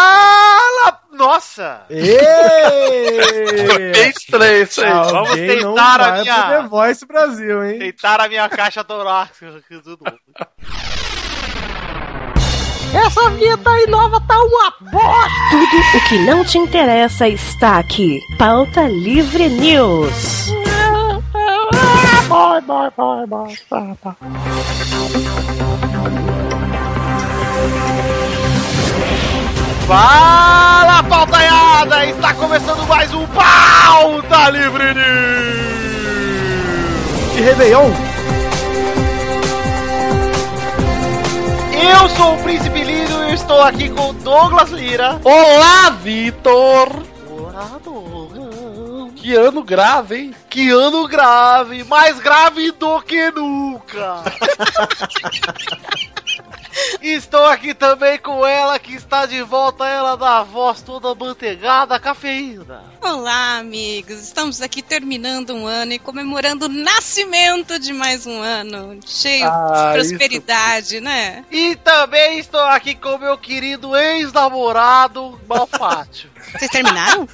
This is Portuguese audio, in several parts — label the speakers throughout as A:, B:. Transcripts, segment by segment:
A: Fala! Nossa!
B: Ei!
A: Bem estranho isso aí. Vamos
B: Alguém não
A: tentar a
B: vai
A: minha.
B: pro The Voice Brasil, hein?
A: Deitar a minha caixa torácica do novo.
C: Essa vinheta aí nova tá uma bosta!
D: um Tudo o que não te interessa está aqui. Pauta Livre News.
C: Bora, bora, bora, bora, bora, bora.
A: Fala, pautaiada! Está começando mais um Pauta Livre News!
B: De Réveillon?
A: Eu sou o Príncipe Lindo e estou aqui com o Douglas Lira.
E: Olá, Vitor!
A: Olá, Douglas.
E: Que ano grave, hein?
A: Que ano grave, mais grave do que nunca. Estou aqui também com ela que está de volta, ela da voz toda manteigada, cafeína.
F: Olá, amigos! Estamos aqui terminando um ano e comemorando o nascimento de mais um ano, cheio
E: Ah,
F: de prosperidade, né?
A: E também estou aqui com meu querido ex-namorado Malfátio.
F: Vocês terminaram?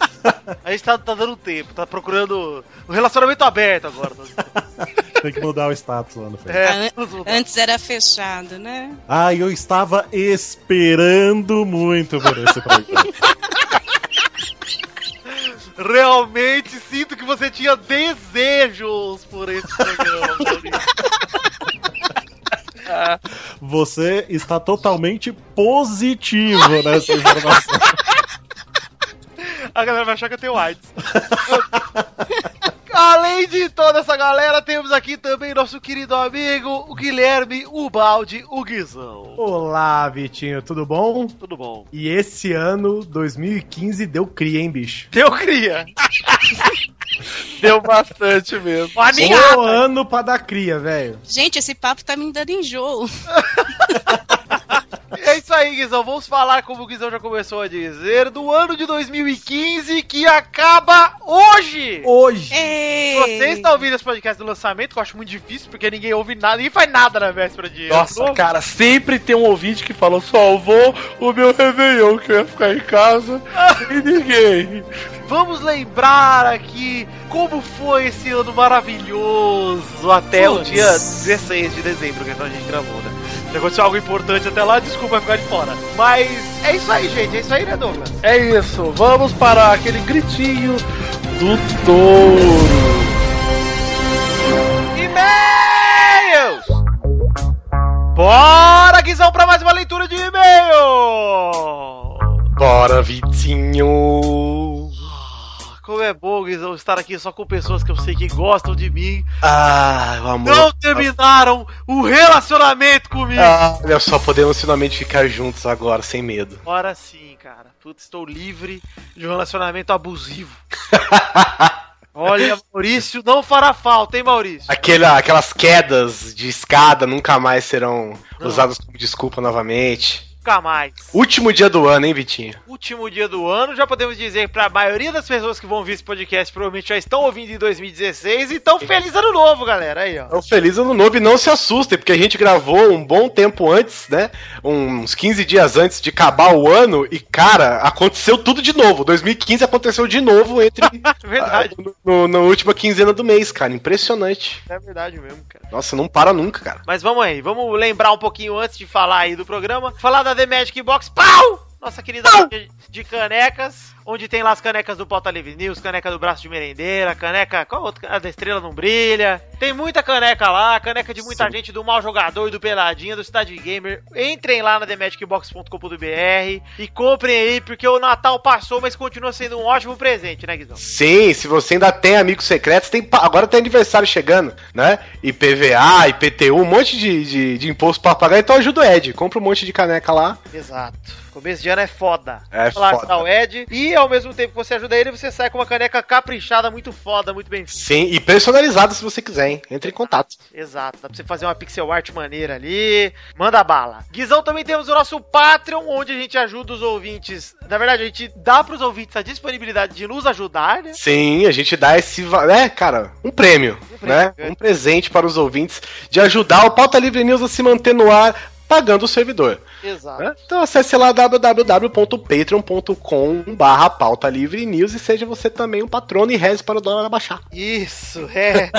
A: A gente tá, tá dando tempo, tá procurando um relacionamento aberto agora.
G: Tem que mudar o status lá no Facebook.
A: É,
F: Ah, Antes era fechado, né?
G: Ah, eu estava esperando muito por esse programa.
A: realmente sinto que você tinha desejos por esse programa. Maurício.
G: Você está totalmente positivo nessa informação.
A: A galera vai achar que eu tenho AIDS. Além de toda essa galera, temos aqui também nosso querido amigo, o Guilherme, o Balde, o Guizão.
B: Olá, Vitinho, tudo bom?
A: Tudo bom?
B: E esse ano, 2015, deu cria, hein, bicho?
A: Deu cria.
E: Deu bastante mesmo.
A: Uma ninhada.
B: Bom ano pra dar cria, velho.
F: Gente, esse papo tá me dando enjoo.
A: É isso aí, Guizão. Vamos falar, como o Guizão já começou a dizer, do ano de 2015 que acaba hoje.
B: Hoje!
F: Ei!
A: Se você está ouvindo esse podcast do lançamento, que eu acho muito difícil, porque ninguém ouve nada, ninguém faz nada na véspera de.
E: Nossa, cara, sempre tem um ouvinte que falou: salvou o meu Réveillon que eu ia ficar em casa e ninguém.
A: Vamos lembrar aqui como foi esse ano maravilhoso até o
F: Putz.
A: dia 16 de dezembro, que então a gente gravou, né? Se aconteceu algo importante até lá, desculpa ficar de fora. Mas é isso aí, gente. É isso aí, né, Douglas?
E: É isso, vamos para aquele gritinho do touro.
A: E-mails! Bora, Guizão, pra mais uma leitura de e-mail!
E: Bora, Vitinho!
A: Como é bom, Guizão, estar aqui só com pessoas que eu sei que gostam de mim.
E: Ah, o amor.
A: Não terminaram o relacionamento comigo.
E: Ah, olha só, podemos finalmente ficar juntos agora, sem medo.
A: Agora sim, cara. Putz, estou livre de um relacionamento abusivo. Olha, Maurício não fará falta, hein, Maurício?
E: Aquela, aquelas quedas de escada nunca mais serão
A: Não.
E: usadas como desculpa novamente.
A: Nunca mais.
E: Último dia do ano, hein, Vitinho?
A: Último dia do ano, já podemos dizer para a maioria das pessoas que vão ver esse podcast, provavelmente já estão ouvindo em 2016. Então, feliz ano novo, galera. Aí, ó.
E: Então, feliz ano novo e não se assustem, porque a gente gravou um bom tempo antes, né? Uns 15 dias antes de acabar o ano e, cara, aconteceu tudo de novo. 2015 aconteceu de novo entre
A: É verdade,
E: no, na última quinzena do mês, cara. Impressionante.
A: é verdade mesmo, cara.
E: Nossa, não para nunca, cara.
A: Mas vamos aí, vamos lembrar um pouquinho antes de falar aí do programa. Falar da The Magic Box, pau! Nossa querida loja de canecas, onde tem lá as canecas do Pauta Livre News, caneca do braço de merendeira, caneca. Qual outra? can- A da estrela não brilha. Tem muita caneca lá, caneca de muita gente, do mal jogador e do Peladinha, do Cidade Gamer. Entrem lá na TheMagicBox.com.br e comprem aí, porque o Natal passou, mas continua sendo um ótimo presente, né, Guizão?
E: Sim, se você ainda tem amigos secretos, tem pa- agora tem aniversário chegando, né? IPVA, IPTU, um monte de, de, de imposto pra pagar, então ajuda o Ed, compra um monte de caneca lá.
A: Exato. Começo de ano é foda.
E: É
A: Falar
E: foda.
A: ajudar o Ed. E ao mesmo tempo que você ajuda ele, você sai com uma caneca caprichada, muito foda, muito bem feita.
E: Sim, e personalizado se você quiser, hein? Entre em contato.
A: Exato. Dá pra você fazer uma pixel art maneira ali. Manda bala. Guizão, também temos o nosso Patreon, onde a gente ajuda os ouvintes. Na verdade, a gente dá pros ouvintes a disponibilidade de nos ajudar, né?
E: Sim, a gente dá esse, va- né, cara, um prêmio,
A: Um prêmio,
E: né?
A: cara.
E: Um presente para os ouvintes de ajudar o Pauta Livre News a se manter no ar pagando o servidor.
A: Exato.
E: né? Então acesse lá www.patreon.com barra pauta livre news e seja você também um patrono e reze para o dólar abaixar.
A: Isso, é.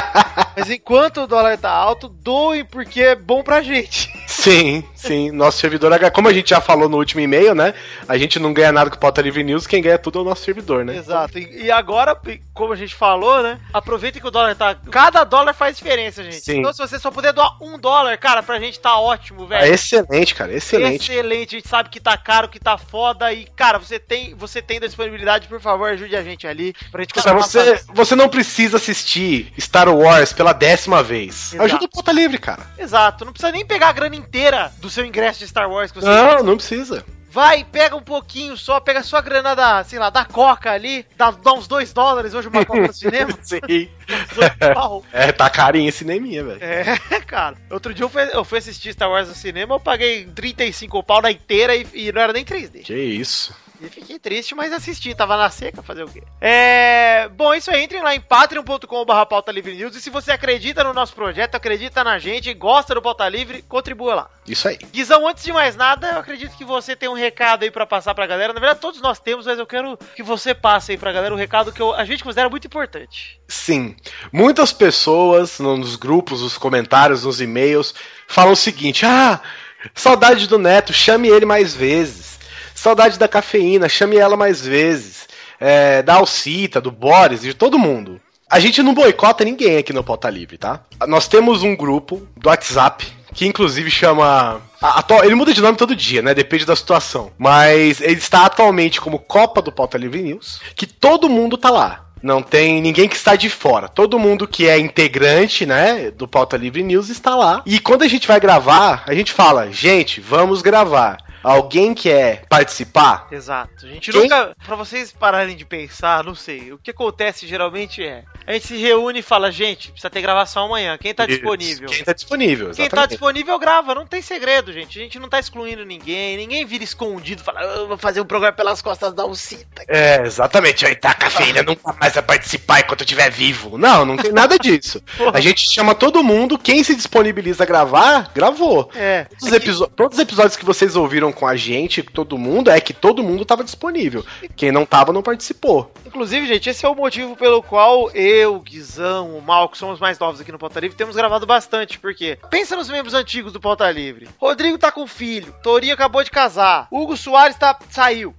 A: Mas enquanto o dólar tá alto, doe porque é bom pra gente.
E: Sim, sim. Nosso servidor, é, como a gente já falou no último e-mail, né? A gente não ganha nada com o Pauta Livre News, quem ganha tudo é o nosso servidor, né?
A: Exato. E, e agora, como a gente falou, né? Aproveita que o dólar tá. Cada dólar faz diferença, gente.
E: Sim.
A: Então, se você só puder doar um dólar, cara, pra gente tá ótimo,
E: Ah,
A: velho.
E: excelente, cara, excelente.
A: Excelente, a gente sabe que tá caro, que tá foda e, cara, você tem, você tem da disponibilidade, por favor, ajude a gente ali pra gente
E: Cara, você, você não precisa assistir Star Wars pela décima vez.
A: Exato.
E: Ajuda o Pauta Livre, cara.
A: Exato, não precisa nem pegar a grana inteira do seu ingresso de Star Wars que você
E: Não, não precisa.
A: Vai, pega um pouquinho só, pega só a grana da, sei lá, da Coca ali, dá, dá uns dois dólares hoje uma Coca no cinema,
E: Sim.
A: uns dois pau.
E: É, tá carinho esse cineminha, velho.
A: É, cara. Outro dia eu fui, eu fui assistir Star Wars no cinema, eu paguei 35 pau na inteira e, e não era nem 3D.
E: Que isso.
A: E fiquei triste, mas assisti, tava na seca, fazer o quê? É. Bom, isso aí, entrem lá em patreon.com.br pauta livre news e se você acredita no nosso projeto, acredita na gente, gosta do pauta livre, contribua lá.
E: Isso aí.
A: Guizão, antes de mais nada, eu acredito que você tem um recado aí pra passar pra galera. Na verdade, todos nós temos, mas eu quero que você passe aí pra galera um recado que eu- a gente considera muito importante.
E: Sim. Muitas pessoas nos grupos, nos comentários, nos e-mails, falam o seguinte: ah, saudade do neto, chame ele mais vezes. Saudade da cafeína, chame ela mais vezes. É, da Alcita, do Boris, de todo mundo. A gente não boicota ninguém aqui no Pauta Livre, tá? Nós temos um grupo do WhatsApp, que inclusive chama. a- atual- ele muda de nome todo dia, né? Depende da situação. Mas ele está atualmente como Copa do Pauta Livre News, que todo mundo tá lá. Não tem ninguém que está de fora. Todo mundo que é integrante, né, do Pauta Livre News está lá. E quando a gente vai gravar, a gente fala: gente, vamos gravar. Alguém quer participar?
A: Exato. A gente
E: Quem?
A: nunca. Pra vocês pararem de pensar, não sei. O que acontece geralmente é. A gente se reúne e fala, gente, precisa ter gravação amanhã. Quem tá
E: Isso.
A: disponível?
E: Quem tá disponível,
A: Quem tá disponível grava, não tem segredo, gente. A gente não tá excluindo ninguém, ninguém vira escondido e fala, "Ah, eu vou fazer um programa pelas costas da Alcita.
E: É, exatamente. Aí tá, a cafeína nunca mais vai participar enquanto eu estiver vivo. Não, não tem nada disso. A gente chama todo mundo, quem se disponibiliza a gravar, gravou.
A: É.
E: Todos os, episo- todos os episódios que vocês ouviram com a gente, com todo mundo, é que todo mundo tava disponível. Quem não tava, não participou.
A: Inclusive, gente, esse é o motivo pelo qual eu, Guizão, o Mal, que somos mais novos aqui no Pauta Livre, temos gravado bastante. Por quê? Pensa nos membros antigos do Pauta Livre. Rodrigo tá com filho, Torinho acabou de casar, Hugo Soares tá, saiu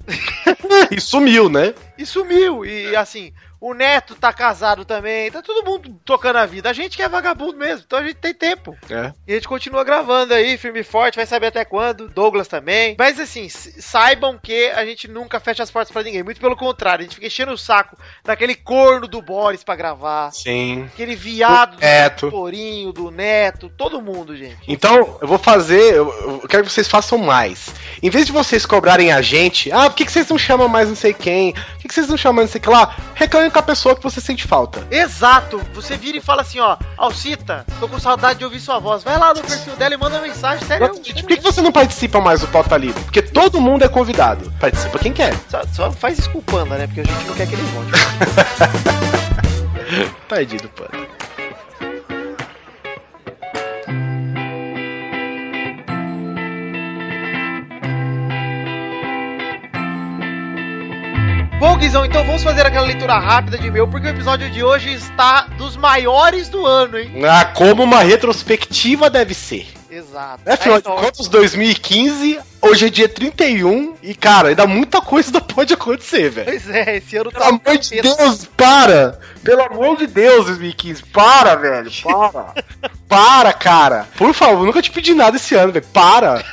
E: E sumiu, né?
A: e sumiu.
E: É.
A: E assim, o Neto tá casado também, tá todo mundo tocando a vida. A gente que é vagabundo mesmo, então a gente tem tempo.
E: É.
A: E a gente continua gravando aí, firme e forte, vai saber até quando. Douglas também. Mas assim, s- saibam que a gente nunca fecha as portas pra ninguém. Muito pelo contrário, a gente fica enchendo o saco daquele corno do Boris pra gravar.
E: Sim.
A: Aquele viado do
E: Neto.
A: Torinho, do Neto, todo mundo, gente.
E: Então, eu vou fazer. Eu, eu quero que vocês façam mais. Em vez de vocês cobrarem a gente, ah, por que, que vocês não chamam mais não sei quem? Por que, que vocês não chamam mais não sei o que lá? Reclame com a pessoa que você sente falta.
A: Exato, você vira e fala assim, ó, Alcita, tô com saudade de ouvir sua voz. Vai lá no perfil dela e manda mensagem, sério.
E: Gente, por que, que você não participa mais do Pauta Livre? Porque todo mundo é convidado. Participa quem quer.
A: Só, só faz desculpando, né? Porque a gente não quer que ele volte.
E: Perdido, pano.
A: Bom, Guizão, então vamos fazer aquela leitura rápida de e-mail, porque o episódio de hoje está dos maiores do ano, hein?
E: Ah, como uma retrospectiva deve ser.
A: Exato.
E: Né, afinal de
A: Aí, ó,
E: contas, 2015, hoje é dia 31 e, cara, ainda muita coisa ainda pode acontecer, velho.
A: Pois é, esse ano
E: Pelo amor de
A: prometendo.
E: Deus, para! Pelo amor de Deus, 2015, para, velho, para! para, cara! Por favor, eu nunca te pedi nada esse ano, velho, para!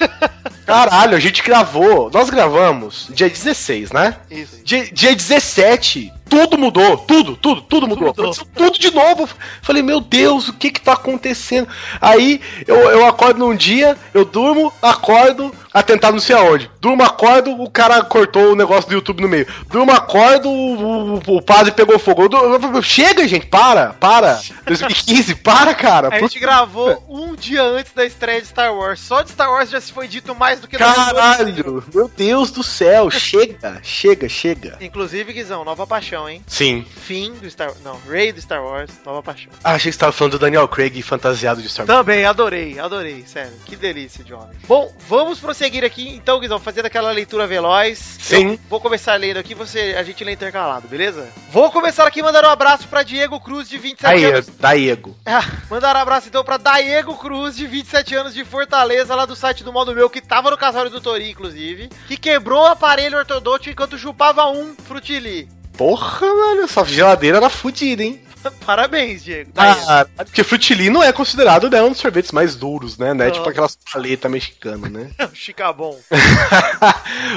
E: Caralho, a gente gravou, nós gravamos dia 16, né?
A: Isso.
E: Dia, dia 17, tudo mudou. Tudo, tudo, tudo mudou.
A: mudou.
E: Aconteceu tudo de novo. Falei, meu Deus, o que que tá acontecendo? Aí eu, eu acordo num dia, eu durmo, acordo, atentado não sei aonde. Durma, acordo, o cara cortou o negócio do YouTube no meio. Durma, acordo, o, o, o padre pegou fogo. Eu du- eu- eu- Chega, gente, para, para. 2015, para, cara.
A: A
E: Por-
A: gente gravou um dia antes da estreia de Star Wars. Só de Star Wars já se foi dito mais do que da Revolução.
E: Caralho, meu Deus do céu, chega, chega, chega.
A: Inclusive, Guizão, nova paixão, hein?
E: Sim.
A: Fim do Star Não, Rei do Star Wars, nova paixão.
E: Ah, achei que você tava falando do Daniel Craig fantasiado de Star Wars.
A: Também, adorei, adorei, sério. Que delícia de homem. Bom, vamos prosseguir aqui, então, Guizão, fazendo aquela leitura veloz.
E: Sim.
A: Eu vou começar lendo aqui, você, a gente lê intercalado, beleza? Vou começar aqui mandando um abraço pra Diego Cruz, de 27
E: Aí,
A: anos.
E: Diego.
A: Ah, mandar um abraço então pra Diego Cruz, de 27 anos, de Fortaleza, lá do site do Modo Meu, que tava no casório do Tori, inclusive, que quebrou o aparelho ortodôntico enquanto chupava um frutili.
E: Porra, velho, essa geladeira era fodida, hein?
A: Parabéns, Diego. Diego.
E: Ah, porque frutili não é considerado né, um dos sorvetes mais duros, né? né?
A: Não.
E: Tipo aquelas paletas mexicanas, né?
A: Chicabon.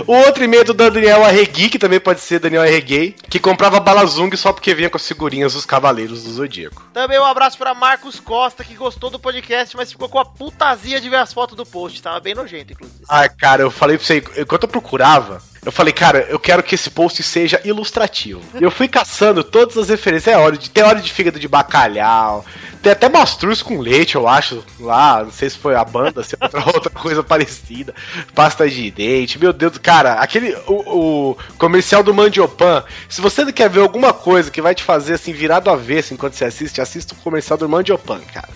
E: o outro e-mail do Daniel Arregui, que também pode ser Daniel Arregui, que comprava balazung só porque vinha com as figurinhas dos Cavaleiros do Zodíaco.
A: Também um abraço pra Marcos Costa, que gostou do podcast, mas ficou com a putazia de ver as fotos do post. Tava bem nojento, inclusive.
E: Ah, cara, eu falei pra você, enquanto eu procurava, eu falei, cara, eu quero que esse post seja ilustrativo. E Eu fui caçando todas as referências, é óleo de, tem óleo de fígado de bacalhau, tem até mastruz com leite, eu acho, lá, não sei se foi a banda, se é outra, outra coisa parecida, pasta de dente, meu Deus, cara, aquele, o, o comercial do Mandiopan, se você não quer ver alguma coisa que vai te fazer, assim, virar do avesso enquanto você assiste, assista o comercial do Mandiopan, cara.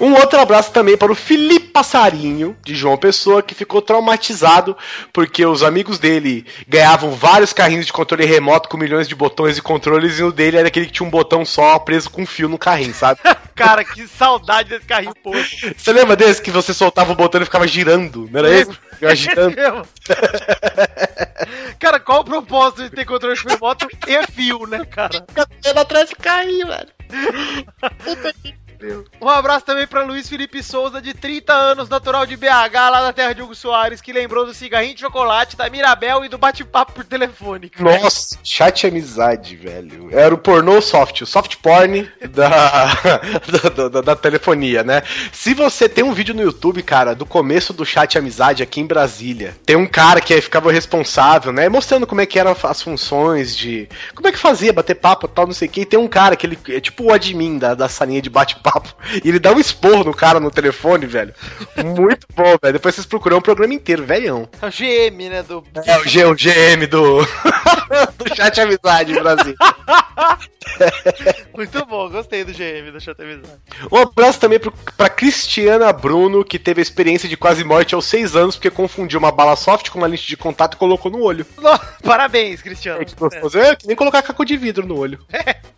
E: Um outro abraço também para o Felipe Passarinho, de João Pessoa, que ficou traumatizado porque os amigos dele ganhavam vários carrinhos de controle remoto com milhões de botões e controles, e o dele era aquele que tinha um botão só preso com um fio no carrinho, sabe?
A: Cara, que saudade desse carrinho post.
E: Você lembra desse que você soltava o botão e ficava girando? Não era esse? Ficava
A: Esse
E: girando.
A: mesmo. cara, qual o propósito de ter controle remoto e fio, né, cara?
E: atrás do carrinho, velho.
A: Um abraço também pra Luiz Felipe Souza, de 30 anos, natural de BH, lá da terra de Hugo Soares, que lembrou do cigarrinho de chocolate, da Mirabel e do bate-papo por telefone. cara.
E: Nossa, chat e amizade, velho. Era o pornô soft, o soft porn da, da, da- da telefonia, né? Se você tem um vídeo no YouTube, cara, do começo do chat e amizade aqui em Brasília, tem um cara que ficava responsável, né? Mostrando como é que eram as funções de. Como é que fazia, bater papo tal, não sei o que. E tem um cara que ele é tipo o admin da, da salinha de bate-papo. E ele dá um esporro no cara no telefone, velho. Muito bom, velho. Depois vocês procuram o programa inteiro, velhão.
A: É o GM, né, do...
E: É o, G, o GM do, do chat amizade Brasil.
A: Muito bom, gostei do GM, deixa eu te avisar.
E: Um abraço também pro, pra Cristiana Bruno, que teve a experiência de quase morte aos seis anos, porque confundiu uma bala soft com uma lente de contato e colocou no olho.
A: No- Parabéns, Cristiano.
E: É que gostoso. É, que nem colocar caco de vidro no olho.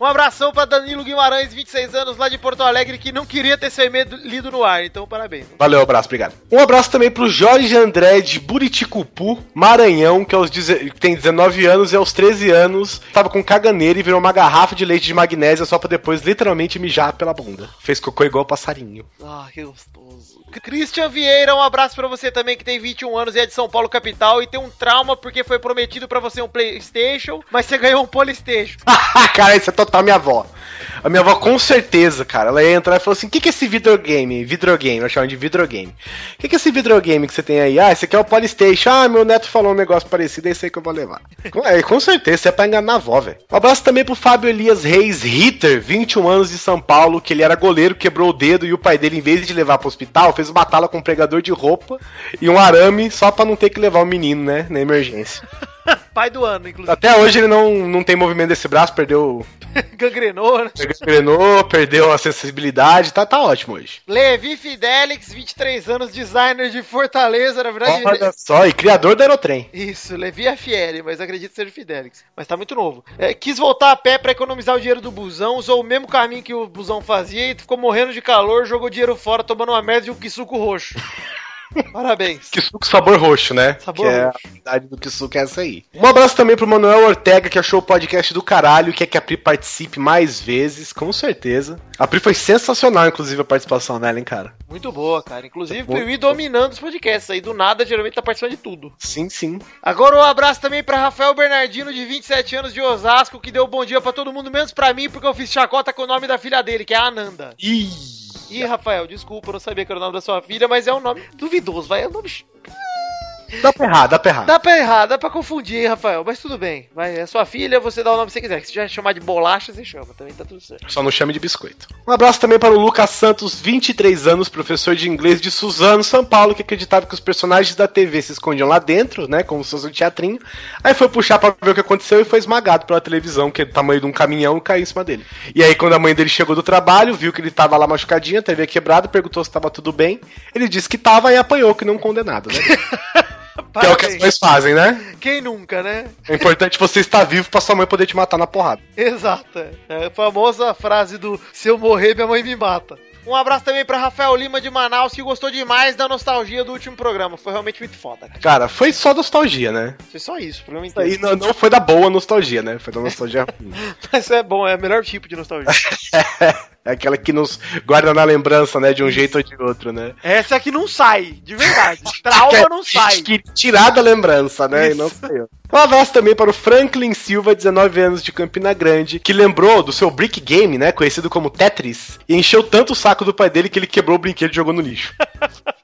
A: Um abração pra Danilo Guimarães, 26 anos, lá de Porto Alegre, que não queria ter seu e-mail lido no ar, então parabéns.
E: Valeu, abraço, obrigado. Um abraço também pro Jorge André de Buriticupu, Maranhão, que é aos deze- tem 19 anos e aos 13 anos tava com caganeira e virou uma garrafa de leite de magnésia só pra depois literalmente mijar pela bunda. Fez cocô igual passarinho.
A: Ah, que gostoso. Christian Vieira, um abraço pra você também que tem 21 anos e é de São Paulo capital e tem um trauma porque foi prometido pra você um PlayStation, mas você ganhou um Polystation.
E: cara, isso é total minha avó. A minha avó, com certeza, cara, ela ia entrar e falou assim: o que, que é esse videogame? Videogame, eu chamo de videogame. O que, que é esse videogame que você tem aí? Ah, esse aqui é o Polystation. Ah, meu neto falou um negócio parecido, é isso aí que eu vou levar. Com, é, com certeza, isso é pra enganar a avó, velho. Um abraço também pro Fábio Elias Reis Ritter, 21 anos de São Paulo, que ele era goleiro, quebrou o dedo e o pai dele, em vez de levar pro hospital, fez uma tala com um pregador de roupa e um arame só pra não ter que levar o menino, né, na emergência.
A: Pai do ano, inclusive.
E: Até hoje ele não, não tem movimento desse braço, perdeu
A: Gangrenou, né?
E: Engrenou, perdeu a sensibilidade, tá, tá ótimo hoje.
A: Levi Fidelix, 23 anos, designer de Fortaleza, na verdade.
E: Olha só, e criador do Aerotrem.
A: Isso, Levi FL, mas acredito ser Fidelix. Mas tá muito novo. É, quis voltar a pé pra economizar o dinheiro do busão, usou o mesmo caminho que o busão fazia e ficou morrendo de calor, jogou dinheiro fora, tomando uma merda de um suco roxo. Parabéns.
E: Que suco sabor roxo, né?
A: Sabor
E: que
A: roxo.
E: é a verdade do que suco é essa aí. Um abraço também pro Manuel Ortega, que achou o podcast do caralho, quer que a Pri participe mais vezes, com certeza. A Pri foi sensacional, inclusive, a participação dela, hein, cara?
A: Muito boa, cara. Inclusive,
E: Muito
A: eu ir
E: boa.
A: dominando os podcasts aí. Do nada, geralmente tá participando de tudo.
E: Sim, sim.
A: Agora um abraço também pra Rafael Bernardino, de 27 anos, de Osasco, que deu bom dia pra todo mundo, menos pra mim, porque eu fiz chacota com o nome da filha dele, que é a Ananda.
E: Ih,
A: Ih, Rafael, desculpa, eu não sabia que era o nome da sua filha, mas é um nome duvidoso, vai. É um nome.
E: Dá pra errar, dá pra errar.
A: Dá pra errar, dá pra confundir, Rafael, mas tudo bem. Vai, é sua filha, você dá o nome que você quiser. Se quiser chamar de bolacha, você chama, também tá tudo certo.
E: Só não chame de biscoito. Um abraço também para o Lucas Santos, 23 anos, professor de inglês de Suzano, São Paulo, que acreditava que os personagens da TV se escondiam lá dentro, né? Como se fosse um teatrinho. Aí foi puxar pra ver o que aconteceu e foi esmagado pela televisão, que é do tamanho de um caminhão, e caiu em cima dele. E aí, quando a mãe dele chegou do trabalho, viu que ele tava lá machucadinho, a TV quebrada, perguntou se tava tudo bem. Ele disse que tava e apanhou, que não condenado, né? que é o que as mães fazem, né?
A: Quem nunca, né?
E: É importante você estar vivo pra sua mãe poder te matar na porrada.
A: Exato. É a famosa frase do se eu morrer, minha mãe me mata. Um abraço também pra Rafael Lima de Manaus, que gostou demais da nostalgia do último programa. Foi realmente muito foda, cara.
E: Cara, foi só nostalgia, né?
A: Foi só isso, o programa
E: Isso aí
A: inteiro.
E: não, não foi da boa nostalgia, né? Foi da nostalgia ruim.
A: Mas é bom, é o melhor tipo de nostalgia.
E: É aquela que nos guarda na lembrança, né? De um jeito ou de outro, né?
A: Essa é que não sai, de verdade. Trauma não sai.
E: É, Que tirar da lembrança, né? E não saiu. Um abraço também para o Franklin Silva, 19 anos de Campina Grande, que lembrou do seu brick game, né? Conhecido como Tetris, e encheu tanto o saco do pai dele que ele quebrou o brinquedo e jogou no lixo.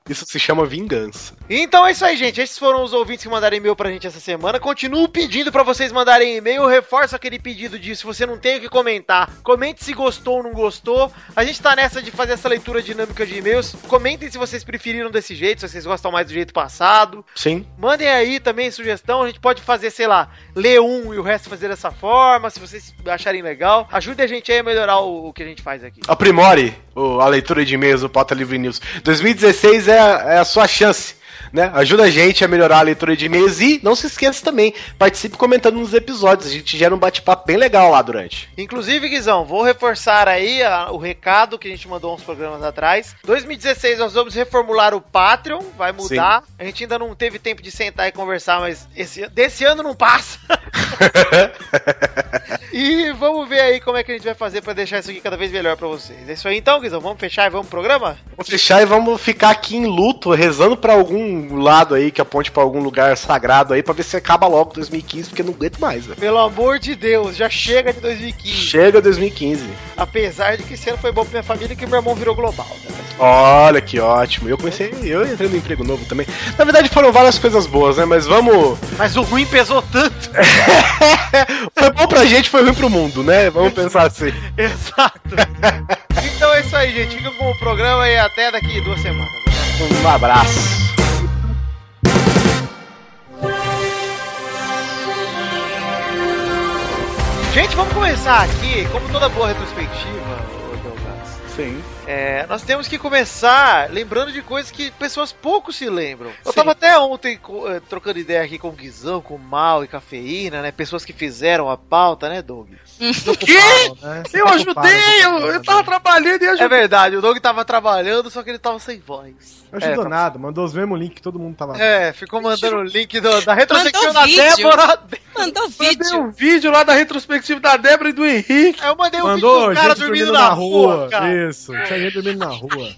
E: Isso se chama vingança.
A: Então é isso aí, gente. Esses foram os ouvintes que mandaram e-mail pra gente essa semana. Continuo pedindo pra vocês mandarem e-mail. Reforço aquele pedido de se você não tem o que comentar, comente se gostou ou não gostou. A gente tá nessa de fazer essa leitura dinâmica de e-mails. Comentem se vocês preferiram desse jeito, se vocês gostam mais do jeito passado.
E: Sim.
A: Mandem aí também sugestão, a gente pode fazer, sei lá, ler um e o resto fazer dessa forma, se vocês acharem legal. Ajude a gente aí a melhorar o, o que a gente faz aqui.
E: Aprimore o- a leitura de e-mails do Pauta Livre News. 2016 é a, é a sua chance. Né? Ajuda a gente a melhorar a leitura de e-mails e não se esqueça também, participe comentando nos episódios. A gente gera um bate-papo bem legal lá durante.
A: Inclusive, Guizão, vou reforçar aí a- o recado que a gente mandou uns programas atrás. 2016 nós vamos reformular o Patreon, vai mudar. A gente ainda não teve tempo de sentar e conversar, mas esse, desse ano não passa. e vamos ver aí como é que a gente vai fazer pra deixar isso aqui cada vez melhor pra vocês. É isso aí então, Guizão, vamos fechar e vamos pro programa?
E: Vamos fechar e vamos ficar aqui em luto, rezando pra algum lado aí, que aponte pra algum lugar sagrado aí, pra ver se acaba logo 2015, porque eu não aguento mais, velho.
A: Pelo amor de Deus, já chega de 2015.
E: Chega 2015.
A: Apesar de que esse ano foi bom pra minha família que meu irmão virou global. Né? Mas-
E: Olha que ótimo. Eu comecei, eu entrei no emprego novo também. Na verdade foram várias coisas boas, né? Mas vamos.
A: Mas o ruim pesou tanto.
E: É, Foi bom pra gente, foi ruim pro mundo, né? Vamos pensar assim.
A: Exato. então é isso aí, gente. Fica com o programa e até daqui duas semanas.
E: Um abraço.
A: Gente, vamos começar aqui, como toda boa retrospectiva, ô Delgado,
G: Sim.
A: é, nós temos que começar lembrando de coisas que pessoas pouco se lembram. Eu tava até ontem co- eh, trocando ideia aqui com o Guizão, com o Mal e Cafeína, né? Pessoas que fizeram a pauta, né, Doug?
H: O quê? Eu ajudei, eu, tava trabalhando e
A: É verdade, o Doug tava trabalhando, só que ele tava sem voz.
H: Ajudou
A: É,
H: nada, mandou os mesmos links que todo mundo tá
E: Tá.
H: tava.
A: É, ficou mandando o link do- da retrospectiva
F: Mandou
A: da
F: vídeo.
A: Débora.
F: Mandou
I: Mandei
F: vídeo.
I: um vídeo lá da retrospectiva da Débora e do Henrique.
A: Eu mandei um vídeo
H: Mandou
A: do cara
H: gente
A: dormindo, na, rua, cara.
H: Isso, tinha gente dormindo na rua.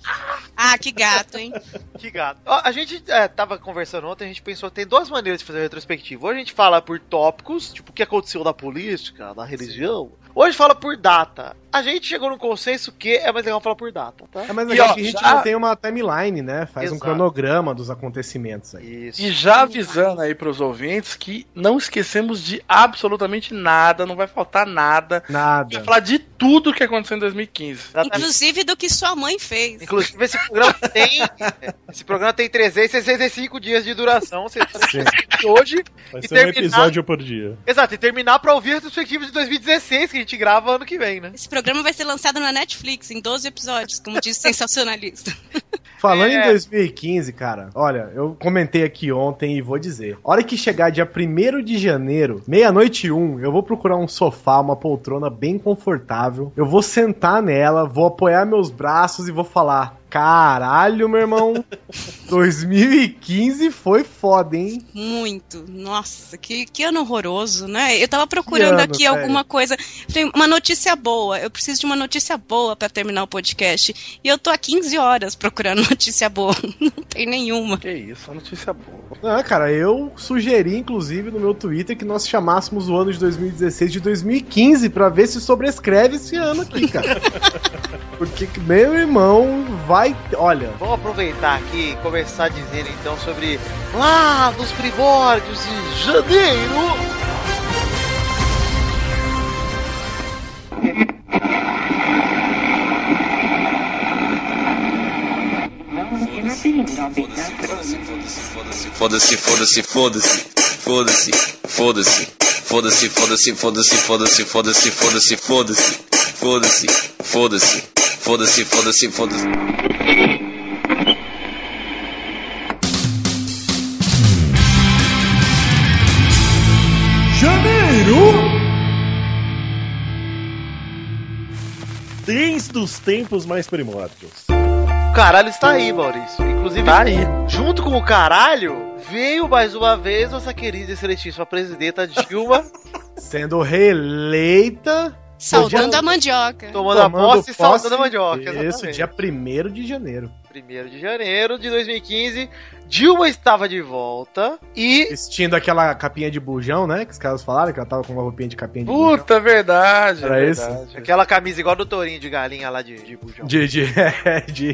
F: Ah, que gato, hein?
A: Que gato. Ó, A gente é, tava conversando ontem, a gente pensou, tem duas maneiras de fazer retrospectiva. Ou a gente fala por tópicos, tipo, o que aconteceu na política, na religião. Ou a gente fala por data. A gente chegou num consenso que é mais legal falar por data, tá?
H: É, mas
I: E,
H: legal
I: ó,
H: que a gente
I: já-
H: não tem uma timeline, né? Faz um
A: Exato.
H: cronograma dos acontecimentos aí.
A: Isso.
I: E já avisando aí pros ouvintes que não esquecemos de absolutamente nada, não vai faltar nada. A gente
H: Nada.
E: É.
I: vai falar de tudo que aconteceu em 2015.
A: Exatamente.
F: Inclusive do que sua mãe fez.
A: Inclusive, esse programa tem. Esse programa tem 365 dias de duração. Você
G: Sim.
A: hoje.
G: Vai
A: E
G: ser um
A: terminar-
G: episódio por dia.
A: Exato, e terminar pra ouvir a retrospectiva de 2016, que a gente grava ano que vem, né?
F: Esse programa vai ser lançado na Netflix em 12 episódios, como diz o sensacionalista.
H: Falando
A: É.
H: em 2015, cara, olha, eu comentei aqui ontem e vou dizer. A hora que chegar dia 1 de janeiro, meia-noite e um, eu vou procurar um sofá, uma poltrona bem confortável. Eu vou sentar nela, vou apoiar meus braços e vou falar: caralho, meu irmão, 2015 foi foda, hein?
F: Muito. Nossa, que, que ano horroroso, né? Eu tava procurando
H: ano,
F: aqui
H: velho.
F: alguma coisa. Falei, Uma notícia boa. Eu preciso de uma notícia boa pra terminar o podcast. E eu tô há 15 horas procurando notícia boa. Não tem nenhuma.
I: Que isso, só notícia boa.
E: Ah, cara, eu sugeri, inclusive, no meu Twitter que nós chamássemos o ano de 2016 de 2015 pra ver se sobrescreve esse ano aqui, cara. Porque, meu irmão, vai. Olha,
A: Vamos aproveitar aqui e começar dizendo então sobre lá nos primórdios de janeiro.
J: Foda-se, foda-se, foda-se, foda-se, foda-se, foda-se, foda-se, foda-se, foda-se, foda-se, foda-se, foda-se, foda-se, foda-se, foda-se, foda-se, foda-se.
G: Desde os tempos mais primórdios.
A: O caralho está aí, Maurício. Inclusive,
I: Tá aí.
A: junto com o caralho, veio mais uma vez nossa querida e excelentíssima presidenta Dilma
E: sendo reeleita.
F: Saudando a mandioca.
A: tomando, a posse e saltando a mandioca.
E: Isso,
A: exatamente.
E: dia 1 de janeiro.
A: 1 de janeiro de 2015, Dilma estava de volta e
E: Vestindo aquela capinha de bujão, né? Que os caras falaram que ela tava com uma roupinha de capinha de bujão.
I: Puta, é verdade.
E: Era
I: é verdade.
A: aquela camisa igual do tourinho de galinha lá de, de bujão.
E: De, de, é, de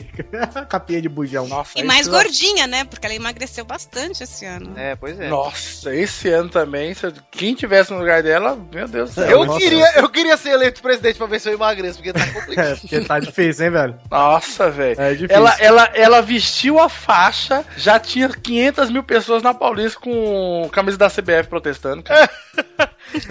E: capinha de bujão.
I: Nossa,
F: E
I: esse
F: mais
I: ano-
F: gordinha, né? Porque ela emagreceu bastante esse ano.
A: É, pois é.
I: Nossa, esse ano também, se quem tivesse no lugar dela, meu Deus do céu.
A: Eu
E: Nossa.
A: queria, eu queria ser eleito presidente pra ver se eu emagreço, porque tá complicado.
E: É, porque tá difícil, hein, velho?
I: Nossa, velho.
E: É difícil.
I: Ela, ela, ela vestiu a faixa, já tinha 500 mil pessoas na Paulista com camisa da CBF protestando. cara.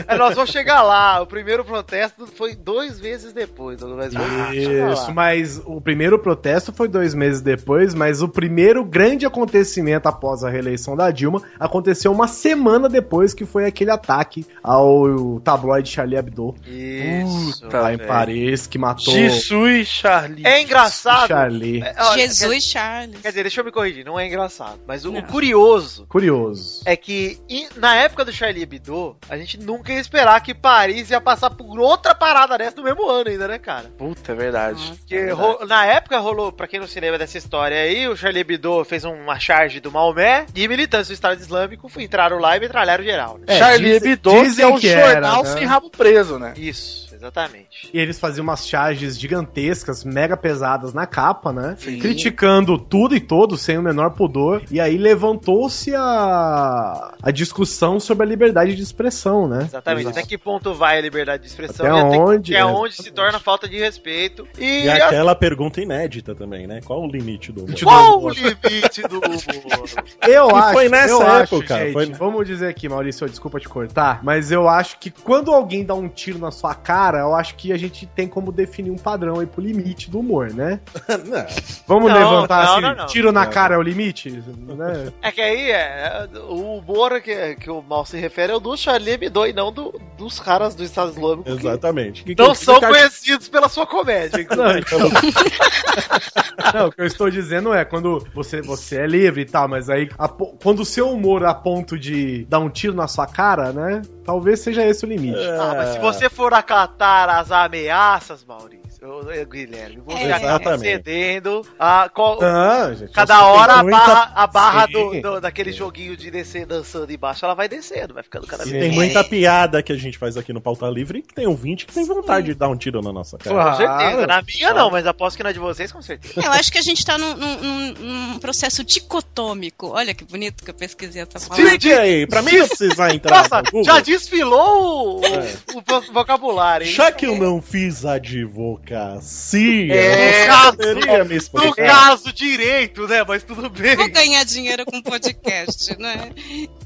A: É, nós vamos chegar lá. O primeiro protesto foi dois meses depois. Nós vamos chegar lá.
I: Ah,
E: Isso, mas o primeiro protesto foi dois meses depois, mas o primeiro grande acontecimento após a reeleição da Dilma aconteceu uma semana depois, que foi aquele ataque ao tabloide Charlie Hebdo,
A: Isso.
I: Puta. Tá,
E: lá em
I: velho.
E: Paris, que matou
I: Jesus, Charlie.
A: É engraçado.
E: Charlie.
A: É, ó,
F: Jesus Charles.
A: Quer, quer dizer, deixa eu me corrigir. Não é engraçado. Mas o, o
F: Não.
A: curioso
E: Curioso.
A: é que em- na época do Charlie Hebdo, a gente nunca ia esperar que Paris ia passar por outra parada dessa no mesmo ano ainda, né, cara?
I: Puta, é verdade.
A: Porque ro- na época rolou, pra quem não se lembra dessa história aí, o Charlie Hebdo fez uma charge do Maomé e militantes do Estado Islâmico entraram lá e metralharam geral. Né?
E: É,
I: Charlie
E: dizem-
I: Hebdo, que é
E: dizem
I: um
E: que era,
I: jornal
E: né?
I: sem rabo preso, né?
A: Isso, exatamente.
E: E eles faziam umas charges gigantescas, mega pesadas na capa, né?
I: Sim.
E: Criticando tudo e todos, sem o menor pudor. E aí levantou-se a, a discussão sobre a liberdade de expressão, né?
A: Exatamente. Até que ponto vai a liberdade de expressão?
E: Até
A: e
E: onde,
A: até
E: é,
A: onde se
E: exatamente.
A: torna falta de respeito. E,
G: E aquela pergunta inédita também, né? Qual o limite do humor?
A: qual o limite do humor?
E: Eu
G: E
E: acho.
G: foi nessa
E: eu acho,
G: época,
E: gente,
G: foi-
E: Vamos dizer aqui, Maurício, desculpa te cortar, mas eu acho que quando alguém dá um tiro na sua cara, eu acho que a gente tem como definir um padrão aí pro limite do humor, né?
G: Não,
E: Vamos
A: Não,
E: levantar
A: não,
E: assim,
A: não, não.
E: tiro na
G: Não.
E: cara é o limite, né?
A: é que aí é, é, o humor que, que o mal se refere é o do Charlie Hebdo e não do- dos caras do Estado Islâmico. que então,
G: Exatamente. Que-
A: Não
G: que-
A: Então são
G: que-
A: conhecidos pela sua comédia.
E: Não, Não, o que eu estou dizendo é quando você, você é livre e tal, mas aí a po- quando o seu humor a ponto de dar um tiro na sua cara, né? Talvez seja esse o limite.
A: Ah, mas se você for acatar as ameaças, Maurício, eu- eu- Guilherme, você
F: É.
A: acaba
G: Exatamente.
A: cedendo a qual-
E: Não, gente,
A: Cada hora a
G: muita-
A: barra, a barra
E: Sim.
A: do, do- daquele joguinho de descer dançando embaixo, ela vai descendo, vai ficando cada
G: E
A: vez
G: tem
A: mais.
G: muita piada que a gente faz aqui no Pauta Livre que tem ouvinte que tem vontade de dar um tiro na nossa cara.
A: Com certeza. né?
E: Claro.
A: Na minha não, mas aposto que na de vocês, com certeza.
F: Eu acho que a gente tá num, num- num- num processo dicotômico. Olha que bonito que eu pesquisei essa palavra.
G: Explique aí, pra mim não precisar entrar
A: Nossa,
G: no Google.
A: já desfilou o, o- o vo- vocabulário, hein?
G: Já que eu não fiz advocacia,
A: É,
G: eu poderia me
A: No
G: explicar.
A: caso direito, né? Mas tudo
F: Vou
A: bem.
F: ganhar dinheiro com podcast, né?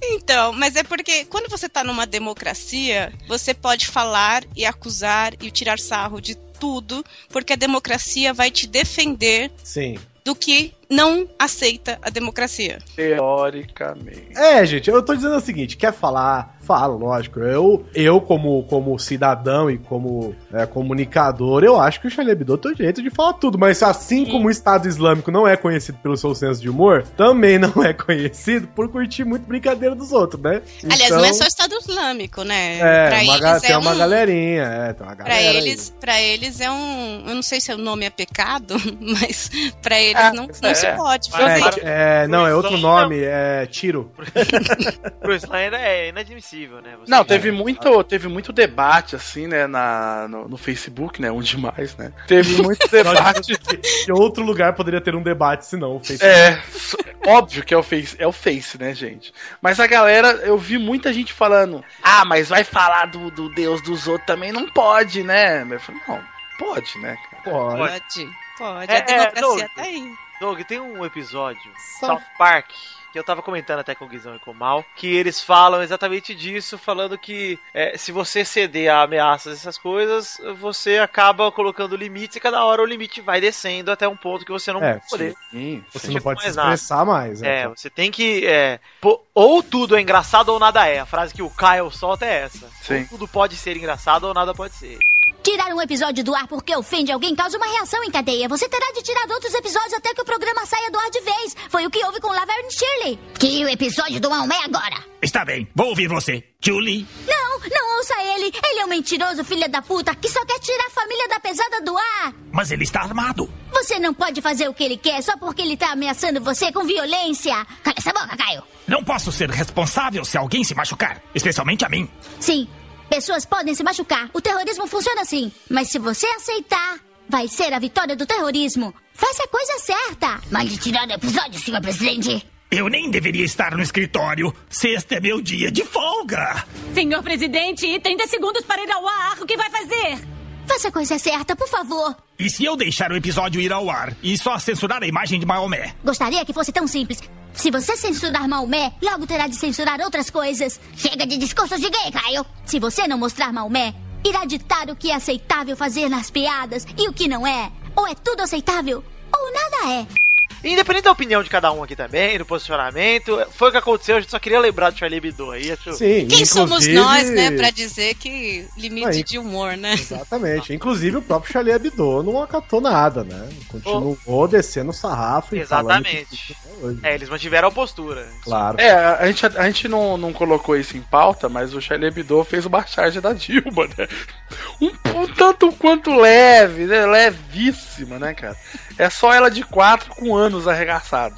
F: Então, mas é porque quando você tá numa democracia, você pode falar e acusar e tirar sarro de tudo, porque a democracia vai te defender
E: Sim.
F: do que não aceita a democracia.
I: Teoricamente.
E: É, gente, eu tô dizendo o seguinte: quer falar, Falo, lógico. Eu, eu como, como cidadão e como é, comunicador, eu acho que o Charlie Hebdo tem o direito de falar tudo. Mas assim como o Estado Islâmico não é conhecido pelo seu senso de humor, também não é conhecido por curtir muito brincadeira dos outros, né?
F: Aliás,
E: Então,
F: não é só o Estado Islâmico, né?
E: É,
F: pra
E: uma
F: eles
E: ga-
F: é
E: tem uma
F: um-
E: galerinha, é, tem uma
F: Pra
E: galera aí.
F: eles, pra eles é um. Eu não sei se o nome é pecado, mas pra eles
I: Ah,
F: não, não se
I: é.
F: pode
A: Mas-
F: fazer.
E: É, é, não, é outro
A: Islã,
E: nome, é tiro.
A: Pro Islã é inadmissível, né? Você-
I: Não, teve muito, teve muito debate, assim, né, na, no, no Facebook, né? Um demais, né? Teve muito debate.
E: Em outro lugar poderia ter um debate, se não, o Facebook.
I: É, s- óbvio que é o Face, é o Face, né, gente? Mas a galera, eu vi muita gente falando: "Ah, mas vai falar do, do Deus dos outros também não pode, né?" Eu falei: "Não, pode, né?" cara?"
E: Pô,
F: Pode, pode.
A: É,
F: a democracia
A: é,
F: tá aí.
A: Doug, tem um episódio,
E: Só-
A: South Park, que eu tava comentando até com o Guizão e com o Mal, que eles falam exatamente disso, falando que é, se você ceder a ameaças, essas coisas, você acaba colocando limites e cada hora o limite vai descendo até um ponto que você não
E: É,
A: vai poder.
I: Sim.
E: você
A: não
E: não pode se
A: faz nada.
E: expressar mais. né?
A: É, você tem que. é, pô, ou tudo é engraçado ou nada é. A frase que o Kyle solta é essa.
I: Sim.
A: Ou tudo pode ser engraçado ou nada pode ser.
K: Tirar um episódio do ar porque ofende alguém causa uma reação em cadeia. Você terá de tirar outros episódios até que o programa saia do ar de vez. Foi o que houve com Laverne Shirley. Tire o episódio do Maomé agora.
H: Está bem, vou ouvir você. Julie,
K: Não, não ouça ele. Ele é um mentiroso filho da puta que só quer tirar a família da pesada do ar.
H: mas ele está armado.
K: Você não pode fazer o que ele quer só porque ele tá ameaçando você com violência. Cala essa boca, Caio.
H: Não posso ser responsável se alguém se machucar, especialmente a mim.
K: Sim, pessoas podem se machucar. O terrorismo funciona assim. Mas se você aceitar, vai ser a vitória do terrorismo. Faça a coisa certa. Mande tirar o episódio, senhor presidente.
H: Eu nem deveria estar no escritório. Sexta é meu dia de folga.
L: Senhor presidente, 30 segundos para ir ao ar. O que vai fazer?
K: Faça a coisa certa, por favor.
H: E se eu deixar o episódio ir ao ar e só censurar a imagem de Maomé?
K: Gostaria que fosse tão simples. Se você censurar Maomé, logo terá de censurar outras coisas. Chega de discursos de gay, Caio. Se você não mostrar Maomé, irá ditar o que é aceitável fazer nas piadas e o que não é. Ou é tudo aceitável, ou nada é.
A: Independente da opinião de cada um aqui também, do posicionamento, foi o que aconteceu, a gente só queria lembrar do Charlie Hebdo aí. Acho...
E: Sim,
F: Quem somos
E: inclusive-
F: nós, né, pra dizer que limite
E: Aí.
F: de humor, né?
E: Exatamente. Inclusive o próprio Charlie Hebdo não acatou nada, né? Continuou descendo o sarrafo e
A: Exatamente.
E: falando tudo até hoje.
A: É, eles mantiveram a postura.
E: Claro.
I: É, a a gente, a gente não, não colocou isso em pauta, mas o Charlie Hebdo fez uma charge da Dilma, né? Um, um tanto quanto leve, né? Levíssima, né, cara? É só ela de quatro com anos arregaçado.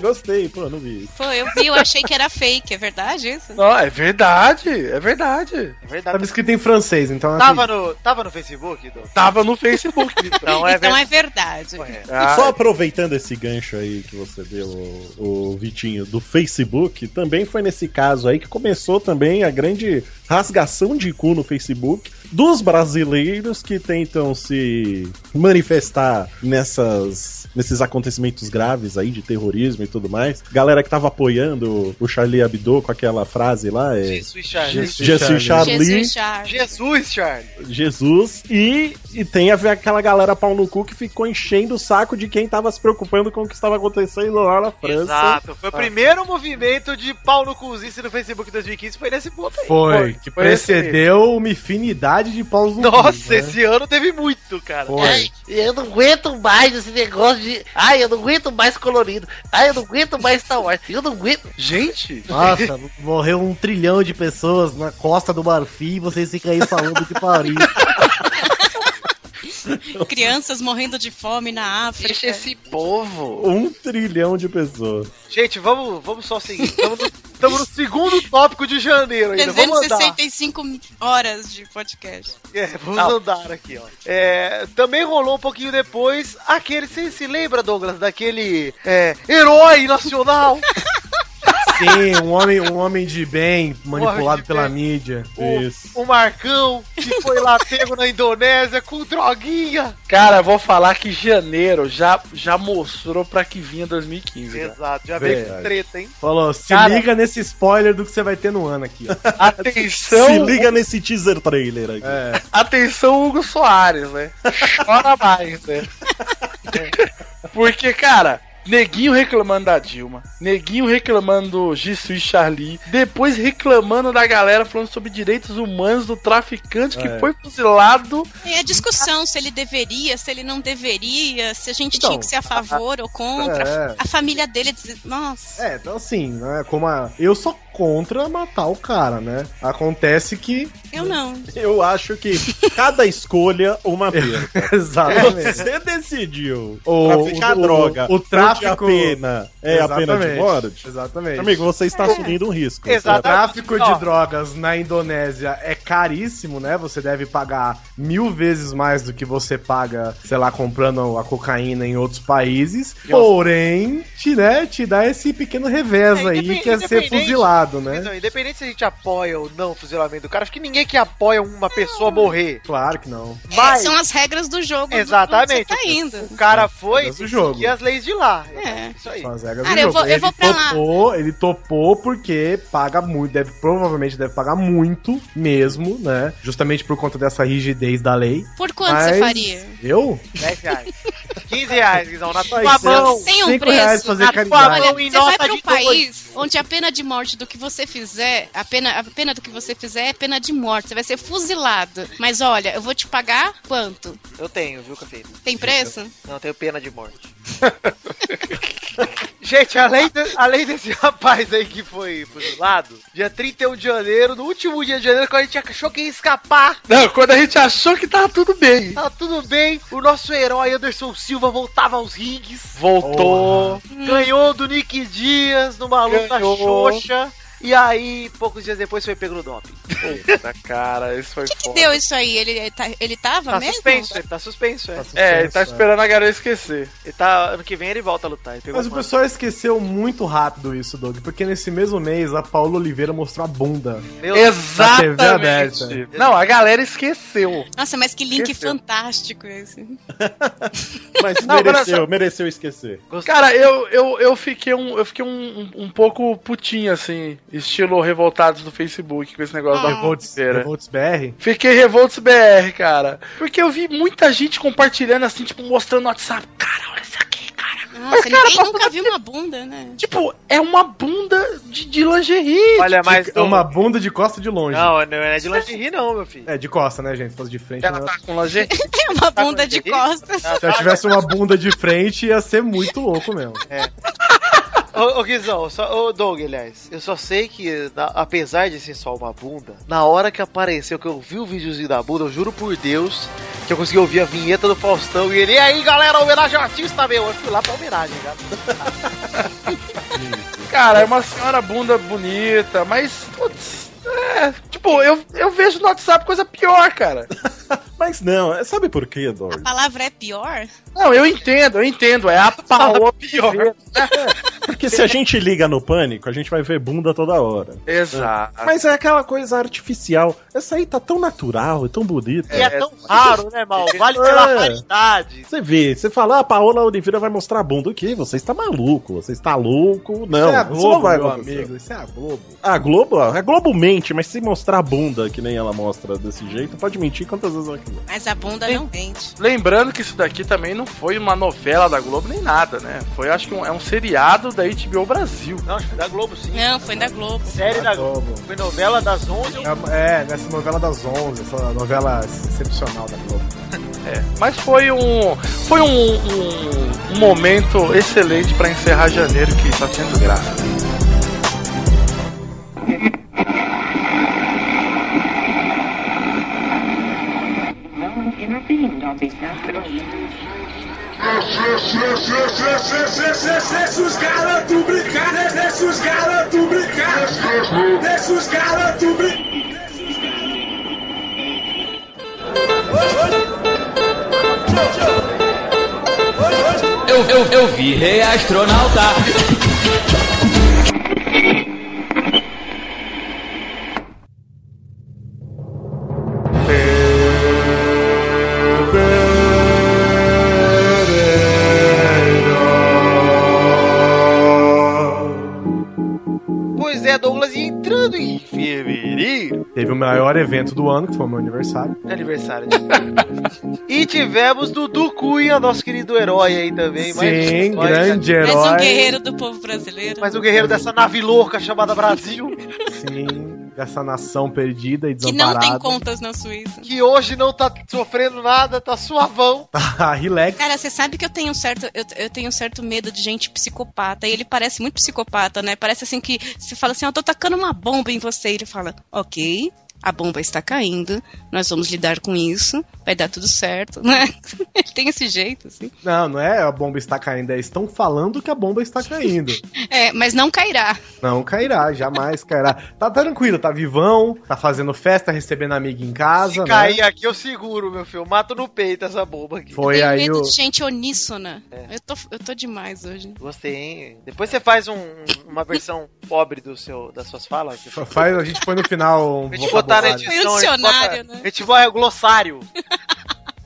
E: Gostei, pô, não vi.
F: Pô, eu vi, eu achei que era fake, é verdade isso?
I: Não, é verdade, é verdade.
A: É
E: Tava
A: verdade.
E: escrito em francês, então assim,
A: Tava no, tava no Facebook, Doug?
I: Tava no Facebook.
A: Não é
F: então
A: verdade.
F: é verdade.
I: Ah,
G: Só aproveitando esse gancho aí que você deu, o, o Vitinho, do Facebook, também foi nesse caso aí que começou também a grande rasgação de cu no Facebook dos brasileiros que tentam se manifestar nessas, nesses acontecimentos graves aí de terrorismo e tudo mais. Galera que tava apoiando o Charlie Hebdo com aquela frase lá, é...
A: Jesus, Charlie.
E: Jesus.
G: Jesus Charlie,
F: Jesus Charles.
A: Jesus, Charlie.
G: Jesus, e, e tem a ver aquela galera pau no cu que ficou enchendo o saco de quem tava se preocupando com o que estava acontecendo lá na França.
A: Exato.
E: Ah.
A: Foi o primeiro movimento de Paulo Cuzice no Facebook em 2015, foi nesse ponto aí.
E: foi, que
I: foi
E: precedeu uma infinidade de paus no cu,
A: Nossa,
E: né?
A: esse ano teve muito, cara.
E: Foi.
L: Eu não aguento mais esse negócio de. Ai, eu não aguento mais colorido. Ai, eu não aguento mais Star Wars. Eu não aguento.
I: Gente,
E: Nossa, morreu um trilhão de pessoas na costa do Marfim e vocês ficam aí falando de Paris.
F: Crianças morrendo de fome na África.
I: deixa esse povo.
G: Um trilhão de pessoas.
A: Gente, vamos, vamos só seguir. Estamos no, tamo no segundo tópico de janeiro ainda. Vamos andar.
F: 365 horas de podcast.
A: É, vamos
I: Não.
A: andar aqui, ó. É, também rolou um pouquinho depois aquele. Você se lembra, Douglas, daquele é, herói nacional?
E: Sim, um homem, um homem de bem manipulado
A: homem de
E: pela
A: bem.
E: mídia.
G: Isso.
A: o, o Marcão, que foi lá pego na Indonésia com droguinha.
I: Cara, eu vou falar que janeiro já, já mostrou pra que vinha 2015. cara.
A: Exato, já veio com
E: Verdade.
A: treta, hein?
E: Falou, se
I: Cara.
E: liga nesse spoiler do que você vai ter no ano aqui. ó. Então,
G: Se
I: Atenção,
G: liga nesse teaser trailer aí.
E: É.
I: atenção Hugo Soares, né? Chora mais, né? Porque, cara, Neguinho reclamando da Dilma, neguinho reclamando do Gissu e Charlie, depois reclamando da galera falando sobre direitos humanos do traficante que
G: É.
I: foi fuzilado.
F: É a discussão se ele deveria, se ele não deveria, se a gente
E: Então,
F: tinha que ser a favor ou contra.
E: é.
F: A família dele diz, nossa.
E: É, então assim, né? Como a... Eu sou contra matar o cara, né? Acontece que.
F: Eu não.
G: Eu acho que cada escolha uma perda.
E: Exatamente.
G: Você decidiu
E: O-
G: traficar
E: o-
G: droga.
E: o tráfico-
G: curte a pena é a pena de
E: Exatamente,
G: morte.
I: É
E: Exatamente.
G: Amigo, você está assumindo um risco.
E: O
A: Exato.
E: tráfico
A: Ó.
E: de drogas na Indonésia é caríssimo, né? Você deve pagar mil vezes mais do que você paga, sei lá, comprando a cocaína em outros países. Porém, te, né, te dá esse pequeno revés
A: É,
E: aí
A: independ-
E: que é ser
A: independente-
E: fuzilado, né?
A: Então, independente se a gente apoia ou não o fuzilamento do cara, acho que ninguém que apoia uma pessoa morrer.
E: Claro que não.
F: É,
A: Mas,
F: São as regras do jogo.
A: Exatamente.
F: Do pra onde você tá indo.
A: o cara foi
E: Mas o
A: e
E: jogo.
A: seguia as leis de lá.
F: É.
A: Isso aí.
E: São as regras do
F: Cara, eu
E: jogo.
F: vou- eu
E: ele
F: vou pra lá.
E: topou, ele topou porque paga muito, deve, provavelmente deve pagar muito mesmo, né? Justamente por conta dessa rigidez da lei.
F: Por quanto
E: Mas-
F: você faria? Tipo,
E: Eu?
A: 10 reais. 15 reais, Guizão, na tua
E: Mas,
A: mão.
E: Zé,
F: Sem um
E: cinco
F: preço.
E: reais né? fazer
A: Na
E: caridade.
A: tua mão. em
F: Você vai
A: nota
F: para um
A: de dois.
F: país onde a pena de morte do que você fizer, a pena, a pena do que você fizer é pena de morte. Você vai ser fuzilado. Mas olha, eu vou te pagar quanto?
A: Eu tenho, viu, Campino?
F: Tem preço?
A: Não, eu tenho pena de morte. Gente, além, de- além desse rapaz aí que foi fuzilado, dia 31 de janeiro, no último dia de janeiro, quando a gente achou que ia escapar,
I: Não, quando a gente achou que tava tudo bem.
A: tava tudo bem, o nosso herói Anderson Silva voltava aos rings,
I: Voltou.
A: ganhou do Nick Dias numa luta
I: Ganhou.
A: xoxa, e aí, poucos dias depois, foi pego no doping.
I: Puta, cara, isso foi
F: Que
I: foda.
F: deu isso aí? Ele, ele, tá- ele tava
A: Tá
F: mesmo?
A: suspenso, ele tá suspenso, é.
I: É, ele tá esperando a garota esquecer.
A: Ele tá, ano que vem ele volta a lutar. Ele pegou
E: Mas o
A: uma-
E: pessoal esqueceu muito rápido isso, Doug, porque nesse mesmo mês a Paula Oliveira mostrou a bunda.
A: Meu Deus.
E: TV aberta.
I: Exatamente. Não, a galera esqueceu.
F: Nossa, mas que link
I: Esqueceu.
F: fantástico esse.
G: Mas
I: Não, agora
G: mereceu, mereceu esquecer.
I: Cara, eu, eu, eu fiquei, um, eu fiquei um, um, um pouco putinho, assim, estilo revoltados do Facebook com esse negócio da
E: Revolts,
I: Pera.
E: Revolts BR.
I: Fiquei revoltos BR, cara. Porque eu vi muita gente compartilhando, assim, tipo, mostrando no WhatsApp. Cara, olha isso aqui, cara.
F: Nossa,
I: cara,
F: ninguém
A: tá
I: pra
F: nunca viu uma bunda, né?
I: Tipo, é uma bunda de, de lingerie.
A: Olha, mas.
E: É uma bunda de costa de longe.
A: Não, não é de lingerie, não, meu filho.
E: É, de costa, né, gente? Se fosse de frente.
I: Ela
E: não-
I: tá com lingerie.
F: É uma bunda de
A: Sabe
F: costas.
E: Se eu tivesse uma bunda de frente, ia ser muito louco mesmo.
A: Ô, ô Guizão, só, ô Doug, aliás, eu só sei que, na- apesar de ser só uma bunda, na hora que apareceu, que eu vi o videozinho da bunda, eu juro por Deus que eu consegui ouvir a vinheta do Faustão e ele, e aí galera, homenagem ao artista meu. Eu fui lá pra homenagem, cara.
I: Cara, é uma senhora bunda bonita, mas. Putz, é, tipo, eu, eu vejo no WhatsApp coisa pior, cara.
G: Mas não, é- sabe por quê, Dor?
F: A palavra é pior?
I: Não, eu entendo, eu entendo. É a Paola pior.
G: Porque se a gente liga no pânico, a gente vai ver bunda toda hora.
I: Exato.
G: Mas é aquela coisa artificial. Essa aí tá tão natural, é tão bonita.
A: E é, tão raro, né, mal? Vale pela
G: É.
A: raridade.
G: Você vê, você fala, ah, a Paola Oliveira vai mostrar a bunda. O quê? Você está maluco, você está louco. Não,
E: Isso é a
G: isso não
E: Globo,
G: vai
E: meu
G: acontecer.
E: amigo. Isso é a Globo.
G: A Globo, a Globo mente, mas se mostrar a bunda que nem ela mostra desse jeito, pode mentir quantas vezes ela quiser.
F: Mas a bunda não vende.
I: Lembrando que isso daqui também não foi uma novela da Globo nem nada, né? Foi, acho que um- é um seriado da HBO Brasil.
A: Não, acho que da Globo sim.
F: Não, foi da Globo.
A: Série É da
E: A
A: Globo.
E: Globo.
A: Foi novela das 11. Eu...
E: É, nessa novela das 11, essa novela excepcional da Globo.
I: Mas foi um. Foi um, um- um momento excelente pra encerrar janeiro que tá tendo graça.
H: Deixa os garotos brincar, deixa os garotos brincar, deixa os garotos brincar.
J: Eu, eu, eu virei astronauta.
A: Pois é, Douglas, e entrando em fevereiro.
I: Ih,
E: Teve o maior evento do ano, que foi o meu aniversário.
A: de aniversário. né? e tivemos Dudu Cunha, nosso querido herói aí também.
E: Sim,
A: mais-
E: grande
F: Mais
E: herói.
F: um guerreiro do povo brasileiro.
A: Mais um guerreiro dessa nave louca chamada Brasil,
E: Sim, dessa nação perdida e
F: Que não
E: desamparada.
F: tem contas na Suíça.
A: que hoje não tá sofrendo nada, tá suavão.
E: Ah, relax.
F: Cara, você sabe que eu tenho um certo, eu, eu tenho um certo medo de gente psicopata. E ele parece muito psicopata, né? Parece assim que você fala assim, ó, tô tacando uma bomba em você. E ele fala, ok, a bomba está caindo, nós vamos lidar com isso, vai dar tudo certo, né? Ele tem esse jeito, assim.
E: Não, não é a bomba está caindo, é estão falando que a bomba está caindo.
F: É, mas não cairá.
E: Não cairá, jamais cairá. Tá tranquilo, tá vivão, tá fazendo festa, recebendo amigo em casa,
A: Se
E: né?
A: cair aqui, eu seguro, meu filho. Mato no peito essa bomba aqui.
E: Foi
F: Tenho
E: aí
F: medo
E: o.
F: de gente oníssona. Eu, tô, eu tô demais hoje.
A: Gostei, hein? Depois você faz um- uma versão pobre do seu, das suas falas.
E: Faz, a gente põe no final um
A: A gente botar na edição.
E: vocabulário.
F: Foi um
A: a gente
F: dicionário,
A: bota-
F: né?
A: A gente vai ao glossário.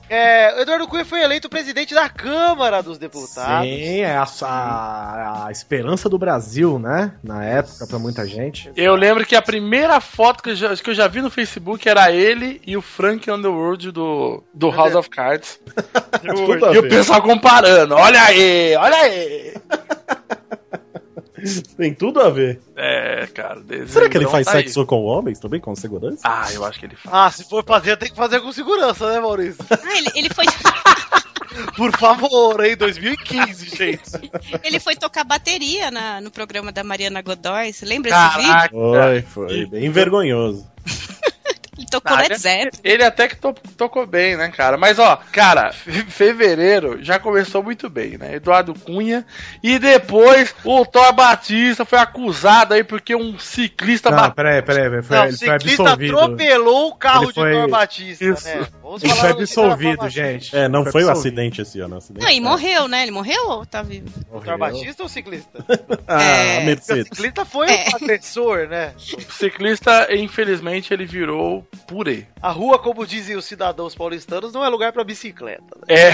A: É, Eduardo Cunha foi eleito presidente da Câmara dos Deputados.
E: Sim, é a, a, a esperança do Brasil, né? Na época, pra muita gente.
I: Eu lembro que a primeira foto que eu já, que eu já vi no Facebook era ele e o Frank Underwood do, do House of Cards.
G: Tudo a
I: E o
G: ver.
I: pessoal comparando. Olha aí, olha aí.
G: Tem tudo a ver.
I: É, cara.
G: Será que ele
I: dezembro
G: faz
I: tá aí.
G: sexo com homens também, com segurança?
I: Ah, eu acho que ele faz.
A: Ah, se for fazer, tem que fazer com segurança, né, Maurício?
F: Ah, ele, ele, foi,
A: Por favor, hein? 2015, gente.
F: ele foi tocar bateria na- no programa da Mariana Godoy. Você lembra desse vídeo?
I: Caraca.
A: é.
G: Foi, foi. Bem vergonhoso.
F: Ele tocou
I: Ah,
F: Led
I: ele-
F: Zeppelin.
I: Ele até que to- tocou bem, né, cara? Mas, ó, cara, fe- fevereiro já começou muito bem, né? Eduardo Cunha. E depois o Thor Batista foi acusado aí porque um ciclista
E: Não,
I: bateu.
E: peraí, peraí, peraí, foi,
A: Não, o
E: ele foi
A: ciclista
E: absolvido.
A: atropelou o carro
E: Ele foi-
A: de Thor Batista,
I: Isso.
A: né? Vamos
E: Ele foi
A: do que Thor
E: absolvido,
A: Batista.
E: gente.
G: É, não foi, o
E: absolvido.
G: acidente esse ano. o Acidente.
F: Não, e morreu, né? Ele morreu ou tá vivo?
A: O Thor Batista ou o ciclista?
G: Ah,
F: É.
G: a
A: Porque o
G: Mercedes.
A: ciclista foi
F: É.
A: um agressor, né?
I: O ciclista, infelizmente, ele virou purê.
A: A rua, como dizem os cidadãos paulistanos, não é lugar pra bicicleta. né?
I: É,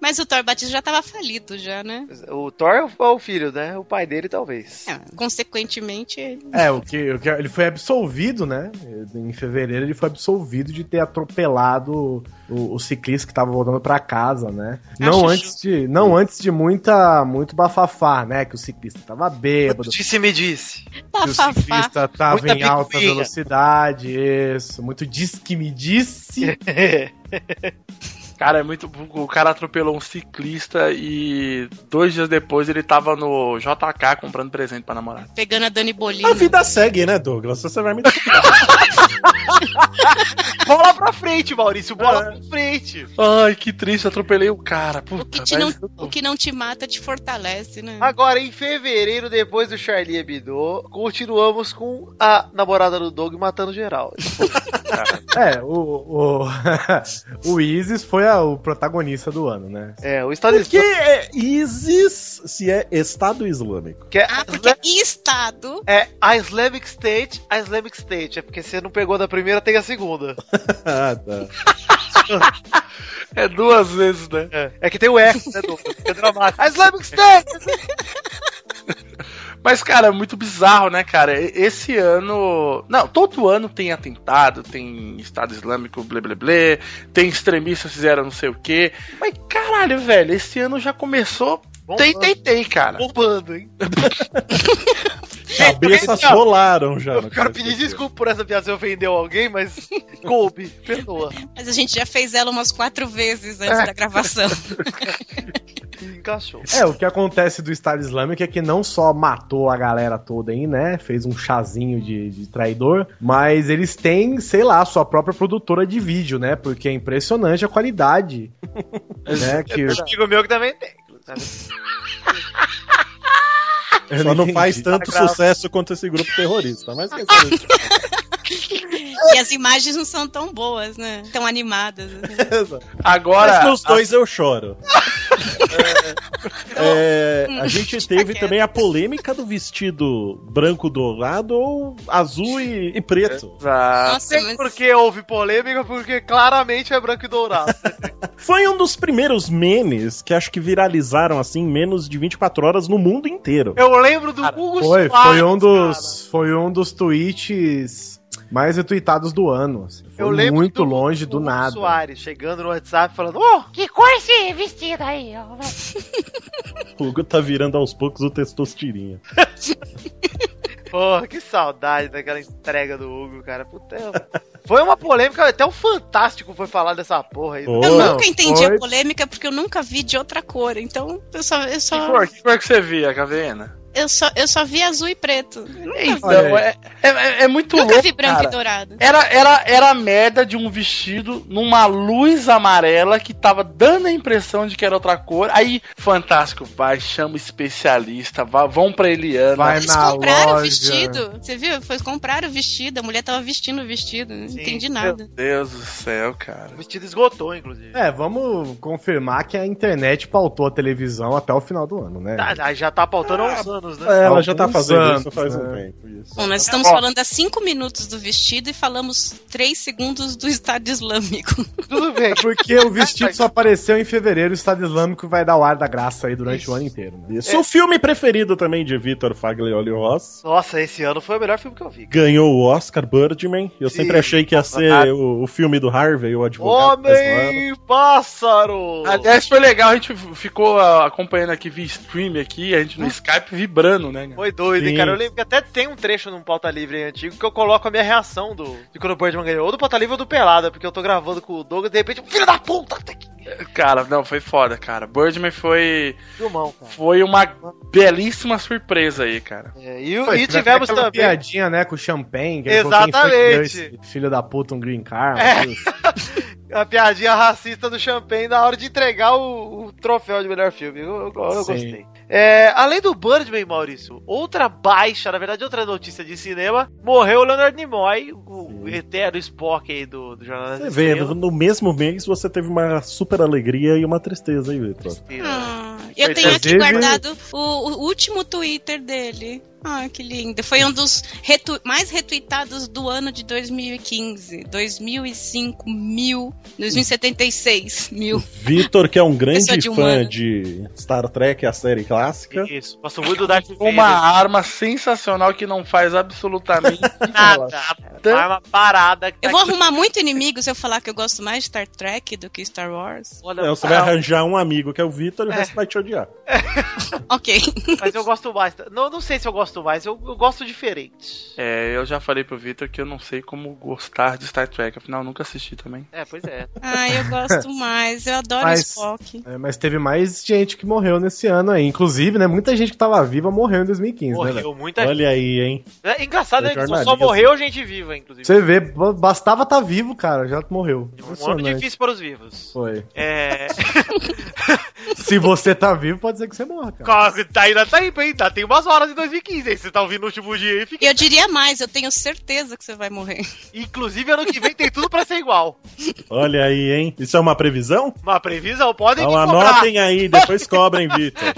F: Mas o Thor Batista já tava falido, já, né?
A: O Thor é o- é o filho, né? O pai dele, talvez.
F: É, consequentemente, ele-
E: É, o que, o que- ele foi absolvido, né? Em fevereiro ele foi absolvido de ter atropelado o, o ciclista que tava voltando pra casa, né? Não
F: justo.
E: antes de, não antes de muita, muito bafafá, né? Que o ciclista tava bêbado, que
A: Disse me disse.
F: tá
E: o ciclista tava
A: Muita
E: em alta
A: picuinha.
E: velocidade, isso. Muito diz que me disse.
I: cara, é muito. O cara atropelou um ciclista e dois dias depois ele tava no JK comprando presente pra namorada.
F: pegando a Dani Bolino.
G: A vida segue, né, Douglas? Você vai me
A: Bola pra frente, Maurício. Bola pra frente.
I: Ai, que triste, atropelei o cara.
F: O
I: Puta,
F: que,
I: né?
F: te não,
I: mas-
F: o que não te mata te fortalece, né?
A: Agora, em fevereiro, depois do Charlie Hebdo, continuamos com a namorada do Doug matando geral.
E: É, o, o, o Isis foi a- o protagonista do ano, né?
A: É, o Estado
G: Por que
A: Islâmico.
G: é ISIS se é Estado Islâmico?
A: que é
F: Ah, porque Estado.
A: É a Islamic State, a Islamic State. É porque você não pegou da primeira, tem a segunda.
G: Ah, tá.
I: É duas vezes, né?
A: É, que tem o F, né, Douglas? É dramático. A Islamic State!
I: Mas, cara, é muito bizarro, né, cara? E- Esse ano. Não, todo ano tem atentado, tem Estado Islâmico, blé blé blé, tem extremistas que fizeram não sei o quê. Mas, caralho, velho, esse ano já começou. Tem, tem, tem, cara.
A: Bombando, hein?
G: Cabeças solaram já.
A: Eu quero pedir desculpa por essa piada se ofendeu alguém, mas coube, perdoa.
F: Mas a gente já fez ela umas quatro vezes antes da gravação.
A: Encaixou.
E: É, o que acontece do Estado Islâmico é que não só matou a galera toda aí, né? Fez um chazinho de, de traidor, mas eles têm, sei lá, sua própria produtora de vídeo, né? Porque é impressionante a qualidade. né?
G: É
E: Que
A: Um amigo meu que também tem.
E: eu
G: Só não
E: entendi.
G: faz tanto sucesso quanto esse grupo terrorista. Mas que isso,
F: e as imagens não são tão boas, né? Tão animadas. né?
G: beleza.
I: Agora.
G: Mas nos dois eu choro. É, a gente teve também a polêmica do vestido branco dourado ou azul e, e preto.
I: Exato.
F: Nossa,
A: Não sei
F: mas-
A: por que houve polêmica, porque claramente é branco e dourado.
G: Foi um dos primeiros memes que acho que viralizaram assim em menos de 24 horas no mundo inteiro.
A: Eu lembro do Hugo
E: Foi,
A: Soares,
E: foi
A: cara.
E: um dos, foi um dos tweets mais retweetados do ano. assim. Foi
A: Eu lembro
E: muito longe do
A: Hugo
E: nada.
A: Soares chegando no WhatsApp falando: Ô,
K: Que cor esse vestido aí, ó.
G: O Hugo tá virando aos poucos o testosterinha.
A: porra, que saudade daquela entrega do Hugo, cara. Puta, eu- foi uma polêmica, até o Fantástico foi falar dessa porra aí.
G: Ô,
F: Eu
E: não,
F: nunca entendi
E: foi-
F: a polêmica porque eu nunca vi de outra cor. Então eu só, eu
I: Que
F: só,
I: cor, que cor que você via, Caveina?
F: eu só, eu só vi azul e preto. Eu nunca, vi,
E: Olha
I: Então, é, é, é- é muito
F: nunca
I: louco,
F: vi branco
I: cara.
F: e dourado.
I: Era, era, era a merda de um vestido numa luz amarela que tava dando a impressão de que era outra cor. Aí, fantástico, vai, chama o especialista, vá, vão pra Eliana.
E: Vai
F: Eles
E: na
F: compraram o
E: loja.
F: vestido. Você viu? Foi compraram o vestido. A mulher tava vestindo o vestido. Não
A: Sim.
F: entendi
I: Meu
F: nada.
I: Deus do céu, cara.
A: O vestido esgotou, inclusive.
E: É, vamos confirmar que a internet pautou a televisão até o final do ano, né?
A: Tá, aí já tá pautando
E: Ah,
A: há uns anos, né?
G: Ela
E: Alguns
G: já tá fazendo isso
E: anos,
G: faz um
E: né?
G: tempo. Isso.
F: Bom, nós estamos
I: Ó.
F: falando há cinco minutos do vestido e falamos três segundos do Estado Islâmico.
A: Tudo bem.
E: É porque o vestido só apareceu em fevereiro, o Estado Islâmico vai dar o ar da graça aí durante o ano inteiro, né?
G: Isso. O filme preferido também de Vitor Faglioli Ross.
A: Nossa, esse ano foi o melhor filme que eu vi.
G: Ganhou o Oscar Birdman. Eu
A: Sim. Tá
G: sempre achei que ia ser o, o filme do Harvey, o advogado. mas não era.
A: Homem Pássaro!
I: Aliás, foi legal, a gente ficou ah, acompanhando aqui via stream aqui, a gente
F: Hum?
I: no Skype vibrando, né? cara?
A: Foi doido, hein,
G: Sim.
A: cara? Eu lembro que até tem um trecho num pauta livre aí antigo que eu coloco a minha reação do de quando o Birdman ganhou, ou do pauta livre ou do Pelada, porque eu tô gravando com o Douglas e de repente, filho da puta! tá aqui.
I: Cara, não, foi foda, cara. Birdman foi,
A: Filmão, cara.
I: foi uma belíssima surpresa aí, cara.
A: É, e,
E: Foi,
A: e
E: teve
A: tivemos
E: aquela
A: também.
E: piadinha, né, com o champanhe. que ele falou, "Quem foi que deu
A: Exatamente.
E: esse Filho da puta, um green card.
A: É. A piadinha racista do Champagne na hora de entregar o, o troféu de melhor filme. Eu, eu- eu
E: Sim.
A: gostei. É, além do Birdman, Maurício, outra baixa, na verdade, outra notícia de cinema: morreu o Leonard Nimoy, o eterno Spock aí do, do Jornal das
G: Você vê,
A: Estrelas.
G: no no mesmo mês você teve uma super alegria e uma tristeza, hein, Vitor?
F: Ah, eu
A: Pois
F: tenho
E: é,
F: aqui
E: teve-
F: guardado o, o último Twitter dele. Ah, que lindo. Foi um dos retu- mais retweetados do ano de 2015. 2005 mil. 2076 mil.
G: Vitor, que é um grande
F: Pessoa de um
G: fã
F: ano.
G: de Star Trek, a série clássica.
A: Isso, passou muito do Darth Vader.
I: Uma arma sensacional que não faz absolutamente
A: nada. Uma arma parada. que
F: Eu
A: tá
F: vou
A: aqui.
F: arrumar muito inimigo se eu falar que eu gosto mais de Star Trek do que Star Wars.
A: Olha,
G: É, Você vai
A: não,
G: arranjar um amigo que é o Vitor e o resto vai te odiar.
F: Ok.
A: Mas eu gosto mais. Não, não sei se eu gosto mais, eu, eu gosto diferente.
I: É, eu já falei pro Victor que eu não sei como gostar de Star Trek, afinal eu nunca assisti também.
A: É, pois é.
F: Ah, eu gosto mais. Eu adoro
E: Mas-
F: Spock.
E: É, mas teve mais gente que morreu nesse ano aí. Inclusive, né, muita gente que tava viva morreu em 2015, né, velho?
A: Morreu muita gente.
G: Olha aí, hein?
A: É engraçado,
G: É
A: né? que Só
G: jornalista.
A: morreu gente viva, inclusive.
E: Você vê, b- bastava tá vivo, cara, já
A: Um
E: morreu.
A: ano
E: Impressionante.
A: difícil para os vivos.
E: Foi.
A: É.
E: Se você tá vivo, pode ser que você morra, cara.
A: Claro, tá, ainda tá aí, hein? Tá, tem umas horas em 2015 aí. Você tá ouvindo no último dia aí. Fica...
F: Eu diria mais, eu tenho certeza que você vai morrer.
A: Inclusive, ano que vem tem tudo pra ser igual.
G: Olha aí, hein? Isso é uma previsão?
A: Uma previsão, podem
G: Então
A: me cobrar.
G: anotem aí, depois cobrem, Vitor.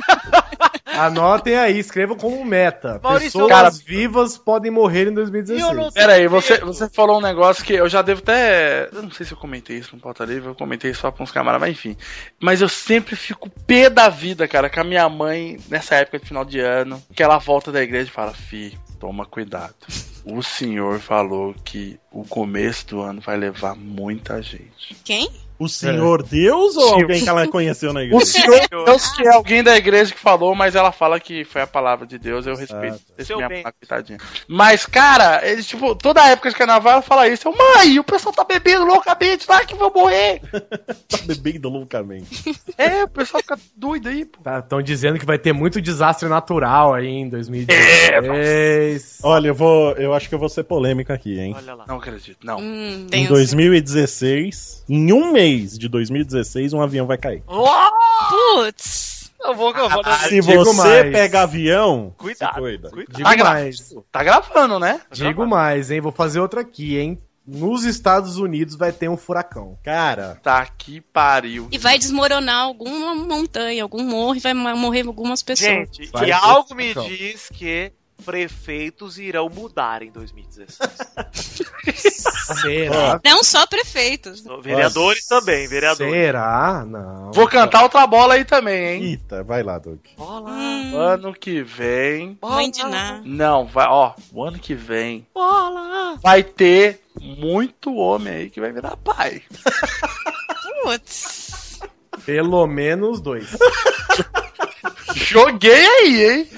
E: Anotem aí, escrevam como meta.
A: Maurício,
E: Pessoas
A: cara,
E: vivas podem morrer em
A: E eu não
E: 2016.
I: Pera aí, você,
A: medo.
I: você falou um negócio que eu já devo até. Eu não sei se eu comentei isso no pauta livre, eu comentei só pra uns camaradas, mas enfim. Mas eu sempre fico pé da vida, cara, com a minha mãe nessa época de final de ano, que ela volta da igreja e fala: Fi, toma cuidado. O senhor falou que o começo do ano vai levar muita gente.
F: Quem?
G: O senhor Deus ou
E: Sim.
G: alguém que ela conheceu na
I: O
G: igreja?
I: senhor Deus que é alguém da igreja que falou, mas ela fala que foi a palavra de Deus, eu respeito. Deixa
A: Seu
I: minha
A: bem.
I: mãe, coitadinha. Mas, cara, ele, tipo, toda época de carnaval ela fala isso. Eu, mãe, o pessoal tá bebendo loucamente, lá que eu vou morrer.
G: Tá bebendo loucamente.
I: é, o pessoal fica doido aí, pô.
E: Estão Tá, dizendo que vai ter muito desastre natural aí em
G: É,
E: 2016.
G: Olha, eu vou. Eu acho que eu vou ser polêmico aqui, hein?
A: Olha lá.
I: Não acredito, não.
F: Hum,
G: Em
F: tenho
G: 2016, em um mês de 2016, um avião vai cair.
A: Oh,
F: Putz!
A: eu vou, eu vou. um
G: Se
E: digo
G: você
E: mais.
G: pegar avião, se
A: Cuidado.
G: cuida.
A: cuidado.
E: Digo
I: Tá gravando.
E: mais,
I: Tá gravando, né?
E: digo mais, hein? Vou fazer outra aqui, hein? nos Estados Unidos vai ter um furacão.
G: Cara,
I: Tá que pariu.
F: E vai desmoronar alguma montanha, algum morro, e vai ma- morrer algumas pessoas.
B: Gente,
E: Vai
B: e
E: ter
B: algo me
E: discussão.
B: diz que prefeitos irão mudar em 2016.
E: Será?
F: Não só prefeitos.
B: vereadores também, vereadores.
E: Será? Não.
I: Vou cantar outra bola aí também, hein?
G: eita, vai lá, Doug.
B: Olá.
F: Hum,
I: Ano que vem.
A: Oh,
F: mãe de Ná.
I: Não, vai, ó, o ano que vem. Vai ter muito homem aí que vai virar pai.
F: Putz.
E: Pelo menos dois.
I: Joguei aí, hein?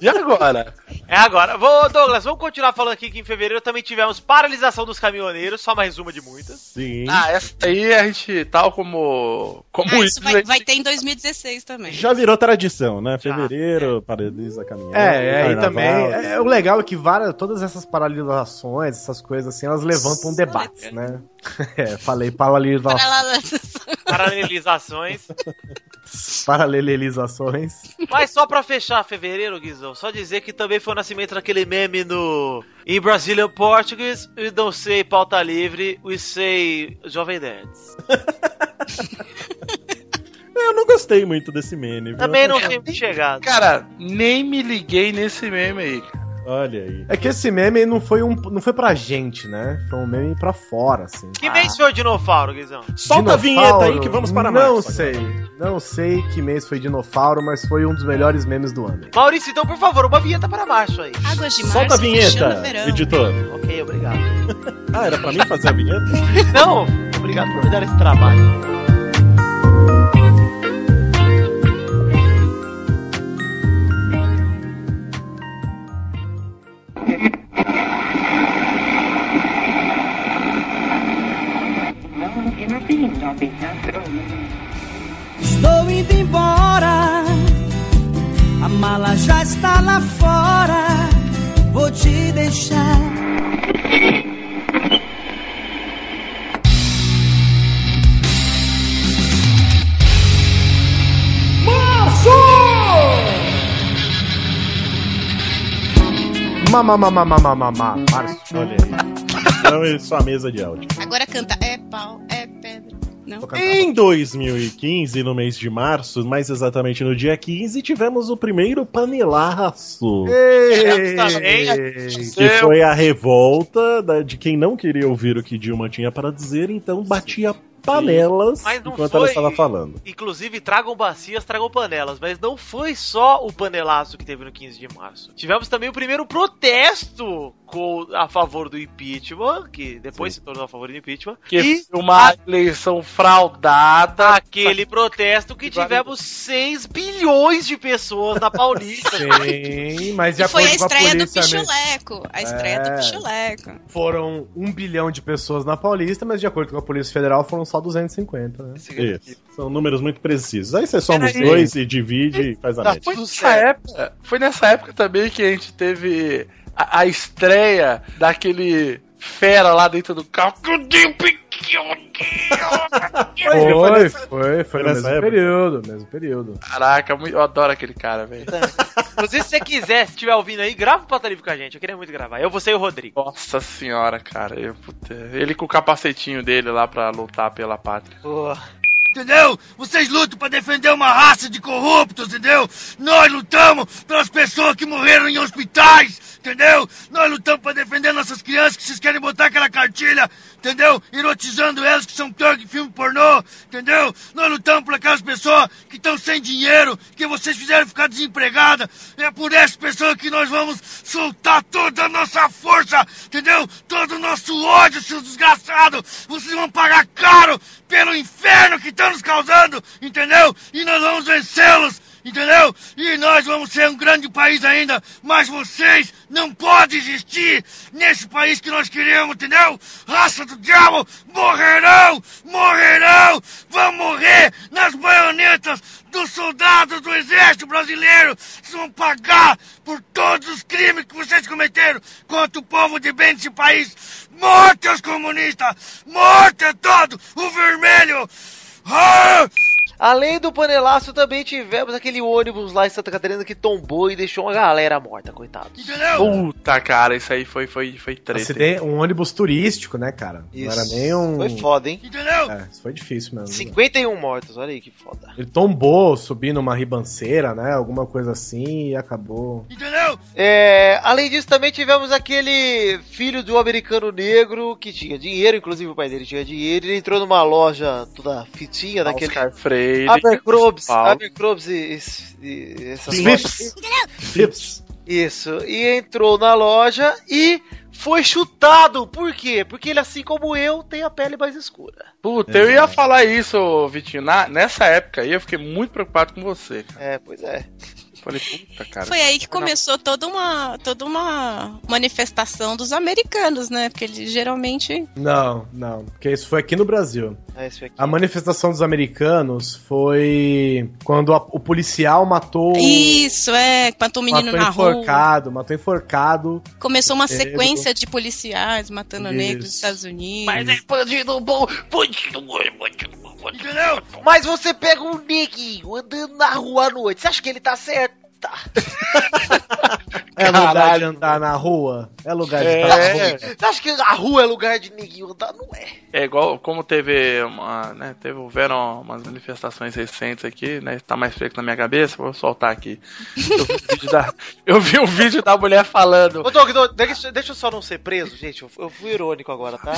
I: E agora?
B: É agora. Vou, Douglas, vamos continuar falando aqui que em fevereiro também tivemos paralisação dos caminhoneiros, só mais uma de muitas.
G: Sim.
I: Ah, essa aí a gente, tal como. Como
F: Ah, isso vai,
I: né?
F: vai ter em 2016 também.
G: Já virou tradição,
H: Ah,
G: né?
H: é.
G: Fevereiro, paralisa caminhada.
E: É, é, e
G: carnaval.
E: também. é, o legal é que várias, todas essas paralisações, essas coisas assim, elas levantam debates, né? É, falei paralisa-
F: Para lá, lá-
B: Paralelizações.
E: paralelizações.
B: Mas só pra fechar fevereiro, Guizão, só dizer que também foi o nascimento daquele meme no. Em Brazilian Portuguese, we don't say pauta livre, we say Jovem Nerds.
G: Eu não gostei muito desse meme. viu?
B: Também não tem chegado.
I: Cara, nem me liguei nesse meme aí. cara.
G: Olha aí.
E: É que esse meme não foi, um, não foi pra gente, né? Foi um meme pra fora, assim.
B: Que mês foi o dinossauro, Guizão?
G: Solta a vinheta aí que vamos para mais.
E: Não sei. Não sei que mês foi Dinofauro, mas foi um dos melhores memes do ano.
B: Maurício, então, por favor, uma vinheta para baixo aí.
F: Águas de março,
G: Solta
F: fechando
G: a
F: o
G: vinheta,
F: verão.
G: editor.
B: Ok, obrigado.
G: Ah, era pra mim fazer a vinheta?
B: Não, obrigado por me dar esse trabalho.
H: Estou indo embora, a mala já está lá fora. Vou te deixar.
E: Mamamamamamamamá, Março.
G: Olha aí. Não, é só a mesa de áudio.
E: Então
F: Agora canta é pau, é pedra. Não.
E: Vou cantar.
G: Em 2015, no mês de março, mais exatamente no dia 15, tivemos o primeiro panelaço.
E: Ei,
G: Que foi a revolta da- de quem não queria ouvir o que Dilma tinha para dizer, então batia panelas
B: Mas não
G: enquanto
B: foi-
G: ela estava falando.
B: Inclusive, tragam bacias, tragam panelas. Mas não foi só o panelaço que teve no 15 de março. Tivemos também o primeiro protesto co- a favor do impeachment, que depois se tornou a favor do impeachment.
I: Que
B: e tá
I: foi uma eleição fraudada.
B: aquele protesto que tivemos 6 bilhões de pessoas na Paulista.
E: Sim, mas de
F: E foi a
E: acordo com a
F: estreia do
E: polícia, né?
F: Pichuleco. A estreia
E: É.
F: do Pichuleco.
E: foram um bilhão de pessoas na Paulista, mas de acordo com a Polícia Federal foram só 250, né?
F: é
G: Isso. São números muito precisos. Aí você soma os dois e divide e
E: Tá,
G: faz a média.
I: Foi nessa, época, foi nessa época também que a gente teve a, a estreia daquele fera lá dentro do carro. Que eu dei um pequeno-
E: Foi,
G: foi
E: foi,
G: nessa-
E: foi, no
G: nessa
E: mesmo
G: época.
E: período, mesmo período.
I: Caraca, mu- eu adoro aquele cara, velho.
B: Inclusive, se você quiser, se estiver ouvindo aí, grava o Pauta Livre com a gente. Eu queria muito gravar. Eu, você e o Rodrigo.
I: Nossa senhora, cara. eu- puta, ele com o capacetinho dele lá pra lutar pela pátria.
H: Entendeu? Vocês lutam pra defender uma raça de corruptos, entendeu? Nós lutamos pelas pessoas que morreram em hospitais, entendeu? Nós lutamos pra defender nossas crianças que vocês querem botar aquela cartilha, entendeu? Erotizando elas que são pior que filme pornô, entendeu? Nós lutamos por aquelas pessoas que estão sem dinheiro, que vocês fizeram ficar desempregada. É por essas pessoas que nós vamos soltar toda a nossa força, entendeu? Todo o nosso ódio, seus desgraçados. Vocês vão pagar caro pelo inferno que estão nos causando, entendeu? E nós vamos vencê-los, entendeu? E nós vamos ser um grande país ainda, mas vocês não podem existir nesse país que nós queremos, entendeu? Raça do diabo, morrerão, morrerão, vão morrer nas baionetas dos soldados do exército brasileiro, vocês vão pagar por todos os crimes que vocês cometeram contra o povo de bem desse país. Morte aos comunistas! Morte a todo o vermelho! Ah!
A: Além do panelaço, também tivemos aquele ônibus lá em Santa Catarina que tombou e deixou uma galera morta, coitado.
I: Puta, cara, isso aí foi, foi, foi treta. hein?
E: Acidente, um ônibus turístico, né, cara? Não era nem um.
A: Foi foda, hein?
E: É, isso foi difícil mesmo.
A: 51 mortos, olha aí que foda.
E: Ele tombou subindo uma ribanceira, né? Alguma coisa assim e acabou.
A: É, além disso, também tivemos aquele filho do americano negro que tinha dinheiro, inclusive o pai dele tinha dinheiro, ele entrou numa loja toda fitinha daquele.
I: Oscar Freire. é
A: Abercrombs,
I: Paulo.
A: Abercrombs e, e, e essas lojas.
E: Vips! Vips!
A: Isso, e entrou na loja e foi chutado. Por quê? Porque ele, assim como eu, tem a pele mais escura.
I: Puta, eu ia falar isso, ô, Vitinho. Na- nessa época aí, eu fiquei muito preocupado com você. Cara.
A: É, pois é.
I: Falei, puta, cara.
F: Foi aí que começou toda uma, toda uma manifestação dos americanos, né? Porque eles geralmente.
E: Não, não. Porque isso foi aqui no Brasil.
A: É isso aqui.
E: A manifestação dos americanos foi quando a- o policial matou.
F: Isso, é, matou um menino
E: matou
F: na rua.
E: enforcado, matou enforcado.
F: Começou uma
E: Negro.
F: sequência de policiais matando negros nos
E: Isso.
F: Estados Unidos.
L: Mas é bandido bom, bandido bom, bandido bom, bandido bom.
A: Mas você pega um neguinho andando na rua à noite, você acha que ele tá certo?
E: É lugar de
I: Caralho.
E: andar na rua. É lugar de estar na rua.
I: É,
A: Você acha que a rua é lugar de neguinho andar? Não é.
I: é igual como teve uma, né, teve, houveram umas manifestações recentes aqui, né, tá mais fresco na minha cabeça, vou soltar aqui. Eu vi o vídeo da, eu vi o vídeo da mulher falando,
A: Ô, Doug, Doug, deixa, deixa eu só não ser preso, gente. Eu, eu fui irônico agora, tá?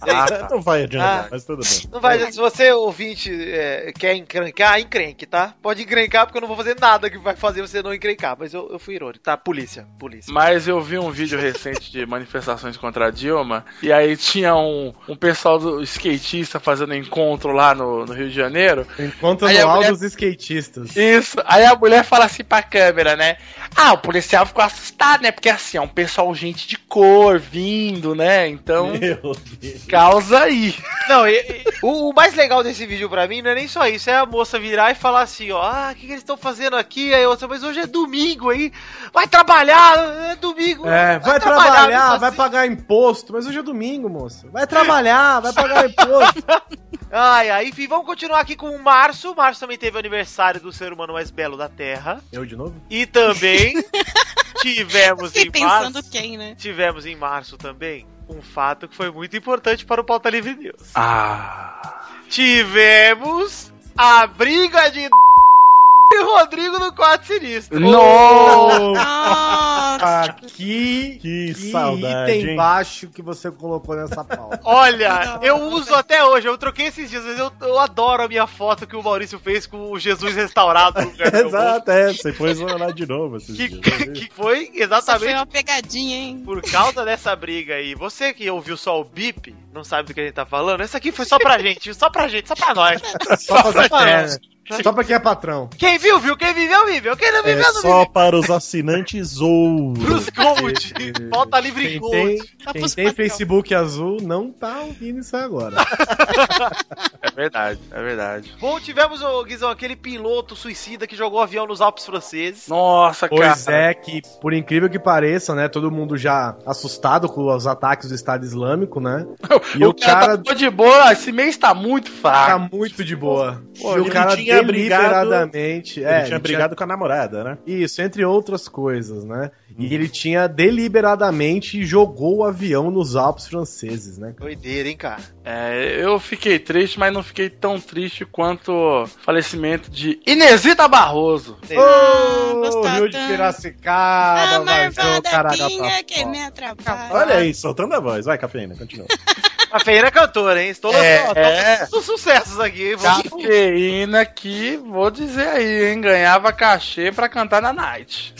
I: ah, tá.
E: Então
G: Não vai adiantar,
A: Ah.
G: mas tudo bem.
A: Não vai, se você ouvinte é, quer encrencar, encrenque, tá? Pode encrencar porque eu não vou fazer nada que vai fazer você não encrencar, mas eu, eu fui irônico, tá? Polícia, polícia.
I: Mas eu vi um vídeo recente de manifestações contra a Dilma, e aí tinha um, um pessoal do skatista fazendo encontro lá no, no Rio de Janeiro.
E: Enquanto
I: Aí
E: no
I: a
E: alto
I: mulher-
E: dos skatistas.
I: Isso, aí a mulher fala assim pra câmera, né? Ah, o policial ficou assustado, né? Porque assim, é um pessoal gente de cor vindo, né? Então,
E: Uhum.
G: Meu Deus.
I: causa aí.
A: Não, e- e- o, o mais legal desse vídeo pra mim não é nem só isso, é a moça virar e falar assim, ó, ah, o que, que eles estão fazendo aqui? Aí a outra, mas hoje é domingo aí, vai trabalhar, é domingo.
E: É, vai trabalhar,
A: não
E: vai
A: faz isso."
E: pagar imposto, mas hoje é domingo, moço. Vai trabalhar, vai pagar imposto.
A: Ai, ai, enfim, vamos continuar aqui com o Março. O Março também teve o aniversário do ser humano mais belo da Terra.
E: Eu de novo?
A: E também tivemos
F: Fiquei
A: em março.
F: pensando quem, né?
A: Tivemos em março também um fato que foi muito importante para o Pauta Livre News.
I: Ah.
A: Tivemos a briga de e Rodrigo no quadro sinistro.
I: Nossa!
F: Nossa,
E: Ah, que,
G: Que
E: que
G: saudade,
E: item
G: hein?
E: baixo que você colocou nessa pauta.
A: Oh, Olha, eu uso até hoje, eu troquei esses dias, mas eu, eu adoro a minha foto que o Maurício fez com o Jesus restaurado no lugar do meu bolso,
G: Exato, é. Você foi lá de novo esses
A: que,
G: dias.
A: que foi
F: essa foi
A: exatamente
F: uma pegadinha, hein?
A: por causa dessa briga aí. Você que ouviu só o bip, não sabe do que a gente tá falando, essa aqui foi só pra gente, só pra gente, só pra nós.
E: Só, pra quem é, só pra quem é patrão.
A: Quem viu, viu. Quem viveu, viveu. Quem não
G: É
A: viveu, não
G: só
A: viveu.
G: para os assinantes ou.
A: Pros Gold. Falta livre
E: Quem
A: Gold.
E: tem,
F: Tá
E: quem
F: pros
E: tem
F: patrão.
E: Facebook azul não tá ouvindo isso agora.
I: É verdade, é verdade.
A: Bom, tivemos, ô, Guizão, aquele piloto suicida que jogou avião nos Alpes franceses.
I: Nossa,
E: Pois
I: cara.
E: é, que por incrível que pareça, né? Todo mundo já assustado com os ataques do Estado Islâmico, né? E
I: o,
E: o
I: cara,
E: cara-
I: tá de boa, esse mês tá muito
E: Tá
I: fraco.
E: muito de boa.
G: Ah, Pô,
E: e o
G: ele
E: cara
G: tinha
E: deliberadamente.
G: Ele
E: é,
G: tinha brigado com a namorada, né? Uhum.
E: Isso, entre outras coisas, né? E ele tinha deliberadamente jogou o avião nos Alpes franceses, né?
A: Doideira, hein, cara?
I: É, eu fiquei triste, mas não fiquei tão triste quanto o falecimento de Inesita Barroso.
E: Ô,
F: gostadão.
E: Rio de Piracicaba,
F: A
E: vazou, é caralho,
F: marvadinha
E: pra
F: que
E: fora.
F: me atrapalha.
G: Olha aí, soltando a voz. Vai, cafeína, continua.
A: A Feira é cantora, hein? Estou
I: É,
A: lançando
I: é. Tá.
A: todos os sucessos aqui. hein? Vou-
I: Cafeína que, vou dizer aí, hein, ganhava cachê pra cantar na night.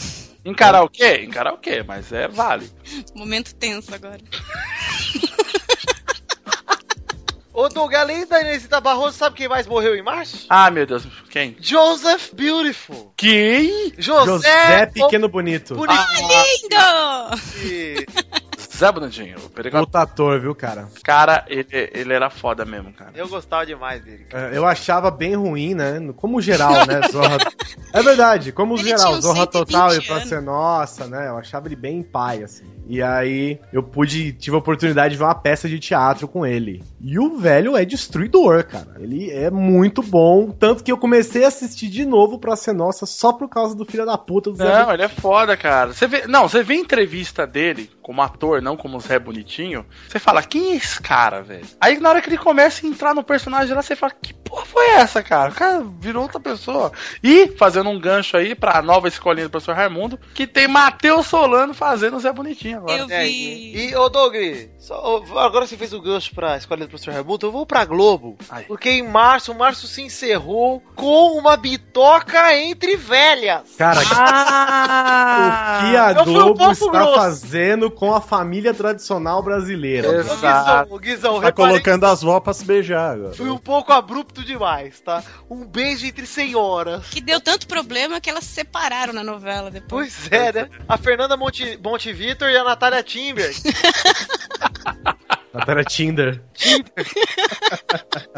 I: Em karaokê? Em karaokê, mas é válido.
F: Momento tenso agora.
A: Ô, Doug, além da Inesita Barroso, sabe quem mais morreu em março?
I: Ah, meu Deus, quem?
A: Joseph Beautiful.
I: Quem?
A: José,
E: José
A: Pequeno
E: Pequeno Bonito.
A: Bonito.
F: Lindo!
I: Zé Bonadinho, o Peregrino.
E: Puta ator, viu, cara?
I: Cara, ele, ele era foda mesmo, cara.
A: Eu gostava demais dele. cara.
E: É, Eu achava bem ruim, né? Como geral, né? Zorra... É verdade, como
F: Ele
E: geral,
F: tinha uns
E: Zorra
F: 120
E: Total e pra
F: anos.
E: ser nossa, né? Eu achava ele bem pai, assim. E aí eu pude, tive a oportunidade de ver uma peça de teatro com ele. E o velho é destruidor, cara. Ele é muito bom, tanto que eu comecei a assistir de novo pra ser nossa só por causa do filho da puta do Zé
I: Não, ele é foda, cara. Você vê, não, você vê entrevista dele como ator, não como Zé Bonitinho. Você fala, quem é esse cara, velho? Aí na hora que ele começa a entrar no personagem lá, você fala, que porra foi essa, cara? O cara virou outra pessoa. E fazendo um gancho aí pra nova escolinha do professor Raimundo, que tem Matheus Solano fazendo o Zé Bonitinho agora.
F: Eu
A: É,
F: vi.
A: e, e ô Doug, só- ô, agora você fez o gancho pra escolha do professor Raimundo, eu vou pra Globo.
I: Ai.
A: Porque em março, março se encerrou com uma bitoca entre velhas.
E: Cara, o que a
A: Ah, eu fui um
E: Globo
A: pouco
E: está
A: grosso.
E: fazendo com a família tradicional brasileira?
I: Exato.
A: Ô, Guizão, ô, Guizão,
G: Tá
A: reparei que
G: colocando as vó pra se beijar agora.
A: fui um pouco abrupto demais, tá? Um beijo entre senhoras.
F: Que deu tanto problema que elas se separaram na novela depois.
A: Pois é, né? A Fernanda Monte, Monte Vitor e a Natália Timber.
E: Natália é Tinder.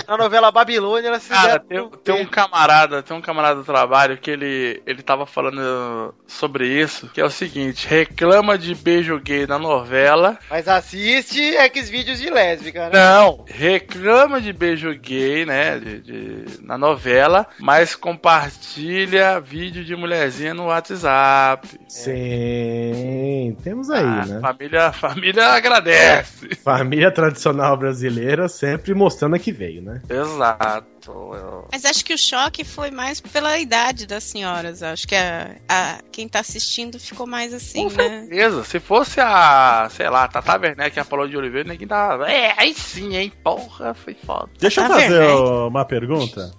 A: Na novela Babilônia, elas se
I: Cara,
A: deram
I: tem,
A: um
I: tem um camarada, tem um camarada do trabalho que ele, ele tava falando sobre isso, que é o seguinte, reclama de beijo gay na novela,
A: Mas assiste X vídeos de lésbica, né?
I: Não, reclama de beijo gay, né? de- de- na novela, mas compartilha vídeo de mulherzinha no WhatsApp.
E: Sim, temos aí,
I: Ah,
E: né?
I: família, família agradece.
E: Família tradicional brasileira sempre mostrando a que veio, né?
I: Exato.
F: Mas acho que o choque foi mais pela idade das senhoras. Acho que a, a- quem tá assistindo ficou mais assim, né?
I: Beleza, se fosse a, sei lá, Tata Werneck, a Paula de Oliveira, ninguém tava. É, aí sim, hein? Porra, foi foda.
G: Deixa eu
F: Tá
G: fazer
F: verdade.
G: ó, uma pergunta.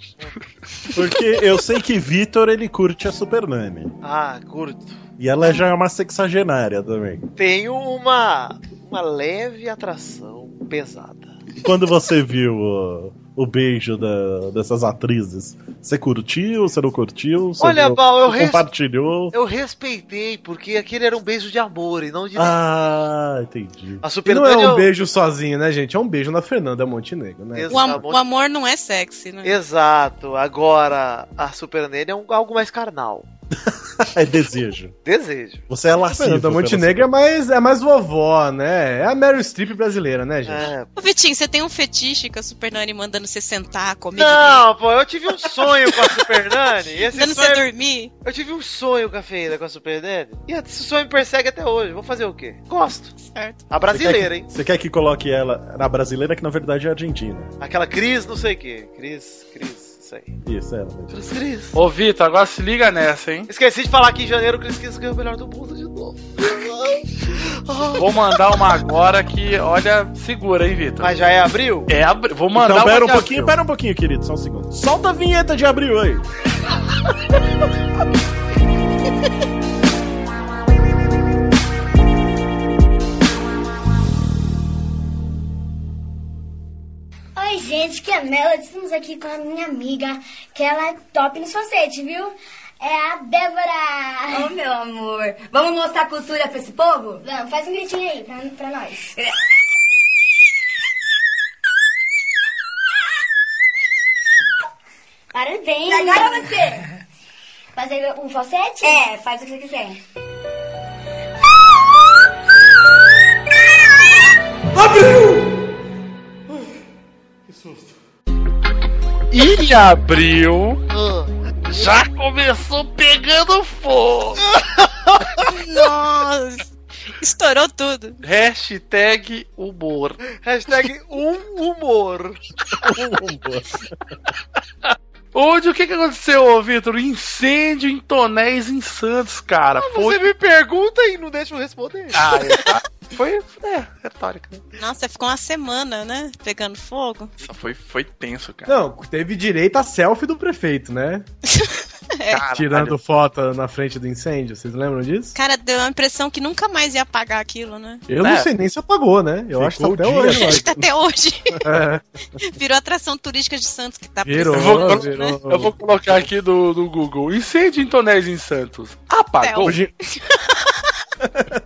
G: Porque eu sei que Vitor ele curte a Supername.
A: Ah, curto.
G: E ela já é uma sexagenária também.
A: Tenho uma, uma leve atração pesada.
G: Quando você viu ó, o, beijo da- dessas atrizes, você curtiu, você não curtiu? Você
A: Olha,
G: viu-
A: Val, eu
G: você
A: res-
G: compartilhou.
A: Eu respeitei, porque aquele era um beijo de amor e não de.
G: Ah, entendi.
A: a
E: E
A: Super
E: não é
A: Daniel-
E: um beijo sozinho, né, gente? É um beijo na Fernanda Montenegro, né?
A: Exato.
F: O, am- o amor não é sexy, né?
A: Exato. Agora, a Super Nene é um, algo mais carnal.
G: É desejo.
A: Desejo.
G: Você é lascivo.
E: Fernanda
G: pela
E: Montenegro é mais, é mais vovó, né? É a Meryl Streep brasileira, né, gente?
A: É.
F: Ô, Vitinho, você tem um fetiche com a Super Nani mandando você sentar, comer,
A: Não, pô, eu tive um sonho com a Super Nani. e Esse
F: mandando você
A: sonho,
F: dormir?
A: eu tive um sonho cafeína com a Super Nani. E esse sonho me persegue até hoje. Vou fazer o quê? Gosto.
F: Certo.
A: A brasileira, hein?
G: Você quer que coloque ela na brasileira, que na verdade é argentina.
A: Aquela Cris, não sei o quê. Cris, Cris, isso aí.
G: Isso, é. ela. mesmo.
A: Cris, Cris.
I: Ô, Vitor, agora se liga nessa, hein?
A: Esqueci de falar que em janeiro o Cris Cris ganhou o melhor do mundo de novo.
I: Vou mandar uma agora que, olha, segura, hein, Vitor?
A: Mas já é abril?
I: É, abri- vou
E: Ah,
I: mandar
G: Então,
I: uma
G: pera um
I: de
G: pouquinho,
I: abril.
G: pera um pouquinho, querido, só um segundo. Solta a vinheta de abril aí.
K: Oi, gente, que é a Melody. Estamos aqui com a minha amiga, que ela é top no sorvete, viu? É a Débora.
H: Ô, meu amor, vamos mostrar a cultura pra esse povo?
K: Vamos, faz um gritinho aí pra, pra nós. Parabéns!
H: Tá, Agora você!
K: Fazer o falsete?
H: É, faz o que você quiser.
I: E abril já começou pegando fogo.
F: Nossa! Estourou tudo.
I: Hashtag humor.
A: Hashtag um humor.
I: Onde o que, que aconteceu, ô, Vitor? Incêndio em tonéis em Santos, cara.
A: Você
I: Foi.
A: me pergunta e não deixa eu responder.
I: Ah, é, foi. É, retórica. né?
F: Nossa, ficou uma semana, né? Pegando fogo.
I: Nossa, Foi, foi tenso, cara.
E: Não, teve direito a selfie do prefeito, né?
I: Caralho.
E: Tirando foto na frente do incêndio, vocês lembram disso?
F: Cara, deu a impressão que nunca mais ia apagar aquilo, né?
E: Eu
I: É.
E: não sei nem se apagou, né? Eu
G: Ficou
E: acho que tá
G: o
E: até
G: dia, né?
E: hoje.
F: Acho que até hoje
E: É,
F: virou atração turística de Santos que tá
E: virou,
I: vou-
E: virou.
I: Eu vou colocar aqui do, do Google. Incêndio em tonéis em Santos. Apagou?
G: Hoje,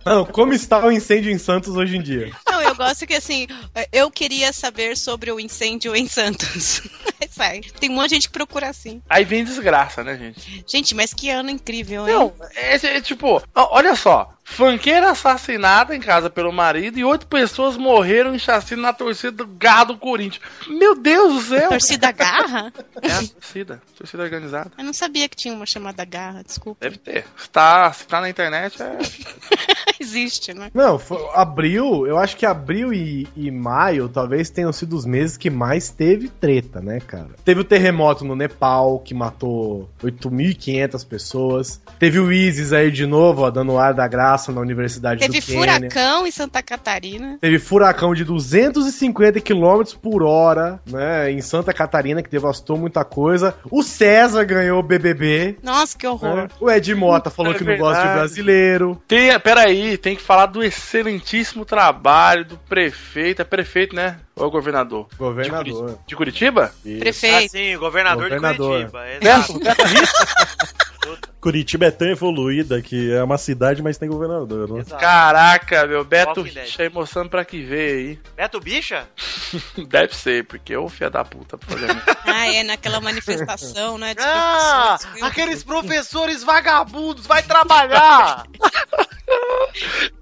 E: Não, como está o incêndio em Santos hoje em dia?
F: Não, eu gosto que assim, eu queria saber sobre o incêndio em Santos. Aí Sai. Tem um monte de gente que procura assim.
I: Aí vem desgraça, né, gente?
F: Gente, mas que ano incrível, hein?
I: Não, é, é tipo, ó, olha só. Funkeira assassinada em casa pelo marido e oito pessoas morreram em chacina na torcida do gado do Corinthians. Meu Deus do céu!
F: Torcida Garra?
I: É a torcida, torcida organizada.
F: Eu não sabia que tinha uma chamada Garra, desculpa.
I: Deve ter. Se tá, se tá na internet, é.
F: Existe, né?
E: Não, fo- abril, eu acho que abril e, e maio talvez tenham sido os meses que mais teve treta, né, cara? Teve o terremoto no Nepal, que matou 8.500 pessoas. Teve o ISIS aí de novo, ó, dando o ar da graça na Universidade
F: Teve
E: do né? Quênia.
F: furacão em Santa Catarina.
E: Teve furacão de 250 km por hora, né, em Santa Catarina, que devastou muita coisa. O César ganhou o BBB.
F: Nossa, que horror.
E: né? O Ed Mota falou
I: É
E: que não gosta de
I: verdade.
E: brasileiro.
I: Tem, peraí, tem que falar do excelentíssimo trabalho do prefeito. É prefeito, né? Ou é governador? De,
E: Governador.
I: Curiti- de Curitiba?
A: Ah,
F: Prefeito.
A: sim, governador,
E: Governador.
A: de Curitiba.
I: Nelson,
A: Exato.
I: Neto Risso?
G: Curitiba é tão evoluída que é uma cidade, mas tem governador, né?
A: exato.
I: Caraca, meu. Beto
A: Walking Dead.
I: Richa aí mostrando pra que veio
A: Beto Bicha?
I: aí. Deve ser, porque ô filha da puta. por exemplo.
F: Ah, é naquela manifestação, né? de
A: Ah,
F: professores, viu?
A: aqueles professores vagabundos, vai trabalhar!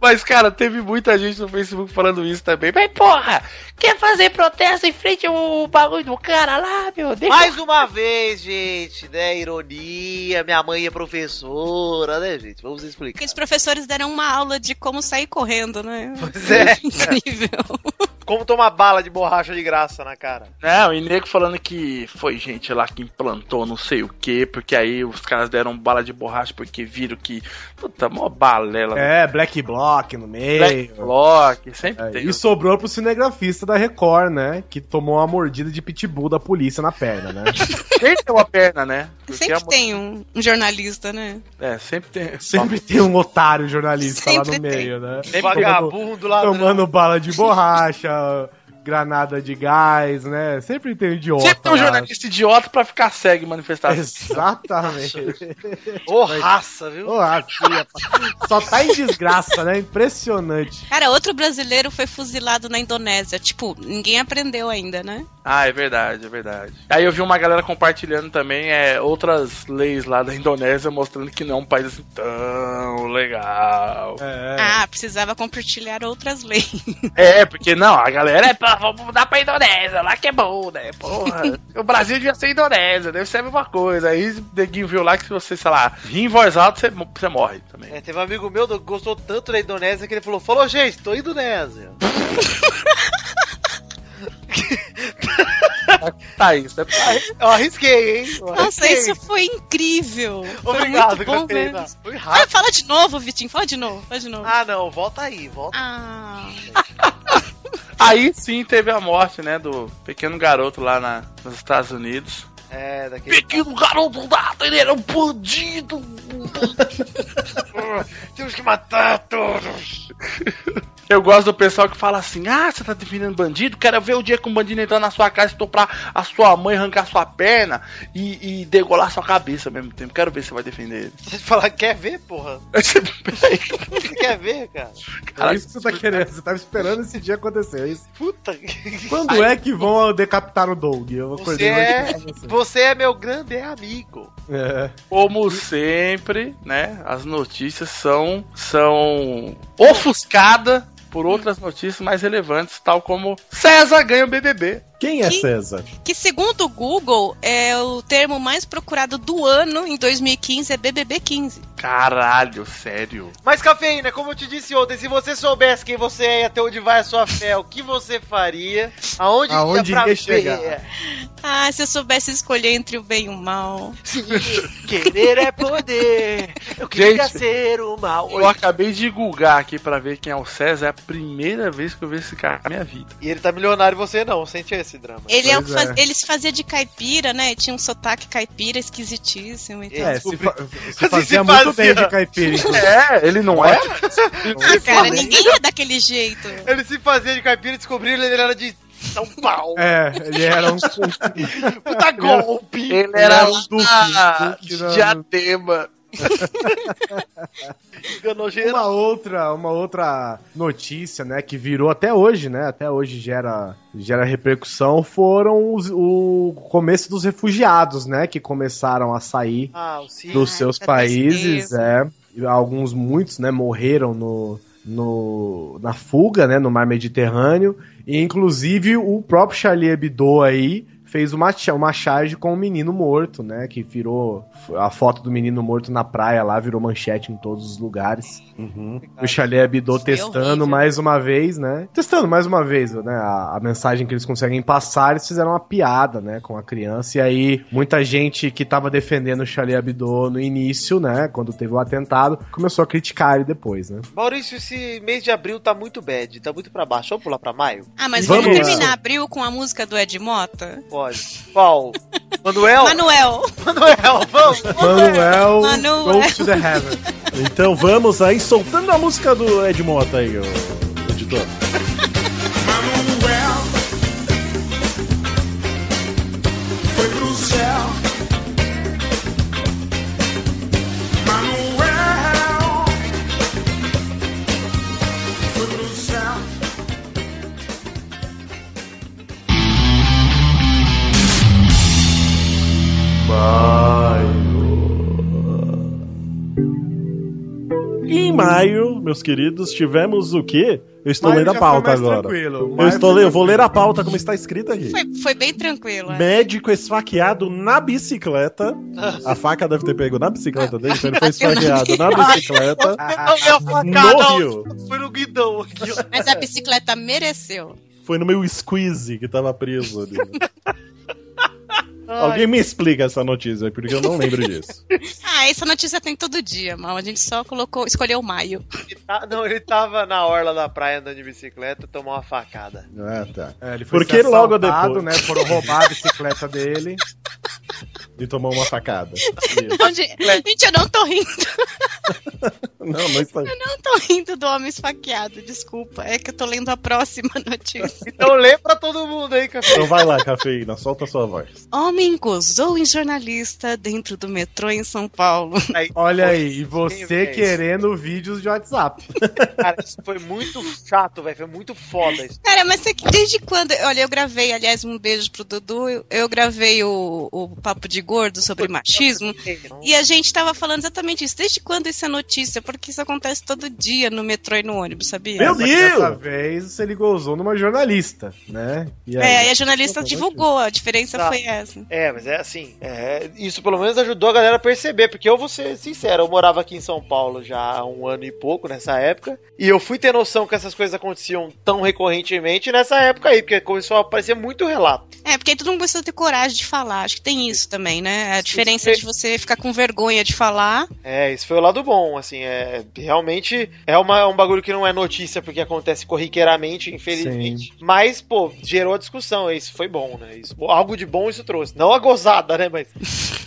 I: Mas, cara, teve muita gente no Facebook falando isso também. Mas, porra, quer fazer protesto em frente ao bagulho do cara lá, meu? Deixa
A: Mais uma vez, gente, né? Ironia, minha mãe é professora, né, gente? Vamos explicar.
F: Aqueles professores deram uma aula de como sair correndo, né?
A: Pois é.
F: Incrível.
A: Como tomar bala de borracha de graça na cara.
I: Não, e nego falando que foi gente lá que implantou não sei o que, porque aí os caras deram bala de borracha porque viram que. Puta, mó balela. né?
E: É, Black Block no meio.
I: Black Block, sempre
E: É,
I: tem.
E: e sobrou pro cinegrafista da Record, né? Que tomou uma mordida de pitbull da polícia na perna, né?
I: Sempre tem uma perna, né? Porque é
F: Sempre
I: uma-
F: tem um, um jornalista, né?
I: É, sempre tem.
E: Sempre tem um otário jornalista lá
F: Sempre
E: no
F: tem.
E: meio, né? Tomando,
A: Vagabundo,
I: né?
A: ladrão.
E: tomando bala de borracha, granada de gás, né? Sempre tem um idiota.
I: Sempre tem um
E: lá.
I: jornalista idiota pra ficar cego em manifestação.
E: Exatamente.
A: Ô, raça, viu?
E: Olá, tia. Só tá em desgraça, né? Impressionante.
F: Cara, outro brasileiro foi fuzilado na Indonésia. Tipo, ninguém aprendeu ainda, né?
I: Ah, é verdade, é verdade. Aí eu vi uma galera compartilhando também é, outras leis lá da Indonésia mostrando que não é um país assim tão legal.
E: É.
F: Ah, precisava compartilhar outras leis.
I: É, porque não, a galera é, pá, vamos mudar pra Indonésia, lá que é bom, né? Porra, o Brasil devia ser Indonésia, deve ser a mesma coisa. Aí o neguinho viu lá que se você, sei lá, rir em voz alta, você, mo- você morre também.
A: É, teve um amigo meu que gostou tanto da Indonésia que ele falou: Falou, gente, tô Indonésia.
I: Tá isso, né? Tá isso.
A: Eu arrisquei, hein? Eu
F: Nossa,
A: arrisquei.
F: isso foi incrível.
A: Obrigado,
F: foi muito bom
A: gostei,
F: mesmo.
A: tá? Foi
F: Ah,
A: rápido.
F: fala de novo, Vitinho. Fala de novo, fala de novo.
A: Ah, não, volta aí, volta.
F: Ah.
I: Aí sim teve a morte, né, do pequeno garoto lá na- nos Estados Unidos.
A: É, daquele.
I: Pequeno um garoto da ele era um bandido!
A: Temos que matar todos.
I: Eu gosto do pessoal que fala assim: ah, você tá defendendo bandido? Quero ver o dia que um bandido entrar na sua casa, estoprar a sua mãe, arrancar sua perna e, e degolar sua cabeça ao mesmo tempo. Quero ver se você vai defender ele. é
A: Você fala, quer ver, porra?
I: Peraí,
A: Você quer ver, cara?
E: é isso que você tá querendo. Você tava esperando esse dia acontecer. é isso?
A: Puta que.
E: Quando é que vão decapitar o Doug? Eu
A: Você é,
E: assim.
A: você é meu grande amigo.
E: É.
I: como sempre, né? As notícias são, são ofuscadas por outras notícias mais relevantes, tal como César ganha o BBB.
G: Quem é
F: Que-
G: César?
F: Que segundo o Google, é o termo mais procurado do ano em 2015 é BBB 15.
I: Caralho, sério.
A: Mas, cafeína, como eu te disse ontem, se você soubesse quem você é e até onde vai a sua fé, o que você faria? Aonde,
E: Aonde
A: pra
E: ia chegar?
A: ver?
F: Ah, se eu soubesse escolher entre o bem e o mal.
A: Sim, querer é poder. Eu queria
I: Gente,
A: ser o mal.
I: Eu acabei de googar aqui pra ver quem é o César. É a primeira vez que eu vejo esse cara na minha vida.
A: E ele tá milionário e você não, sente esse drama.
F: Ele é o que
E: Pois
F: faz-
E: é.
F: eles faziam de caipira, né? Tinha um sotaque caipira esquisitíssimo. Então.
E: É, se, fa se
A: Assim, se
E: fazia
A: fazia.
E: muito bem de caipira.
I: É, ele não é?
F: Ah, cara, ninguém é daquele jeito.
A: Ele se fazia de caipira e descobriram que ele era de São Paulo.
E: É, ele era um.
A: Puta golpe!
I: Ele
E: era
I: era
E: um
I: lá
A: Ah,
E: duque, duque da-
I: né? de diadema.
A: Enganou
E: Uma outra, uma outra notícia, né, que virou até hoje, né, até hoje gera, gera repercussão, foram os- o começo dos refugiados, né, que começaram a sair
A: Ah, o Ciro.
E: dos seus
F: da
E: países,
F: tristeza.
E: é. E Alguns, muitos, né, morreram no, no, na fuga, né, no mar Mediterrâneo. E, inclusive, o próprio Charlie Hebdo aí fez uma, cha- uma charge com o menino morto, né, que virou... A foto do menino morto na praia lá virou manchete em todos os lugares. O Charlie Hebdo
F: Isso é
E: testando
F: horrível.
E: mais uma vez, né? Testando mais uma vez, né? A, a mensagem que eles conseguem passar, eles fizeram uma piada, né? Com a criança. E aí, muita gente que tava defendendo o Charlie Hebdo no início, né? Quando teve o atentado, começou a criticar ele depois, né?
A: Maurício, esse mês de abril tá muito bad, tá muito pra baixo. Vamos pular pra maio?
F: Ah, mas
E: Vamos
F: vamos,
E: lá.
F: terminar abril com a música do Ed Mota?
A: Pode. Qual? Manuel?
F: Manuel!
A: Manuel, vamos!
E: Manuel,
F: Manuel.
E: go to the heaven.
G: Então vamos aí, soltando a música do Ed Mota aí, ô editor.
H: Manuel foi pro céu. Manuel foi pro céu.
G: Em maio, meus queridos, tivemos o quê? Eu estou
E: Maio
G: lendo
E: já
G: a
E: foi
G: pauta
E: mais
G: agora.
E: tranquilo.
G: Eu
E: Maio
G: estou
E: foi
G: lendo, eu vou
E: tranquilo.
G: ler a pauta como está escrita aqui.
F: Foi, foi bem tranquilo. é.
G: Médico esfaqueado na bicicleta. A faca deve ter pego na bicicleta dele, então ele foi
F: Bateu na
G: esfaqueado na bicicleta.
A: Não, minha facada
G: No Rio.
A: foi no guidão aqui. ó.
F: Mas a bicicleta mereceu.
G: Foi no meu squeeze que tava preso ali. Alguém me explica essa notícia, porque eu não lembro disso.
F: Ah, essa notícia tem todo dia, mal. A gente só colocou, escolheu maio.
A: Ele tá- não, ele tava na orla da praia andando de bicicleta, tomou uma facada.
G: Ah, tá.
E: É, ele
G: Porque
E: ser
G: logo
E: assaltado,
G: depois-
E: né? Foram roubar a bicicleta dele.
G: E tomou uma facada.
F: Onde- Gente, eu não tô rindo.
G: Não, não está.
F: Eu não tô rindo do homem esfaqueado, desculpa. É que eu tô lendo a próxima notícia.
A: Então lê pra todo mundo aí, café.
G: Então vai lá, cafeína, solta a sua voz.
F: Homem gozou em jornalista dentro do metrô em São Paulo.
E: Olha aí, e
A: Quem
E: você
A: fez?
E: querendo vídeos de WhatsApp.
A: Cara, isso foi muito chato, velho. Foi muito foda isso.
F: Cara, mas é que desde quando. Olha, eu gravei, aliás, um beijo pro Dudu. Eu, eu gravei o, o Papo de Gordo sobre machismo. E a gente tava falando exatamente isso. Desde quando isso é notícia? Porque isso acontece todo dia no metrô e no ônibus, sabia?
G: Meu
E: Só que
G: Deus!
E: Dessa vez ele gozou numa jornalista, né? E aí,
F: É, e a jornalista divulgou, a diferença
A: Tá.
F: foi essa.
A: É, mas é assim, é, isso pelo menos ajudou a galera a perceber, porque eu vou ser sincero, eu morava aqui em São Paulo já há um ano e pouco nessa época, e eu fui ter noção que essas coisas aconteciam tão recorrentemente nessa época aí, porque começou a aparecer muito relato.
F: É, porque aí todo mundo começou a ter coragem de falar. Acho que tem isso também, né? A diferença de você ficar com vergonha de falar.
A: É, isso foi o lado bom, assim, é realmente é, uma- é um bagulho que não é notícia porque acontece corriqueiramente, infelizmente. Mas, pô, gerou a discussão, isso foi bom, né? Isso, algo de bom isso trouxe. Não a gozada, né? Mas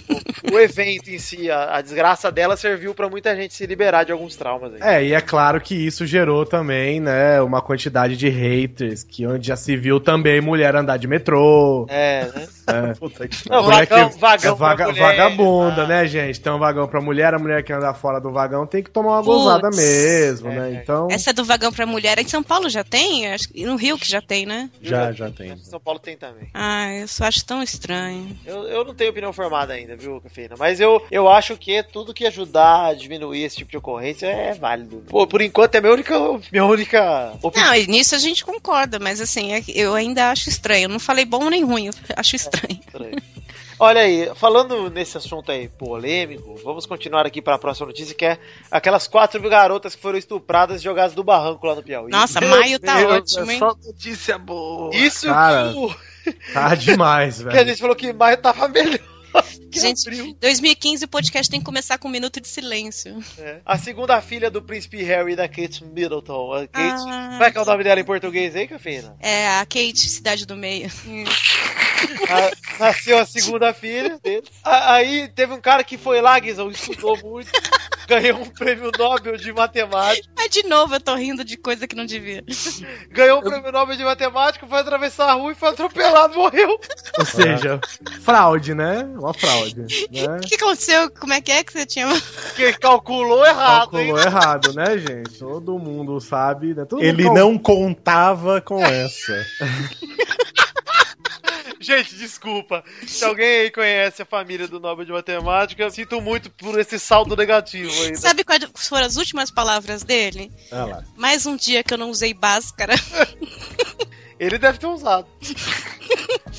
A: o- o evento em si, a, a desgraça dela serviu pra muita gente se liberar de alguns traumas aí.
E: É, e é claro que isso gerou também, né, uma quantidade de haters, que onde já se viu também mulher andar de metrô,
A: É, né?
G: Puta que
A: Não,
E: Agora
A: vagão,
E: que-
A: vagão.
E: é vaga-
A: pra mulher,
E: vagabunda,
A: tá?
E: né, gente? Tem um vagão pra mulher, a mulher que anda fora do vagão tem que tomar uma
F: Putz.
E: gozada mesmo,
A: É,
E: né?
A: é.
E: Então,
F: Essa do vagão pra mulher. Em São Paulo já tem? Acho que no Rio que já tem, né?
G: Já, já tem.
A: São Paulo tem também.
F: Ah, eu só acho tão estranho.
A: Eu, eu não tenho opinião formada ainda, viu, Cafeína? Mas eu, eu acho que tudo que ajudar a diminuir esse tipo de ocorrência é válido. Pô, por enquanto é minha única, minha única opinião.
F: Não, e nisso a gente concorda, mas assim, é que eu ainda acho estranho. Eu não falei bom nem ruim, eu acho estranho.
A: estranha. Olha aí, falando nesse assunto aí polêmico, vamos continuar aqui para a próxima notícia, que é aquelas quatro garotas que foram estupradas e jogadas do barranco lá no Piauí.
F: Nossa,
I: Meu
F: maio tá
I: Deus,
F: ótimo,
I: é
F: hein?
I: Só notícia boa.
A: Isso
E: Cara,
A: que, o-
E: tá demais,
A: que a
E: velho.
A: gente falou que maio tava melhor. que
F: Gente,
A: abril.
F: 2015 o podcast tem que começar com um minuto de silêncio.
A: É. A segunda filha do príncipe Harry da Kate Middleton. A Kate...
F: Ah.
A: Como é que é o nome dela em português aí, Cafina?
F: É, a Kate, Cidade do Meio.
A: Ah, A- Nasceu a segunda filha dele. A- Aí teve um cara que foi lá, Guizão, estudou muito. ganhou um prêmio Nobel de matemática.
F: Mas de novo eu tô rindo de coisa que não devia.
A: Ganhou um prêmio Nobel de matemática, foi atravessar a rua e foi atropelado, morreu.
E: Ou seja, Tá. fraude, né? Uma fraude. Né?
F: O que aconteceu? Como é que é que você tinha.
A: Porque calculou errado,
E: Calculou
A: hein?
E: errado, né, gente? Todo mundo sabe, né? Todo
G: Ele
E: mundo
G: não contava com essa.
A: Gente, desculpa. Se alguém aí conhece a família do Nobel de Matemática, eu sinto muito por esse saldo negativo aí. né?
F: Sabe quais foram as últimas palavras dele?
G: Olha lá.
F: Mais um dia que eu não usei báscara.
A: Ele deve ter usado.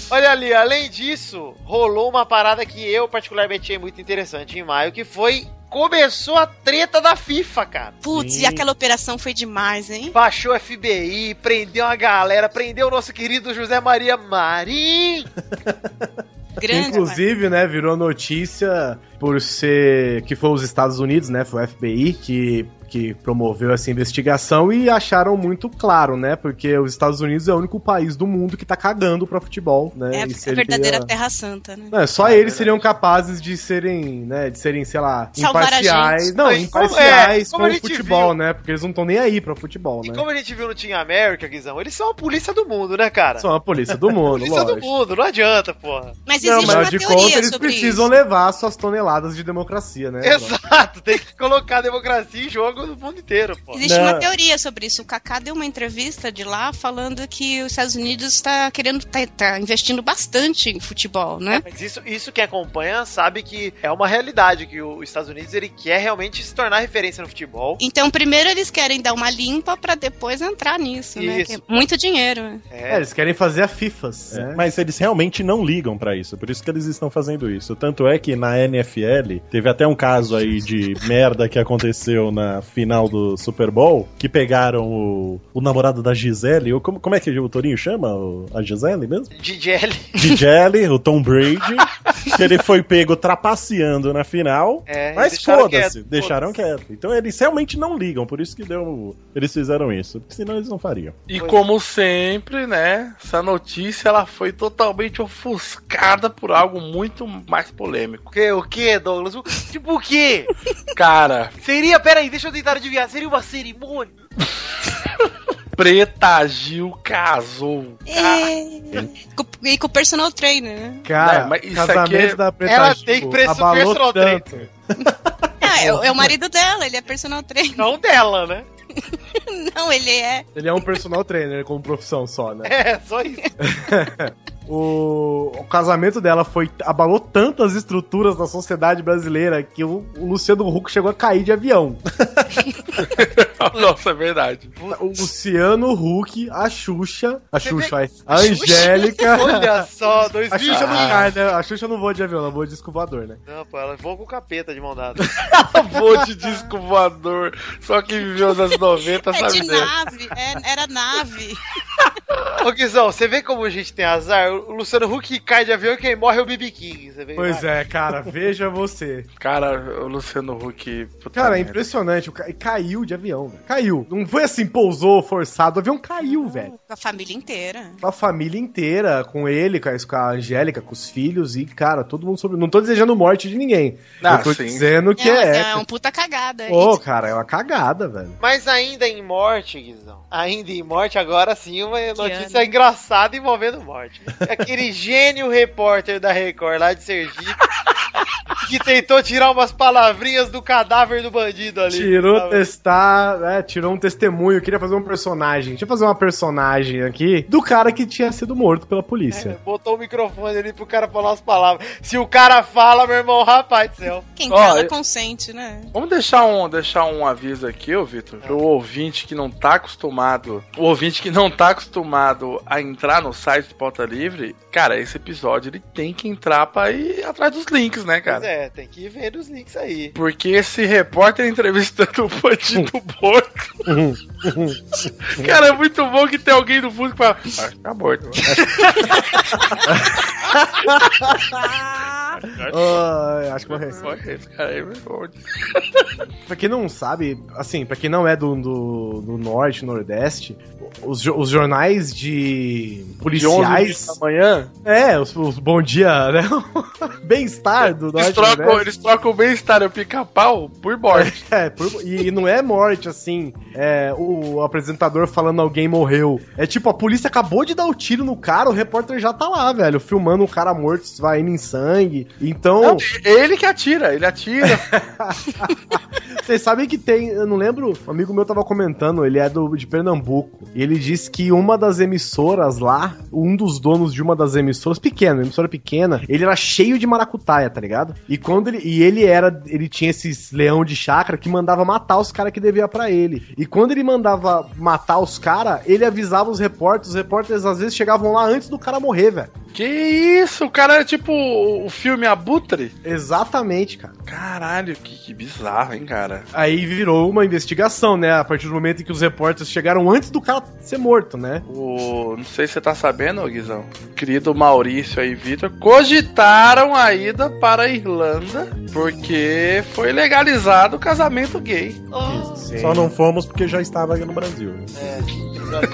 A: Olha ali, além disso, rolou uma parada que eu particularmente achei muito interessante em maio, que foi começou a treta da FIFA, cara.
F: Putz, e aquela operação foi demais, hein?
A: Baixou o FBI, prendeu a galera, prendeu o nosso querido José Maria Marim.
F: Grande.
E: Inclusive, né, virou notícia por ser que foi os Estados Unidos, né, foi o FBI que que promoveu essa investigação e acharam muito claro, né, porque os Estados Unidos é o único país do mundo que tá cagando pra futebol, né?
F: É
E: e
F: a
E: seria-
F: verdadeira Terra Santa, né?
E: Não, é, só eles seriam capazes de serem, né, de serem, sei lá,
F: Salvar a
E: imparciais,
F: gente.
E: não,
A: Mas como-
E: imparciais
A: é, como
E: com
A: a
E: o
A: gente
E: futebol,
A: viu.
E: né? Porque eles não estão nem aí pra futebol,
A: E
E: né?
A: como a gente viu no Team América, Guizão, eles são a polícia do mundo, né, cara?
E: São a polícia do mundo,
A: polícia
E: lógico.
A: do mundo, não adianta, porra.
F: Mas
E: Não,
F: existe
E: mas
F: uma
E: de
F: teoria
E: conta eles
F: sobre
E: precisam
F: isso.
E: levar suas toneladas de democracia, né?
A: Exato, tem que colocar a democracia em jogo no mundo inteiro, pô.
F: Existe
G: Não.
F: uma teoria sobre isso. O Kaká deu uma entrevista de lá falando que os Estados Unidos está querendo, tá, tá investindo bastante em futebol, né?
A: Mas isso, isso quem acompanha sabe que é uma realidade, que os Estados Unidos ele quer realmente se tornar referência no futebol.
F: Então, primeiro eles querem dar uma limpa pra depois entrar nisso, né?
A: Isso.
F: Que é muito dinheiro. né?
E: É, eles querem fazer a
A: É.
E: FIFAs, né?
G: Mas eles realmente não ligam pra isso, por isso que eles estão fazendo isso. Tanto é que na NFL teve até um caso aí de merda que aconteceu na final do Super Bowl, que pegaram o, o namorado da Gisele, ou como, como é que o Torinho chama o- a Gisele mesmo?
A: DJL.
G: Gisele, o Tom Brady, que ele foi pego trapaceando na final.
A: É,
G: Mas
A: deixaram
G: foda-se,
A: quieto,
G: deixaram quieto. Então eles realmente não ligam, por isso que deu, eles fizeram isso. Porque senão eles não fariam.
I: E como sempre, né? Essa notícia ela foi totalmente ofuscada por algo muito mais polêmico.
A: O que, o que, Douglas? O- Tipo o quê?
I: Cara,
A: Seria, peraí, deixa eu tentar adivinhar, seria uma cerimônia?
I: Preta Gil casou.
F: E... com- e com o personal trainer, né?
E: Cara,
I: Não, mas isso
E: casamento
I: aqui é-
E: da Preta
A: Ela
E: Gil,
A: tem que preço
E: abalou
A: personal
E: tanto.
F: Ah, é, o- é o marido dela, ele é personal trainer.
A: Não dela, né?
F: Não, ele é.
E: Ele é um personal trainer como profissão só, né?
A: É, só isso.
E: O, o casamento dela foi abalou tantas estruturas da sociedade brasileira que o, o Luciano Huck chegou a cair de avião.
I: Nossa, é verdade.
E: O Luciano Huck, a Xuxa, a
A: Você
E: Xuxa, é. ai, a Angélica.
A: Olha só, dois
E: A
I: Ah.
E: Xuxa não
A: bichos.
E: cai, né? A Xuxa não voa de avião, ela voa de escovador, né?
A: Não, pô, ela voa com o capeta de mão dada.
I: Vou de disco voador. Só quem viveu os anos 90
F: É de
I: sabe dessa.
F: nave, é- era nave.
A: Ô, Guizão, você vê como a gente tem azar? O Luciano Huck cai de avião e quem morre é o BB King. Você vê?
E: Pois é, cara, veja você.
I: Cara, o Luciano Huck. puta
E: Cara, é
I: merda.
E: impressionante. o ca- Caiu de avião, velho. Caiu. Não foi assim, pousou, forçado. O avião caiu, velho.
F: Com a família inteira.
E: A família inteira, com ele, com a com a Angélica, com os filhos e, cara, todo mundo sobre. Não tô desejando morte de ninguém.
I: Ah,
E: eu tô
I: sim.
E: dizendo que
F: Não, mas
E: é.
F: é uma puta cagada.
E: Pô,
F: Isso.
E: cara, é uma cagada, velho.
A: Mas ainda em morte, Guizão. Ainda em morte, agora sim, uma notícia
F: ano.
A: engraçada envolvendo morte. Aquele gênio repórter da Record lá de Sergipe que tentou tirar umas palavrinhas do cadáver do bandido ali.
I: tá
E: Tirou
A: Tava-
E: testar, né, tirou um testemunho, queria fazer um personagem. Deixa eu fazer uma personagem aqui do cara que tinha sido morto pela
A: É,
E: polícia.
A: botou o microfone ali pro cara falar as palavras. Se o cara fala, meu irmão, rapaz do céu.
F: Quem
I: Ó,
F: cala
I: eu-
F: consente, né?
I: Vamos deixar um, deixar um aviso aqui, ô Vitor. O ouvinte que não tá acostumado. O ouvinte que não tá acostumado a entrar no site do Pauta Livre, cara, esse episódio ele tem que entrar pra ir atrás dos links, né,
A: Pois
I: cara?
A: é, tem que ver os links aí.
I: Porque esse repórter entrevistando o bandido
A: Hum.
I: porco. cara, é muito bom que tem alguém no fundo que fala. Ah, tá morto.
E: Ah, acho que morreu.
I: Foi esse cara é aí, meu irmão.
E: Pra quem não sabe, assim, pra quem não é do, do, do norte, nordeste, os, jo- os jornais de policiais.
I: Amanhã,
E: é, os, os bom dia, né? Bem-estar do norte.
I: eles trocam,
E: nordeste.
I: eles trocam o bem-estar e o pica-pau por morte.
E: É, por- e, e não é morte, assim. É, o apresentador falando alguém morreu. É tipo, a polícia acabou de dar o tiro no cara, o repórter já tá lá, velho, filmando o cara morto, esvaindo em sangue. Então.
I: Não, é ele que atira, ele atira.
E: Vocês sabem que tem, eu não lembro, um amigo meu tava comentando, ele é do, de Pernambuco, e ele disse que uma das emissoras lá, um dos donos de uma das emissoras, pequena, uma emissora pequena, ele era cheio de maracutaia, tá ligado? E quando ele, e ele era, ele tinha esses leão de chácara que mandava matar os caras que devia pra ele. E quando ele mandava matar os caras, ele avisava os repórteres, os repórteres às vezes chegavam lá antes do cara morrer, velho.
I: que isso, o cara é tipo o filme Abutre.
E: Exatamente, cara.
I: Caralho, que, que bizarro, hein, cara.
E: Aí virou uma investigação, né? A partir do momento em que os repórteres chegaram antes do cara ser morto, né?
I: O, não sei se você tá sabendo, Guizão. Querido Maurício aí, Vitor, cogitaram a ida para a Irlanda porque foi legalizado o casamento gay.
G: Só não fomos porque já estava aqui no Brasil.
E: né?
A: É,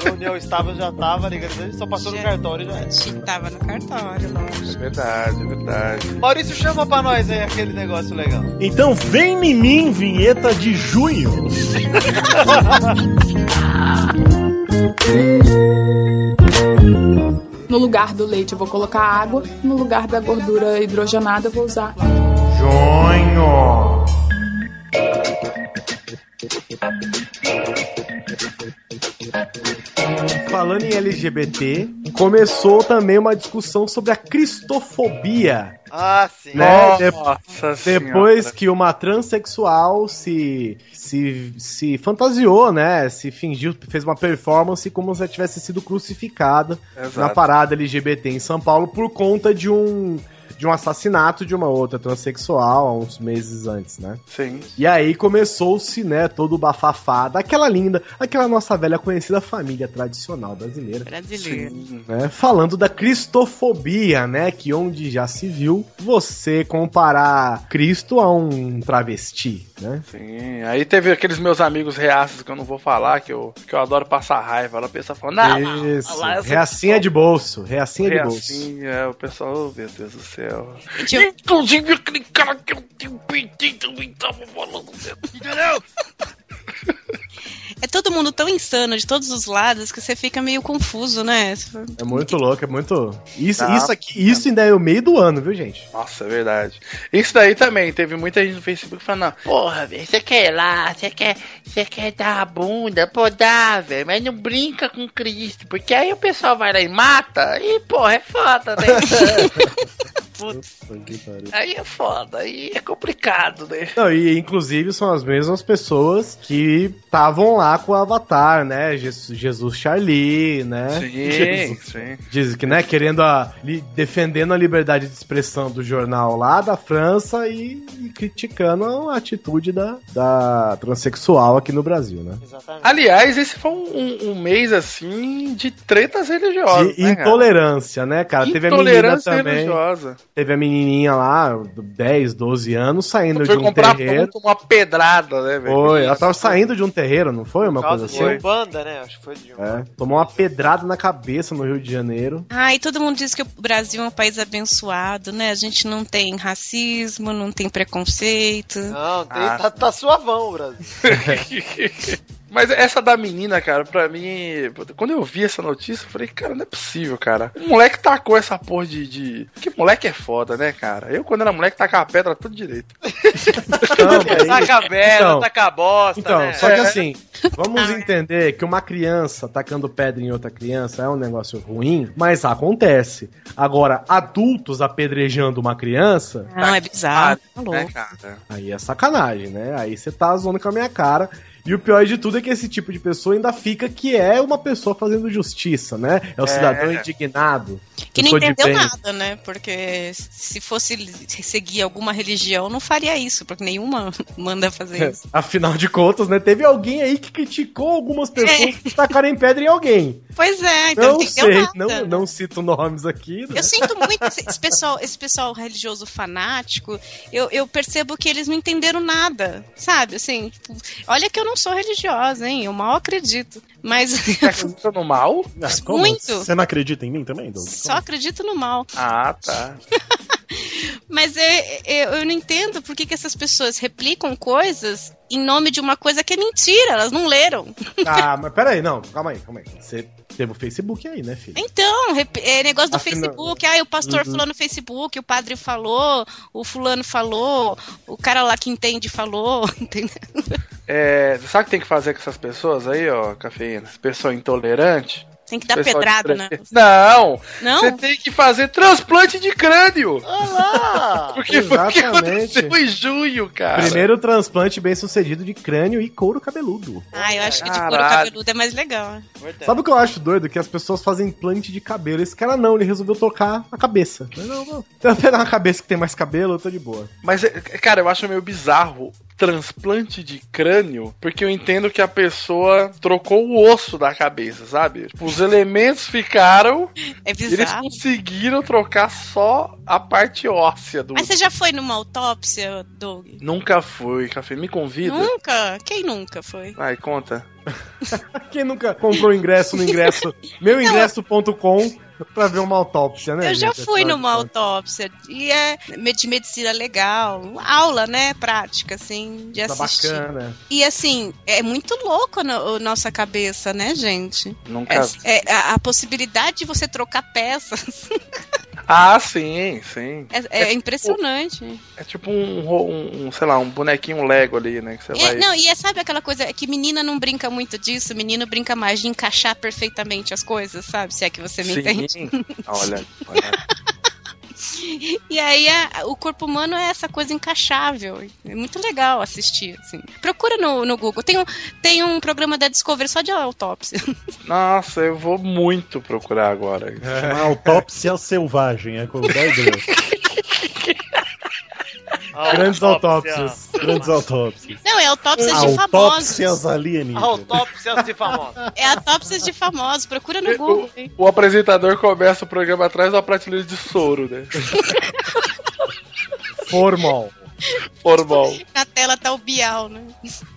A: a união estável já tava, ligado? Só passou no cartório já.
F: Tava no cartório,
I: É
F: lógico.
I: verdade, é verdade.
A: Maurício, chama pra nós aí aquele negócio legal.
G: Então vem em mim, vinheta de junho.
M: No lugar do leite eu vou colocar água, no lugar da gordura hidrogenada eu vou usar.
E: Sonho! Falando em LGBT, começou também uma discussão sobre a cristofobia.
A: Ah, sim.
E: Né? De-
I: Nossa
E: Depois
I: senhora.
E: que uma transexual se, se, se fantasiou, né? Se fingiu, fez uma performance como se ela tivesse sido crucificada na
I: Exato.
E: parada LGBT em São Paulo por conta de um, de um assassinato de uma outra transexual há uns meses antes, né?
I: Sim.
E: E aí começou-se, né, todo o bafafá daquela linda, aquela nossa velha conhecida família tradicional brasileira,
F: Brasileiro.
E: né? Falando da cristofobia, né? Que onde já se viu você comparar Cristo a um travesti, né?
I: Sim, aí teve aqueles meus amigos reaços que eu não vou falar, que eu, que eu adoro passar raiva. Ela pensa falando, não, não,
E: Isso.
I: olha Ah, lá, essa
E: Reacinha de bolso, reacinha de
I: é
E: bolso.
I: assim, é, o pessoal, oh, meu Deus do céu.
J: Inclusive aquele cara que eu tenho peitei também tava falando
H: Entendeu?
F: É todo mundo tão insano de todos os lados que você fica meio confuso, né? Você fala,
E: É muito louco, é muito. Isso,
I: Tá.
E: isso aqui, isso ainda é o meio do ano, viu, gente?
I: Nossa, é verdade. Isso daí também, teve muita gente no Facebook falando,
L: Porra, velho, você quer ir lá, você quer, você quer dar a bunda, pô, dá, velho, mas não brinca com Cristo, porque aí o pessoal vai lá e mata, e porra, é foda, né?
J: Aí é foda, aí é complicado, né?
E: Não, e inclusive são as mesmas pessoas que estavam lá com o Avatar, né? Jesus, Jesus Charlie, né?
I: sim,
E: Jesus.
I: sim.
E: Diz que, né, querendo a. li- defendendo a liberdade de expressão do jornal lá da França e, e criticando a atitude da, da transexual aqui no Brasil, né?
A: Exatamente.
I: Aliás, esse foi um, um- um mês assim de tretas religiosas.
E: De
I: né, cara?
E: intolerância, né, cara? Teve a menina
I: Intolerância
E: também.
I: religiosa.
E: Teve a menininha lá, 10, 12 anos, saindo de
I: Foi
E: um
I: comprar
E: terreiro.
I: pão, tomou uma pedrada, né, velho?
E: Foi, ela tava saindo de um terreiro, não foi? Uma
A: Por
E: coisa
A: causa de
E: assim?
A: Umbanda, né? Acho que foi de Umbanda.
E: É, tomou uma pedrada na cabeça no Rio de Janeiro.
F: Ah, e todo mundo diz que o Brasil é um país abençoado, né? A gente não tem racismo, não tem preconceito.
A: Não, tem,
I: Ah.
A: tá, tá suavão, Brasil.
I: Mas essa da menina, cara, pra mim. Quando eu vi essa notícia, eu falei, cara, não é possível, cara. O moleque tacou essa porra de. de- Que moleque é foda, né, cara? Eu, quando era moleque, tacava a pedra tudo direito.
A: Taca Tá a merda,
E: Então.
A: taca a bosta,
E: Então,
A: né?
E: só que assim, vamos entender que uma criança tacando pedra em outra criança é um negócio ruim, mas acontece. Agora, adultos apedrejando uma criança,
F: Não, é bizarro. Tá
I: Ah, Né,
F: louco.
I: cara?
E: aí é sacanagem, né? Aí você tá zoando com a minha cara. E o pior de tudo é que esse tipo de pessoa ainda fica que é uma pessoa fazendo justiça, né? É o cidadão indignado.
F: Que não
E: Ficou de
F: entendeu
E: bem.
F: nada, né? Porque se fosse seguir alguma religião, não faria isso, porque nenhuma manda fazer
E: É.
F: isso. É.
E: Afinal de contas, né? Teve alguém aí que criticou algumas pessoas por tacarem pedra em alguém.
F: Pois é, então
E: não
F: tem que ter
E: sei,
F: uma
E: não, não cito nomes aqui. né?
F: Eu sinto muito esse esse pessoal, esse pessoal religioso fanático. Eu, eu percebo que eles não entenderam nada, sabe? Assim, tipo, olha que eu não sou religiosa, hein? Eu mal acredito. Mas
I: Você acredita no Tá mal?
F: Muito.
G: Ah, Você não acredita em mim também, Doug?
F: só acredito no mal.
I: Ah, tá.
F: Mas é- é- eu não entendo por que, que essas pessoas replicam coisas em nome de uma coisa que é mentira, elas não leram.
E: Ah, mas peraí, não, calma aí, calma aí. Você teve o Facebook aí, né, filho?
F: Então, rep- é negócio do
E: Afinal-
F: Facebook, ah, o pastor
E: Uhum.
F: falou no Facebook, o padre falou, o fulano falou, o cara lá que entende falou, entendeu?
I: É, sabe o que tem que fazer com essas pessoas aí, ó, cafeína? Pessoa intolerante?
F: Tem que dar
I: Pessoal
F: pedrada, né?
I: de trans- Não!
F: Não?
I: Você tem que fazer transplante de crânio! Porque foi o que
E: Exatamente.
I: aconteceu em junho,
F: Ah,
I: cara.
E: Primeiro transplante bem sucedido de crânio e couro cabeludo.
F: Ah, eu acho que de couro
I: Caralho.
F: cabeludo é mais legal. né?
E: Sabe o que eu acho doido? Que as pessoas fazem implante de cabelo. Esse cara não, ele resolveu trocar a cabeça. Mas Não, não. Se eu pegar uma cabeça que tem mais cabelo, eu tô de boa.
I: Mas, é, cara, eu acho meio bizarro transplante de crânio, porque eu entendo que a pessoa trocou o osso da cabeça, sabe? Tipo, Os elementos ficaram,
F: É
I: eles
F: bizarro.
I: conseguiram trocar só a parte óssea do...
F: Mas é- você já foi numa autópsia, Doug?
I: Nunca fui, Café, me convida.
F: Nunca? Quem nunca foi?
I: Vai, conta.
E: Quem nunca comprou ingresso no ingresso meuingresso.com pra ver uma autópsia, né?
F: Eu já
E: gente?
F: fui
E: Essa-
F: numa autópsia e é me- de medicina legal, aula, né, prática, assim, de
E: Tá
F: assistir.
E: bacana.
F: E assim, é muito louco no, a nossa cabeça, né, gente?
I: Nunca.
F: É, é- a, a possibilidade de você trocar peças
I: Ah, sim, sim.
F: é, é impressionante.
I: É tipo um, ro- um, um, sei lá, um bonequinho Lego ali, né? Que você
F: É,
I: vai.
F: não, e é, sabe aquela coisa é que menina não brinca muito disso, menino brinca mais de encaixar perfeitamente as coisas, sabe? Se é que você me entende.
I: Olha, olha.
F: E aí a- o corpo humano é essa coisa encaixável. É muito legal assistir, assim. Procura no, no Google. Tem um, tem um programa da Discovery só de autópsia.
I: Nossa, eu vou muito procurar agora.
G: Uma autópsia selvagem, é com o Doug. Grandes autópsias. Grandes autópsias.
F: Não, é autópsia de famosos.
G: Autópsias
A: Ah,
G: alienígenas.
A: Autópsias de famosos.
F: É autópsias de famosos. Procura no Google. hein?
I: O apresentador começa o programa atrás da prateleira de soro, né?
E: Formal.
I: Formal.
F: Na tela tá o Bial, né?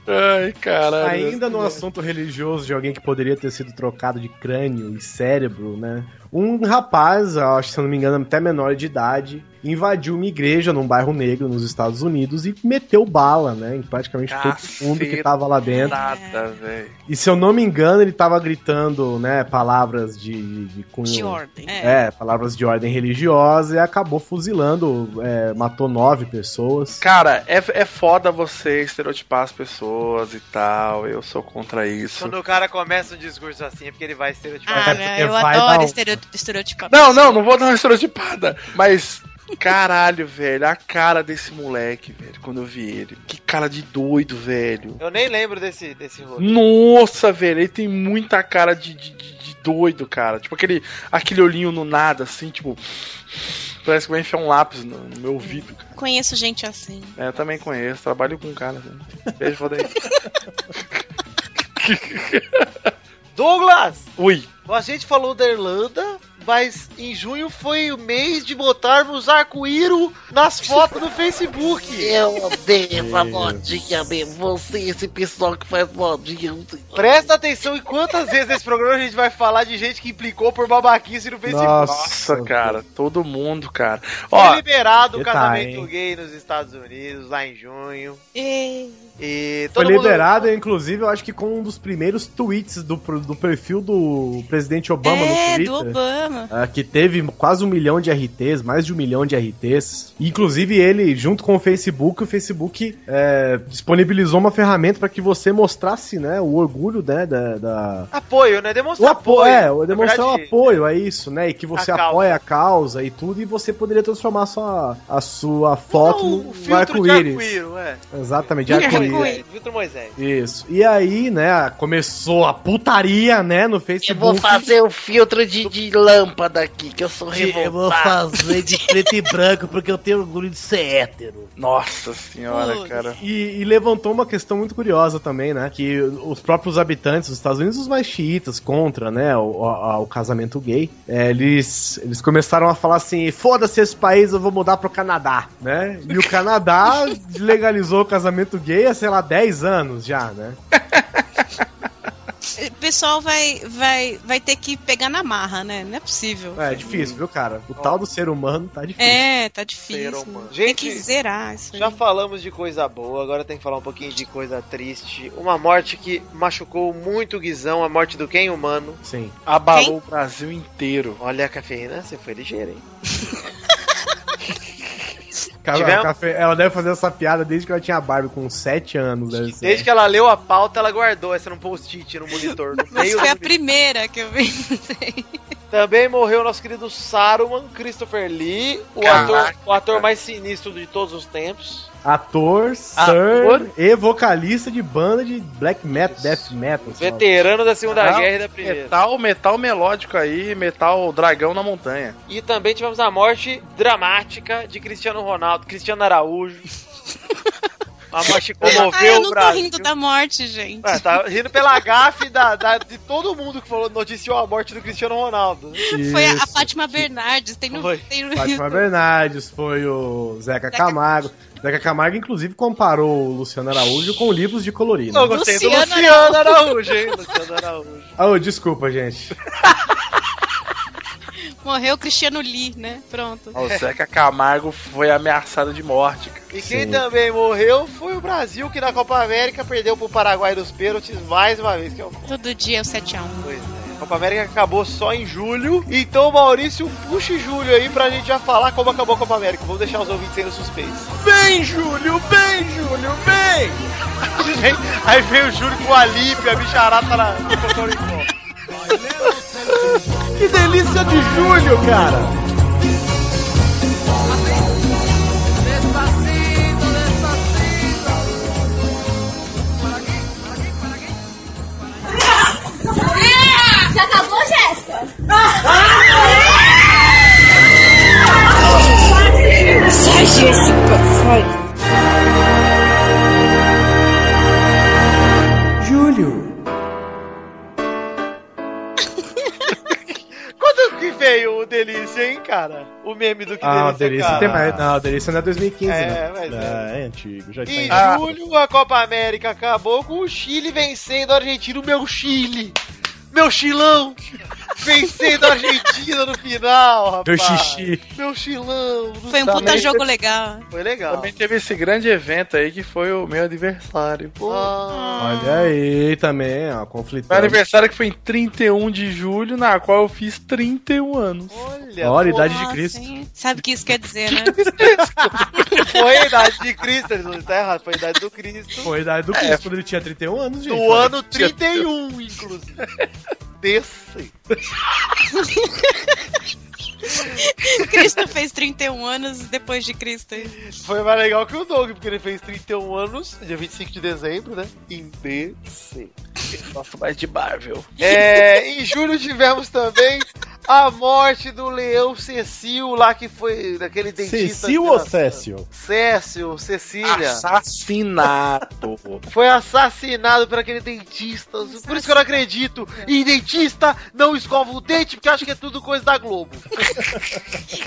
I: Ai, caralho.
E: Ainda no assunto religioso de alguém que poderia ter sido trocado de crânio e cérebro, né? Um rapaz, eu acho que se eu não me engano, até menor de idade, invadiu uma igreja num bairro negro nos Estados Unidos e meteu bala, né? Em praticamente todo mundo que tava lá dentro.
I: Nada, velho.
E: E se eu não me engano, ele tava gritando, né, palavras de, de, de cunho.
F: De ordem.
E: É, palavras de ordem religiosa e acabou fuzilando, é, matou nove pessoas.
I: Cara, é, é foda você estereotipar as pessoas e tal. Eu sou contra isso.
A: Quando o cara começa um discurso assim, é porque ele vai estereotipar.
F: Ah, meu, eu adoro estereo- estereotipar.
I: Não, não, não vou dar uma estereotipada. Mas, caralho, velho, a cara desse moleque, velho, quando eu vi ele. Que cara de doido, velho.
A: Eu nem lembro desse, desse rolê.
I: Nossa, velho, ele tem muita cara de, de- de- de doido, cara. Tipo aquele, aquele olhinho no nada, assim, tipo. Parece que vai enfiar um lápis no, no meu ouvido, cara.
F: Conheço gente assim.
I: É, eu também conheço, trabalho com um cara. Assim. Beijo, foda aí.
A: Douglas!
I: Ui,
A: A gente falou da Irlanda, mas em junho foi o mês de botarmos arco-íro nas fotos do Facebook.
L: Eu odeio essa modinha mesmo. Você, esse pessoal que faz modinha.
A: Presta atenção em quantas vezes nesse programa a gente vai falar de gente que implicou por babaquice no Facebook.
I: nossa, cara, todo mundo, cara. Ó,
A: foi liberado o
E: detalhe,
A: casamento
E: hein?
A: gay nos Estados Unidos, lá em junho.
F: E...
A: E
E: Foi
A: todo mundo-
E: liberado, inclusive, eu acho que com um dos primeiros tweets do, pro- do perfil do presidente Obama
F: é,
E: no
F: do
E: Twitter.
F: Obama.
E: ah, que teve quase um milhão de RTs, mais de um milhão de RTs. Inclusive, ele, junto com o Facebook, o Facebook é, disponibilizou uma ferramenta para que você mostrasse né, o orgulho né, da, da-
A: Apoio, né?
E: O
A: Demonstrar
E: apoio, é,
A: Na
E: demonstrar o
A: verdade, um
E: apoio a isso, né? E que você
A: A causa.
E: apoia a causa e tudo, e você poderia transformar a sua, a sua foto
A: não,
E: no
A: o
E: num
A: filtro de
E: arco-íris.
A: arco-íris. é.
E: Exatamente,
I: Ninguém
A: Moisés, Vitor Moisés.
E: Isso. E aí, né, começou a putaria, né, no
L: Eu
E: Facebook.
L: vou fazer o filtro de, de lâmpada aqui, que eu sou
N: De-
L: revoltado.
N: Eu vou fazer de preto e branco porque eu tenho orgulho de ser hétero.
I: Nossa senhora, cara.
E: E, e levantou uma questão muito curiosa também, né? Que os próprios habitantes dos Estados Unidos, os mais chiitas, contra, né, o, a- o casamento gay, é, eles, eles começaram a falar assim: foda-se esse país, eu vou mudar pro Canadá, né? E o Canadá legalizou o casamento gay há, sei lá, 10 anos já, né?
F: O pessoal vai, vai, vai ter que pegar na marra, né? Não é possível.
E: É difícil, viu, cara? O tal do ser humano tá difícil.
F: É, tá difícil. Tem que zerar isso aí.
A: Já falamos de coisa boa, agora tem que falar um pouquinho de coisa triste. Uma morte que machucou muito o Guizão, a morte do quem humano.
E: Sim.
I: Abalou
A: Quem?
I: o Brasil inteiro.
A: Olha a cafeína, você foi ligeira, hein?
E: Cara,
A: Tivemos-
E: a Cafe- ela deve fazer essa piada desde que ela tinha a Barbie, com 7 anos, deve ser.
A: Desde que ela leu a pauta, ela guardou essa num post-it no monitor. No
F: Mas
A: meio
F: foi a
A: do-
F: primeira que eu vi.
A: Também morreu nosso querido Saruman Christopher Lee, o
E: Caraca.
A: ator, o ator mais sinistro de todos os tempos.
E: Ator,
A: Ator?
E: sir e vocalista de banda de black metal, death metal. sei lá.
A: Veterano da Segunda
I: Metal-
A: Guerra e da Primeira.
I: Metal, metal melódico aí, metal dragão na montanha.
A: E também tivemos a morte dramática de Cristiano Ronaldo, Cristiano Araújo. A morte que
F: Ah, eu
A: comoveu o
F: não tô
A: Brasil.
F: rindo da morte, gente.
A: Ué, tá rindo pela gafe da, da- de todo mundo que falou, noticiou a morte do Cristiano Ronaldo.
F: Foi a, a
E: Isso.
F: Fátima Bernardes. Tem no,
A: Foi.
F: tem no
E: Fátima Bernardes, foi o Zeca Camargo. Zeca Camargo, inclusive, comparou o Luciano Araújo com livros de colorir. né?
A: Eu gostei do
F: Luciano Araújo.
A: Luciano Araújo, hein? Luciano Araújo.
E: Ah, ô, desculpa, gente.
F: Morreu o Cristiano Lee, né? Pronto.
I: O Zeca Camargo foi ameaçado de morte. cara.
A: E quem também morreu foi o Brasil, que na Copa América perdeu pro Paraguai dos pênaltis mais uma vez, que é o
F: Todo dia é o 7x1.
A: Pois é. A Copa América acabou só em julho. Então, Maurício, puxa julho aí pra gente já falar como acabou a Copa América. Vamos deixar os ouvintes aí no suspense. Vem, Júlio! Vem, Júlio! Vem! aí vem o Júlio com a Lipe, a bicharata na... no Cocoricó.
E: Que delícia de julho, cara!
K: Já acabou, Jéssica?
H: Sai, Jéssica, sai.
E: Júlio.
A: Quando que veio o Delícia, hein, cara? O meme do que
E: Ah, delícia
A: cara?
E: tem mais. Não, delícia não é 2015,
A: É,
E: né?
A: mas
G: É, é antigo, já
A: Em
E: Ah.
G: está em-
A: julho, a Copa América acabou com o Chile vencendo a Argentina. O meu Chile! Meu Chilão! Vencendo a Argentina no final, rapaz!
E: Meu xixi.
A: Meu Chilão!
F: Foi um puta
I: Também
F: jogo
I: teve-
F: legal.
A: Foi legal.
I: Também teve esse grande evento aí que foi o meu aniversário. Pô.
A: Ah,
E: Olha aí também, ó,
I: Meu
E: conflitando.
I: aniversário que foi em 31 de julho, na qual eu fiz 31 anos.
A: Olha,
E: Olha, idade de Cristo.
F: hein? Sabe o que isso quer dizer, né?
A: Foi a idade de Cristo, eles não tá errado, foi a idade do Cristo.
E: Foi a idade do Cristo, quando ele tinha 31 anos, gente.
A: Do ano 31, inclusive. Desse.
F: Cristo fez 31 anos depois de Cristo.
A: Foi mais legal que o Doug, porque ele fez 31 anos, dia 25 de dezembro, né? Em DC.
I: Nossa, mais de Marvel.
A: É, em julho tivemos também a morte do Leão Cecil, lá que foi daquele dentista.
G: Cecil ou Cécio?
A: Cécio, Cecília.
I: Assassinato.
A: Foi assassinado por aquele dentista. Por isso que eu não acredito. E dentista não escova o dente, porque acho que é tudo coisa da Globo.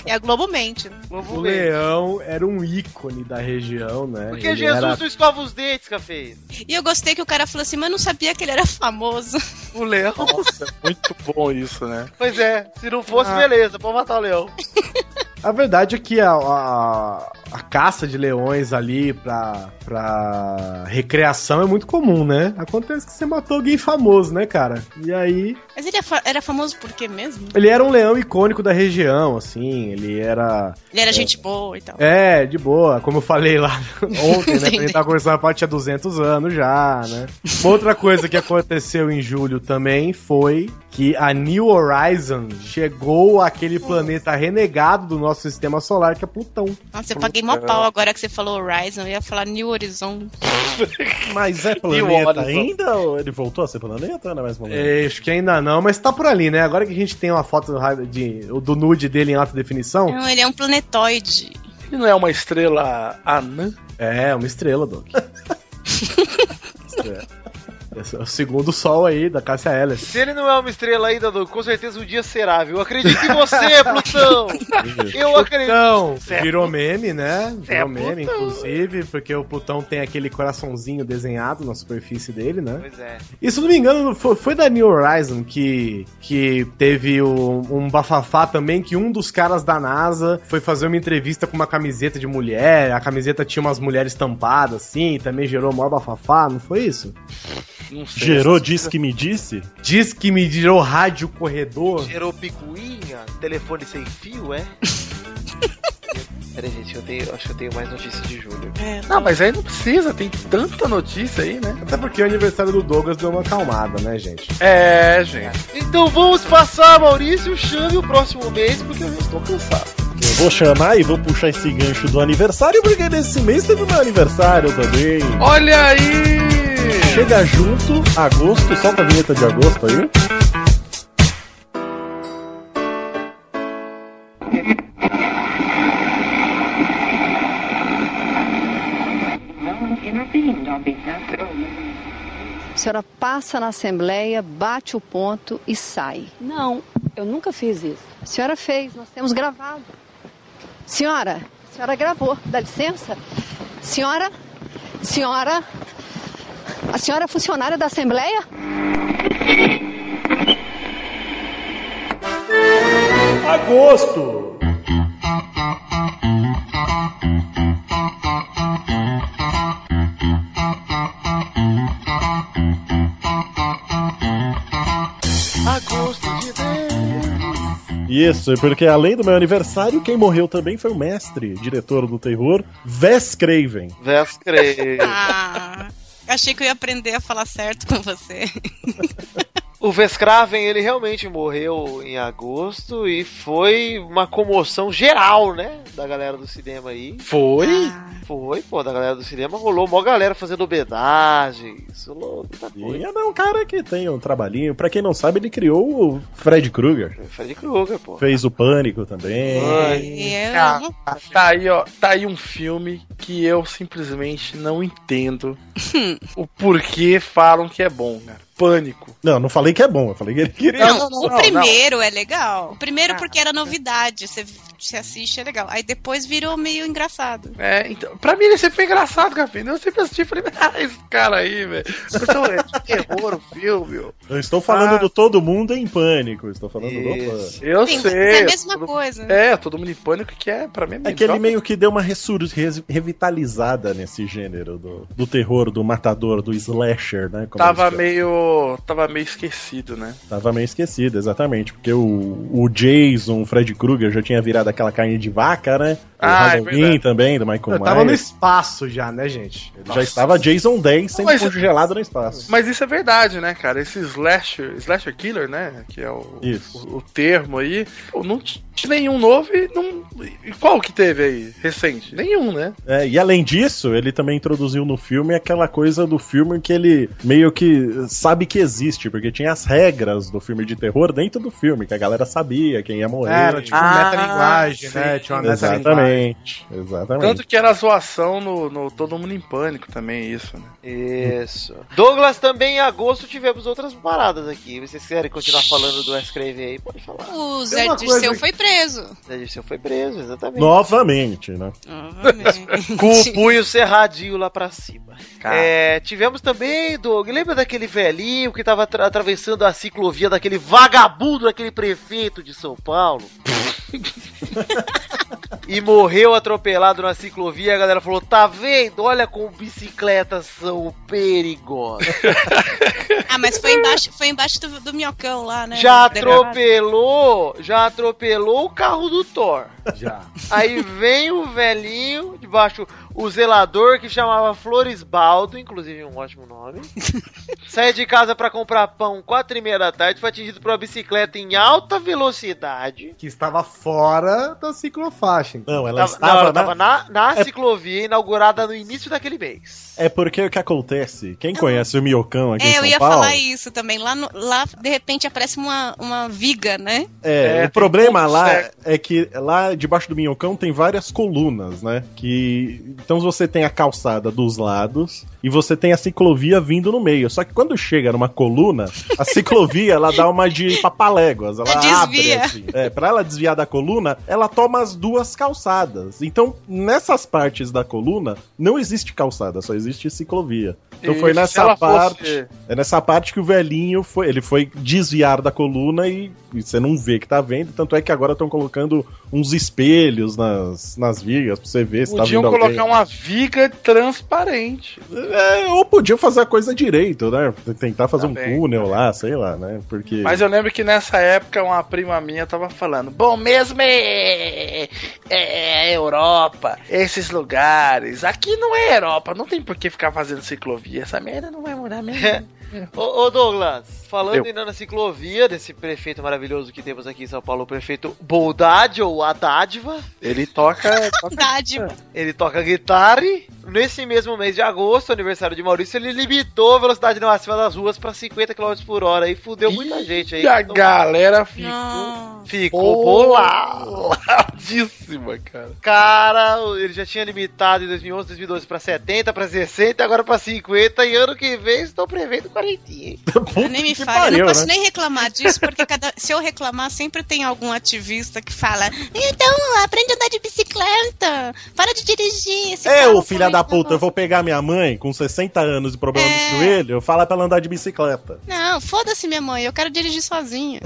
F: É a Globo mente. né?
E: O leão era um ícone da região, né?
A: Porque
E: Ele
A: Jesus
E: era-
A: não escova os dentes, café.
F: E eu gostei que o cara falou assim, mas eu não sabia que ele era famoso.
A: O leão.
I: Nossa, é muito bom isso, né?
A: Pois é, se não fosse,
E: Ah.
A: beleza, pode matar o leão.
E: A verdade é que a, a, a caça de leões ali pra, pra recreação é muito comum, né? Acontece que você matou alguém famoso, né, cara? E aí.
F: Mas ele é fa- era famoso por quê mesmo?
E: Ele era um leão icônico da região, assim. Ele era.
F: Ele era gente boa e tal.
E: É, de boa. Como eu falei lá ontem, né? Quando a gente tava conversando, a parte tinha 200 anos já, né? Uma outra coisa que aconteceu em julho também foi que a New Horizon chegou àquele planeta renegado do nosso sistema solar, que é Plutão.
F: Nossa, eu paguei paguei mó pau agora que você falou Horizon. Eu ia falar New Horizon.
G: Mas é planeta ainda? Ou ele voltou a ser planeta? Não é mais planeta?
E: É, acho que ainda não, mas tá por ali, né? Agora que a gente tem uma foto do, raio- de- do nude dele em alta definição.
F: Não, ele é um planetoide.
I: Ele não é uma estrela anã?
E: É, uma estrela, Doc. Esse é o segundo sol aí da Cássia Ellis.
A: Se ele não é uma estrela ainda, Doug, com certeza um dia será, viu? Acredito em você, Plutão! Eu acredito.
E: Plutão
A: Cê é
E: virou meme, né?
A: Cê é
E: Virou meme,
A: Plutão.
E: inclusive, porque o Plutão tem aquele coraçãozinho desenhado na superfície dele, né?
A: Pois é.
E: E se eu não me engano, foi, foi da New Horizon que, que teve o- um bafafá também que um dos caras da NASA foi fazer uma entrevista com uma camiseta de mulher, a camiseta tinha umas mulheres estampadas, assim, e também gerou maior bafafá, não foi isso?
I: Não sei.
G: Gerou diz que me disse?
E: Diz que me gerou rádio corredor.
A: Gerou picuinha? Telefone sem fio, é? Peraí, gente, eu tenho, acho que eu tenho mais notícias de julho.
I: Não, mas aí não precisa, tem tanta notícia aí, né?
E: Até porque o aniversário do Douglas deu uma acalmada, né, gente?
I: É, gente.
A: Então vamos passar, Maurício, chame o próximo mês, porque eu já estou cansado.
G: Eu vou chamar e vou puxar esse gancho do aniversário, porque nesse mês teve meu aniversário também.
I: Olha aí!
G: Chega junto, agosto, solta a vinheta de agosto aí.
O: A senhora passa na Assembleia, bate o ponto e sai. Não, eu nunca fiz isso. A senhora fez, nós temos gravado. Senhora, a senhora gravou, dá licença? Senhora, senhora, a senhora é funcionária da Assembleia?
B: Agosto!
I: Agosto de Deus.
G: Isso, porque além do meu aniversário, quem morreu também foi o mestre, diretor do terror, Wes Craven.
A: Vés
F: Ah, achei que eu ia aprender a falar certo com você.
A: O Vescraven, ele realmente morreu em agosto e foi uma comoção geral, né? Da galera do cinema aí.
I: Foi?
F: Ah,
A: Foi, pô, da galera do cinema rolou mó galera fazendo homenagem. Isso louco, tá
G: E é um cara que tem um trabalhinho. Pra quem não sabe, ele criou o Fred Krueger.
A: Freddy né, Krueger, pô.
G: Fez o Pânico também.
I: Cara, tá aí, ó. Tá aí um filme que eu simplesmente não entendo o porquê falam que é bom, cara. Pânico.
G: Não, não falei que é bom, eu falei que ele queria.
I: Não, não,
F: o
I: não, Ah,
F: primeiro é legal. O primeiro porque era novidade. Você, você assiste, é legal. Aí depois virou meio engraçado.
I: É, então, pra mim ele sempre foi engraçado, Gafinho. Eu sempre assisti e falei, ah, esse cara aí, velho. Então, é de terror o filme, meu.
G: Eu estou falando
I: Ah.
G: do Todo Mundo em Pânico. eu Estou falando do Pânico.
I: Eu
F: Sim,
I: sei.
F: mas é a mesma coisa.
I: É, todo mundo em pânico que é, pra mim, é
G: É que ele meio que deu uma ressur- res- revitalizada nesse gênero do, do terror, do matador, do slasher, né? como
I: Tava
G: eles chamam.
I: meio. Tava meio esquecido, né?
G: Tava meio esquecido, exatamente. Porque o, o Jason, o Fred Krueger já tinha virado aquela carne de vaca, né? O
I: Ah, é
G: Halloween
I: verdade.
G: também, do Michael
E: Eu tava no
G: Myers.
E: espaço já, né, gente?
G: Ele Já estava Jason 10 sendo
I: Mas-
G: congelado no espaço.
I: Mas isso é verdade, né, cara? Esse slasher, slasher killer, né? Que é o,
G: Isso.
I: o, o termo aí. Pô, não tinha nenhum novo e não. E qual que teve aí? Recente? Nenhum, né?
G: É, e além disso, ele também introduziu no filme aquela coisa do filme que ele meio que sabe que existe, porque tinha as regras do filme de terror dentro do filme, que a galera sabia quem ia morrer.
E: Era, tipo,
I: Ah,
E: metalinguagem, né?
I: sim.
E: Tinha uma metalinguagem.
G: Exatamente, exatamente.
I: Tanto que era zoação no, no Todo Mundo em Pânico também, isso, né?
A: Isso. Douglas, também em agosto tivemos outras paradas aqui. Vocês querem continuar falando do S. Craven aí? Pode
I: É
A: falar.
F: O
A: Tem
F: Zé
A: uma
F: Dirceu
A: coisa-
F: foi preso.
A: Zé Dirceu foi preso, exatamente.
G: Novamente, né?
A: Com o punho cerradinho lá pra cima.
I: Tá.
G: Cara.
A: É, tivemos também, Doug, lembra daquele velhinho que tava atra- atravessando a ciclovia daquele vagabundo, daquele prefeito de São Paulo? e morreu atropelado na ciclovia, a galera falou, tá vendo? Olha como bicicletas são perigosas.
F: Ah, mas foi embaixo, foi embaixo do, do minhocão lá, né?
A: Já
F: Do degrau.
A: atropelou, já atropelou o carro do Thor.
E: Já.
A: Aí vem o velhinho debaixo, O zelador que chamava Floresbaldo, inclusive um ótimo nome, saía de casa pra comprar pão quatro e meia da tarde, foi atingido por uma bicicleta em alta velocidade.
E: Que estava fora da ciclofaixa.
G: Não, ela
A: Tava-
G: estava.
A: não, ela
G: na-
A: tava na, na ciclovia inaugurada no início daquele mês.
G: É porque o que acontece? Quem conhece o Miocão aqui em
F: É,
G: São
F: eu ia
G: Paulo?
F: falar isso também. Lá, no- lá de repente, aparece uma, uma viga, né?
G: É,
I: É,
G: o problema
I: poucos,
G: lá
I: né?
G: é que lá debaixo do minhocão tem várias colunas, né? Que então você tem a calçada dos lados e você tem a ciclovia vindo no meio. Só que quando chega numa coluna, a ciclovia ela dá uma de papaléguas, ela abre
F: Desvia.
G: assim. É, para ela desviar da coluna, ela toma as duas calçadas. Então, nessas partes da coluna não existe calçada, só existe ciclovia. Então
I: E
G: foi
I: se
G: nessa
I: ela fosse-
G: parte é nessa parte que o velhinho foi, ele foi desviar da coluna e, e você não vê que tá vendo. Tanto é que agora estão colocando uns espelhos nas, nas vigas pra você ver se tá
I: Podiam
G: vindo alguém.
I: colocar uma viga transparente.
E: um-
G: É, ou podiam fazer a coisa direito, né? Tentar fazer
E: Tá
G: um túnel lá, sei lá, né? Porque.
I: Mas eu lembro que nessa época uma prima minha tava falando: Bom mesmo é, é Europa, esses lugares. Aqui não é Europa, não tem por que ficar fazendo ciclovia. Essa merda não vai mudar mesmo.
A: Ô, ô, Douglas, falando
I: Eu.
A: ainda na ciclovia desse prefeito maravilhoso que temos aqui em São Paulo, o prefeito Boldade ou a Dádiva,
I: Ele toca. toca
F: Dádiva.
A: ele toca guitarra. e Nesse mesmo mês de agosto, aniversário de Maurício, ele limitou a velocidade máxima das ruas para 50 km por hora e fudeu muita gente aí.
I: E a
A: Então,
I: galera ficou.
A: Ficou né? bolado.
I: Boladíssima, cara.
A: Cara, ele já tinha limitado em 2011, 2012 para 70, para 60, agora para 50 e ano que vem estou prevendo 40.
F: Eu nem me
A: que
F: fale, eu
A: pariu,
F: não posso
A: né?
F: nem reclamar disso, porque cada- se eu reclamar, sempre tem algum ativista que fala: Então, aprende a andar de bicicleta, para de dirigir. Esse
G: É,
F: carro
G: ô filha
F: foi
G: da
F: muito
G: puta, eu
F: bom."
G: vou pegar minha mãe com 60 anos de problema
F: né, É.
G: no joelho, fala pra ela andar de bicicleta.
F: Não, foda-se, minha mãe, eu quero dirigir sozinha.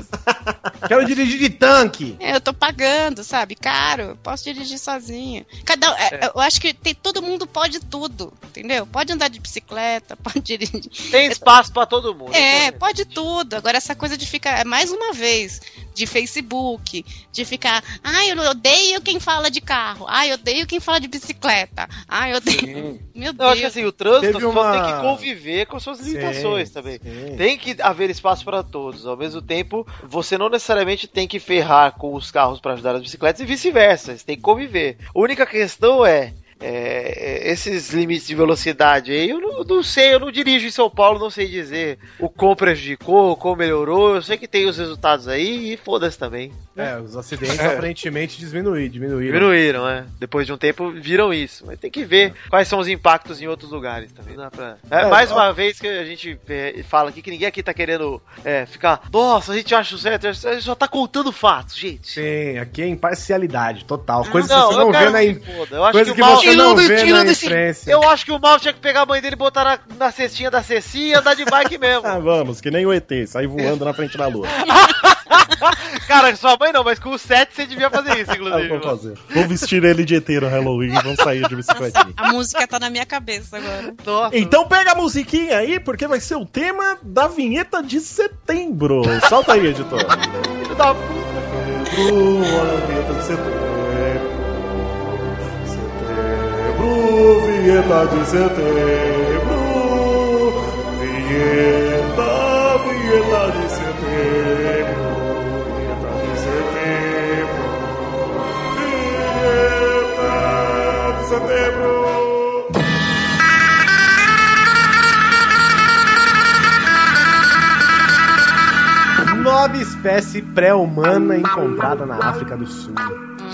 E: Quero dirigir de tanque.
F: É, Eu tô pagando, sabe? Caro, posso dirigir sozinha. Cada, um- é, Eu acho que tem, todo mundo pode tudo, entendeu? Pode andar de bicicleta, pode dirigir.
A: Tem espaço para todo mundo. então.
F: É, pode tudo. Agora, essa coisa de ficar, é, mais uma vez, de Facebook, de ficar, ai, eu odeio quem fala de carro, ai, eu odeio quem fala de bicicleta, ai, eu odeio. Meu
A: Eu
F: Deus.
A: acho que assim, o trânsito
E: Teve
A: as pessoas
E: uma-
A: têm que conviver com as suas limitações
E: Sim,
A: também.
E: sim.
A: Tem que haver espaço para todos. Ao mesmo tempo, você não necessariamente tem que ferrar com os carros para ajudar as bicicletas e vice-versa. Você tem que conviver. A única questão é. é, esses limites de velocidade aí, eu não, eu não sei, eu não dirijo em São Paulo, não sei dizer o quão prejudicou, o quão melhorou, eu sei que tem os resultados aí e foda-se também.
E: É, os acidentes
A: É.
E: aparentemente diminuí- diminuíram.
A: Diminuíram, né? Depois de um tempo viram isso. Mas tem que ver quais são os impactos em outros lugares também. Não dá pra- É,
E: É,
A: mais
E: ó.
A: uma vez que a gente é, fala aqui que ninguém aqui tá querendo é, ficar. Nossa, a gente acha o certo, a gente só tá contando fatos, gente.
E: Sim, aqui é imparcialidade total. Coisas
A: Não,
E: que você
A: eu
E: não
A: quero
E: vê na
A: que
E: in-
A: se foda. Eu acho
E: Coisa
A: que
E: que
A: o mal-
E: você não
A: Tirando-
E: vê
A: tirando
E: na
A: esse-
E: imprensa.
A: Eu acho que o mal tinha que pegar a mãe dele e botar na, na cestinha da Ceci e andar de bike mesmo.
G: Ah, vamos, que nem o ET, sai voando na frente da lua.
A: Cara, sua mãe não, mas com o 7 você devia fazer isso, inclusive.
G: Vou fazer. Vou vestir ele de ET no Halloween e vamos sair de bicicletinha.
F: A música tá na minha cabeça agora.
G: Então pega a musiquinha aí, porque vai ser o tema da vinheta de setembro. Solta aí, editor.
A: Filho da puta.
G: Lua, vinheta de setembro. Setembro, vinheta de setembro. Vinheta, vinheta de setembro. Vinheta de setembro. Vinheta de setembro.
E: Nova espécie pré-humana encontrada na África do Sul.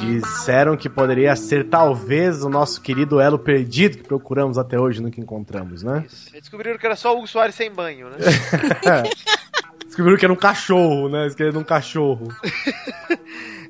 E: Disseram que poderia ser talvez o nosso querido elo perdido que procuramos até hoje e nunca encontramos, né?
A: Descobriram que era só o Hugo Soares sem banho, né?
E: Descobriram que era um cachorro, né? Eles queriam um cachorro.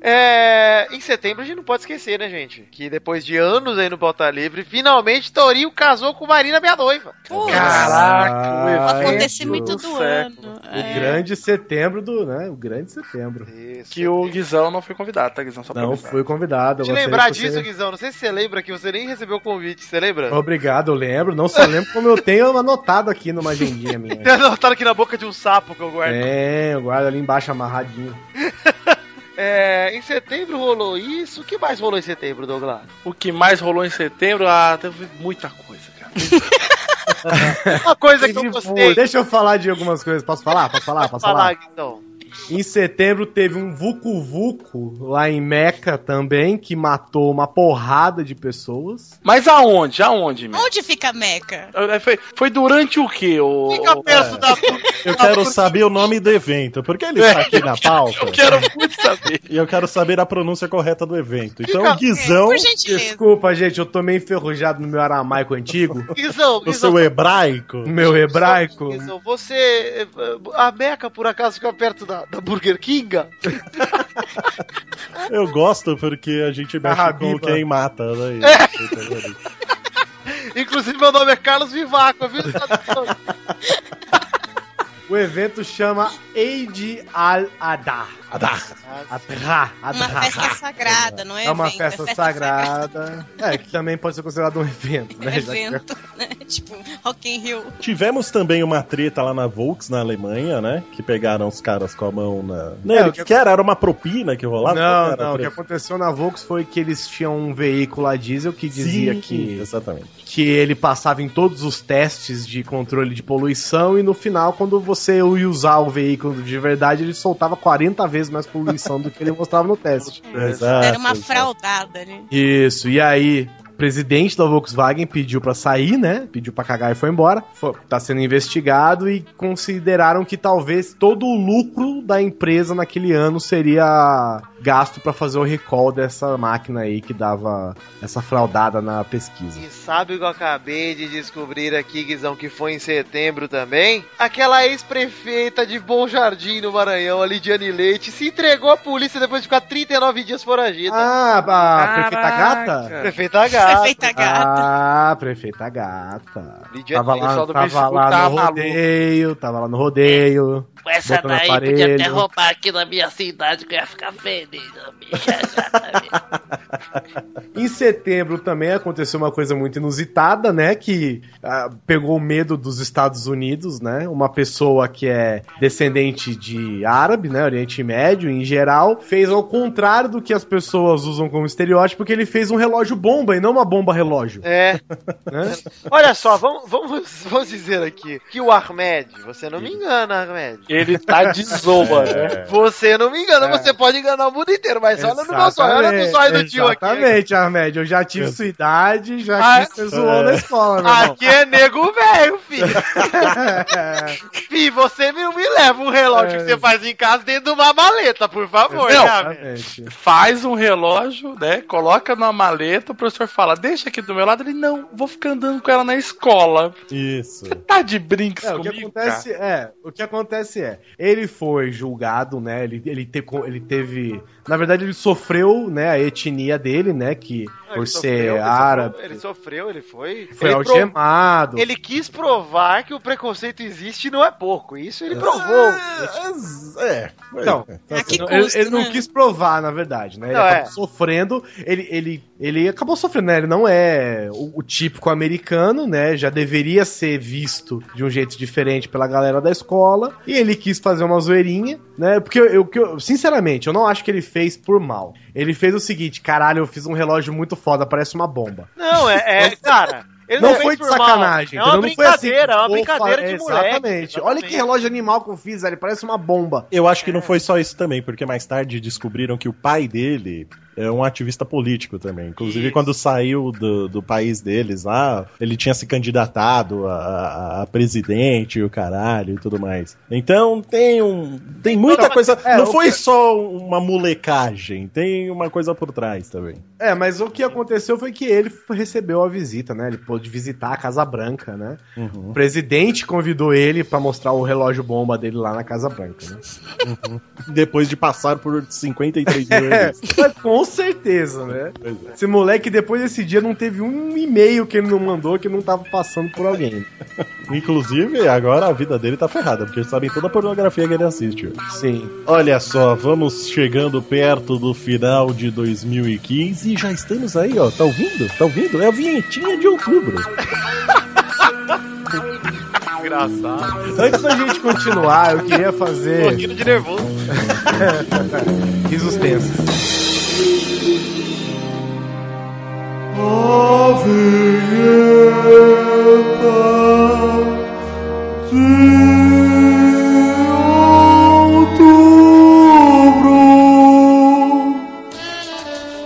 A: É, em setembro a gente não pode esquecer, né, gente? Que depois de anos aí no Pauta Livre, finalmente Torinho casou com Marina, minha noiva.
E: Caraca,
A: o
F: Acontecimento do ano. É.
E: O grande setembro do, né? O grande setembro.
I: Que o Guizão não foi convidado, tá, Guizão? Só pra
E: Não
I: avisar.
E: fui convidado. eu
A: Deixa eu
E: gostaria
A: lembrar
E: que você-
A: disso, Guizão. Não sei se você lembra que você nem recebeu o convite, você lembra?
E: Obrigado, eu lembro. Não só lembro como eu tenho anotado aqui numa agendinha minha.
A: Tem anotado aqui na boca de um sapo que eu guardo.
E: É, eu guardo ali embaixo amarradinho.
A: É, em setembro rolou isso. O que mais rolou em setembro, Douglas?
I: O que mais rolou em setembro? Ah, teve muita coisa, cara. É,
A: Uma coisa que
I: um,
A: eu é um gostei.
E: Deixa eu falar de algumas coisas. Posso falar? Posso falar? Posso falar?
A: então.
E: Em setembro teve um Vucu Vucu lá em Meca também, que matou uma porrada de pessoas.
I: Mas aonde? Aonde, meu?
F: Onde fica a Meca?
I: Ah, Foi, foi durante o quê? O, o-
G: perto
I: é.
G: Eu quero saber o nome do evento, porque ele está aqui na pauta. Eu
I: quero muito saber.
G: E eu quero saber a pronúncia correta do evento. Então,
E: Fica-
G: Guizão,
E: Desculpa, gente, eu tô meio enferrujado no meu aramaico antigo.
A: Guizão,
E: No
A: Guizão.
E: seu hebraico. Meu hebraico.
I: né?
A: Guizão, Você. é, A Meca, por acaso, fica perto da, da Burger King?
G: eu gosto porque a gente mexe com
A: Habiba.
G: quem mata, né?
A: É. Inclusive, meu nome é Carlos Vivaco, viu? Tá
E: O evento chama Eid al-Adha. Adha. Adha.
F: Uma festa sagrada, não é?
E: É uma
F: evento,
E: festa sagrada. É, que também pode ser considerado um evento, né?
F: É
E: já que-
F: evento, né? Tipo, Rock in Rio.
G: Tivemos também uma treta lá na Volks, na Alemanha, né? Que pegaram os caras com a mão na. Não,
E: É, o
G: ele
E: que-
G: que era, era uma propina que rolava?
E: Não,
G: Qual que era a
E: não. O que
G: treta?
E: aconteceu na Volks foi que eles tinham um veículo a diesel que dizia
G: Sim,
E: que.
G: Exatamente.
E: Que ele passava em todos os testes de controle de poluição e no final, quando você ia usar o veículo de verdade, ele soltava 40 vezes mais poluição do que ele mostrava no teste. Ah,
F: Era uma
E: é.
F: fraudada, né?
E: Isso, e aí, o presidente da Volkswagen pediu pra sair, né? Pediu pra cagar e foi embora. Foi- tá sendo investigado e consideraram que talvez todo o lucro da empresa naquele ano seria gasto pra fazer o recall dessa máquina aí que dava essa fraudada na pesquisa.
A: E sabe o que eu acabei de descobrir aqui, Guizão, que foi em setembro também? Aquela ex-prefeita de Bom Jardim, no Maranhão, a Lidiane Leite, se entregou à polícia depois de ficar 39 dias foragida.
E: Ah, a prefeita gata?
A: Prefeita gata.
F: Prefeita
E: Ah, prefeita gata.
A: Lidia-
E: Tava
A: pessoal
E: lá,
A: do
E: tava
A: Facebook
E: lá
A: tá
E: no
A: maluco.
E: rodeio, tava lá no rodeio.
L: Com essa
E: botando
L: daí podia até
E: aparelho.
L: roubar aqui na minha cidade que eu ia ficar feliz, a bicha chata mesmo.
E: Em setembro também aconteceu uma coisa muito inusitada, né? Que ah, pegou o medo dos Estados Unidos, né? Uma pessoa que é descendente de árabe, né? Oriente Médio em geral, fez ao contrário do que as pessoas usam como estereótipo, que ele fez um relógio bomba e não uma bomba relógio.
A: É.
E: Né?
A: Olha só, vamos, vamos, vamos dizer aqui que o Ahmed, você não me engana, Ahmed.
I: Ele tá de zoa, né?
A: Você não me engana,
E: É.
A: você pode enganar o mundo inteiro, mas olha no meu sonho, olha no sonho do tio aqui.
E: Exatamente, Ahmed. Eu já tive sua idade, já
A: Ah,
E: tive você zoou na escola, meu irmão.
A: Aqui é nego velho, filho. Fih, você não me leva um relógio que você
E: É.
A: faz em casa dentro de uma maleta, por favor,
I: Não.
A: né, velho?
I: Faz um relógio, né? Coloca na maleta, o professor fala, deixa aqui do meu lado. Ele, não, vou ficar andando com ela na escola.
G: Isso.
I: Tá de brinks
E: É, o que
I: comigo,
E: acontece
I: cara?
E: é, o que acontece é, ele foi julgado, né? Ele, ele, te- ele teve, na verdade ele sofreu, né, a etnia dele, né, que por ser
A: É, ele
E: árabe,
A: sofreu, Ele sofreu, ele foi.
E: foi
A: ele prov-
E: algemado.
A: Ele quis provar que o preconceito existe e não é pouco. Isso ele provou.
G: É.
E: Então,
A: A que
E: ele,
A: custo,
E: ele não
A: né?
E: quis provar, na verdade, né? Ele
A: Não,
E: acabou
A: é.
E: sofrendo, ele, ele, ele acabou sofrendo, né? Ele não é o, o típico americano, né? Já deveria ser visto de um jeito diferente pela galera da escola. E ele quis fazer uma zoeirinha, né? Porque eu, eu- que eu- sinceramente, eu não acho que ele fez por mal. Ele fez o seguinte, caralho, eu fiz um relógio muito foda, parece uma bomba.
A: Não, é, é, cara. Ele
E: não,
A: fez
E: foi de
A: por mal.
E: sacanagem.
A: É uma
E: entendeu? não foi assim,
A: brincadeira, é uma
E: "Opa,
A: brincadeira de
E: é,
A: moleque.
E: Exatamente. Olha que relógio animal que eu fiz, ele parece uma bomba.
G: Eu acho
A: É.
G: que não foi só isso também, porque mais tarde descobriram que o pai dele é um ativista político também. Inclusive, quando saiu do, do país deles lá, ele tinha se candidatado a, a- a presidente, o caralho e tudo mais. Então, tem um. Tem muita
E: Não,
G: coisa.
E: é,
G: não
E: o
G: foi
E: que-
G: só uma molecagem, tem uma coisa por trás também.
E: É, mas o que aconteceu foi que ele f- recebeu a visita, né? Ele pôde visitar a Casa Branca, né?
G: Uhum.
E: O presidente convidou ele pra mostrar o relógio bomba dele lá na Casa Branca, né?
G: Uhum. Depois de passar por 53 mil
E: É,
G: anos.
E: mas com certeza, né?
G: é.
E: Esse moleque, depois desse dia, não teve um e-mail que ele não mandou que não tava passando por alguém.
G: Inclusive, agora a vida dele tá ferrada, porque eles sabem toda a pornografia que ele assiste.
E: Sim.
G: Olha só, vamos chegando perto do final de 2015 e já estamos aí, ó. Tá ouvindo? Tá ouvindo? É a vinhetinha de outubro.
B: Engraçado.
E: Antes da gente continuar, eu queria
B: Tô
E: fazer
B: rindo de nervoso.
E: risos tensos.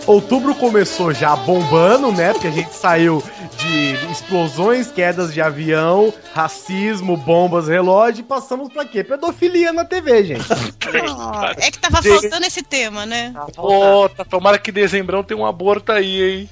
E: Outubro começou já bombando, né? Porque a gente saiu de explosões, quedas de avião, racismo, bombas, relógio e passamos pra quê? Pedofilia na TV, gente.
F: É que tava
I: Gente.
F: faltando esse tema, né?
I: Pô, tá, tomara que dezembrão tem um aborto aí,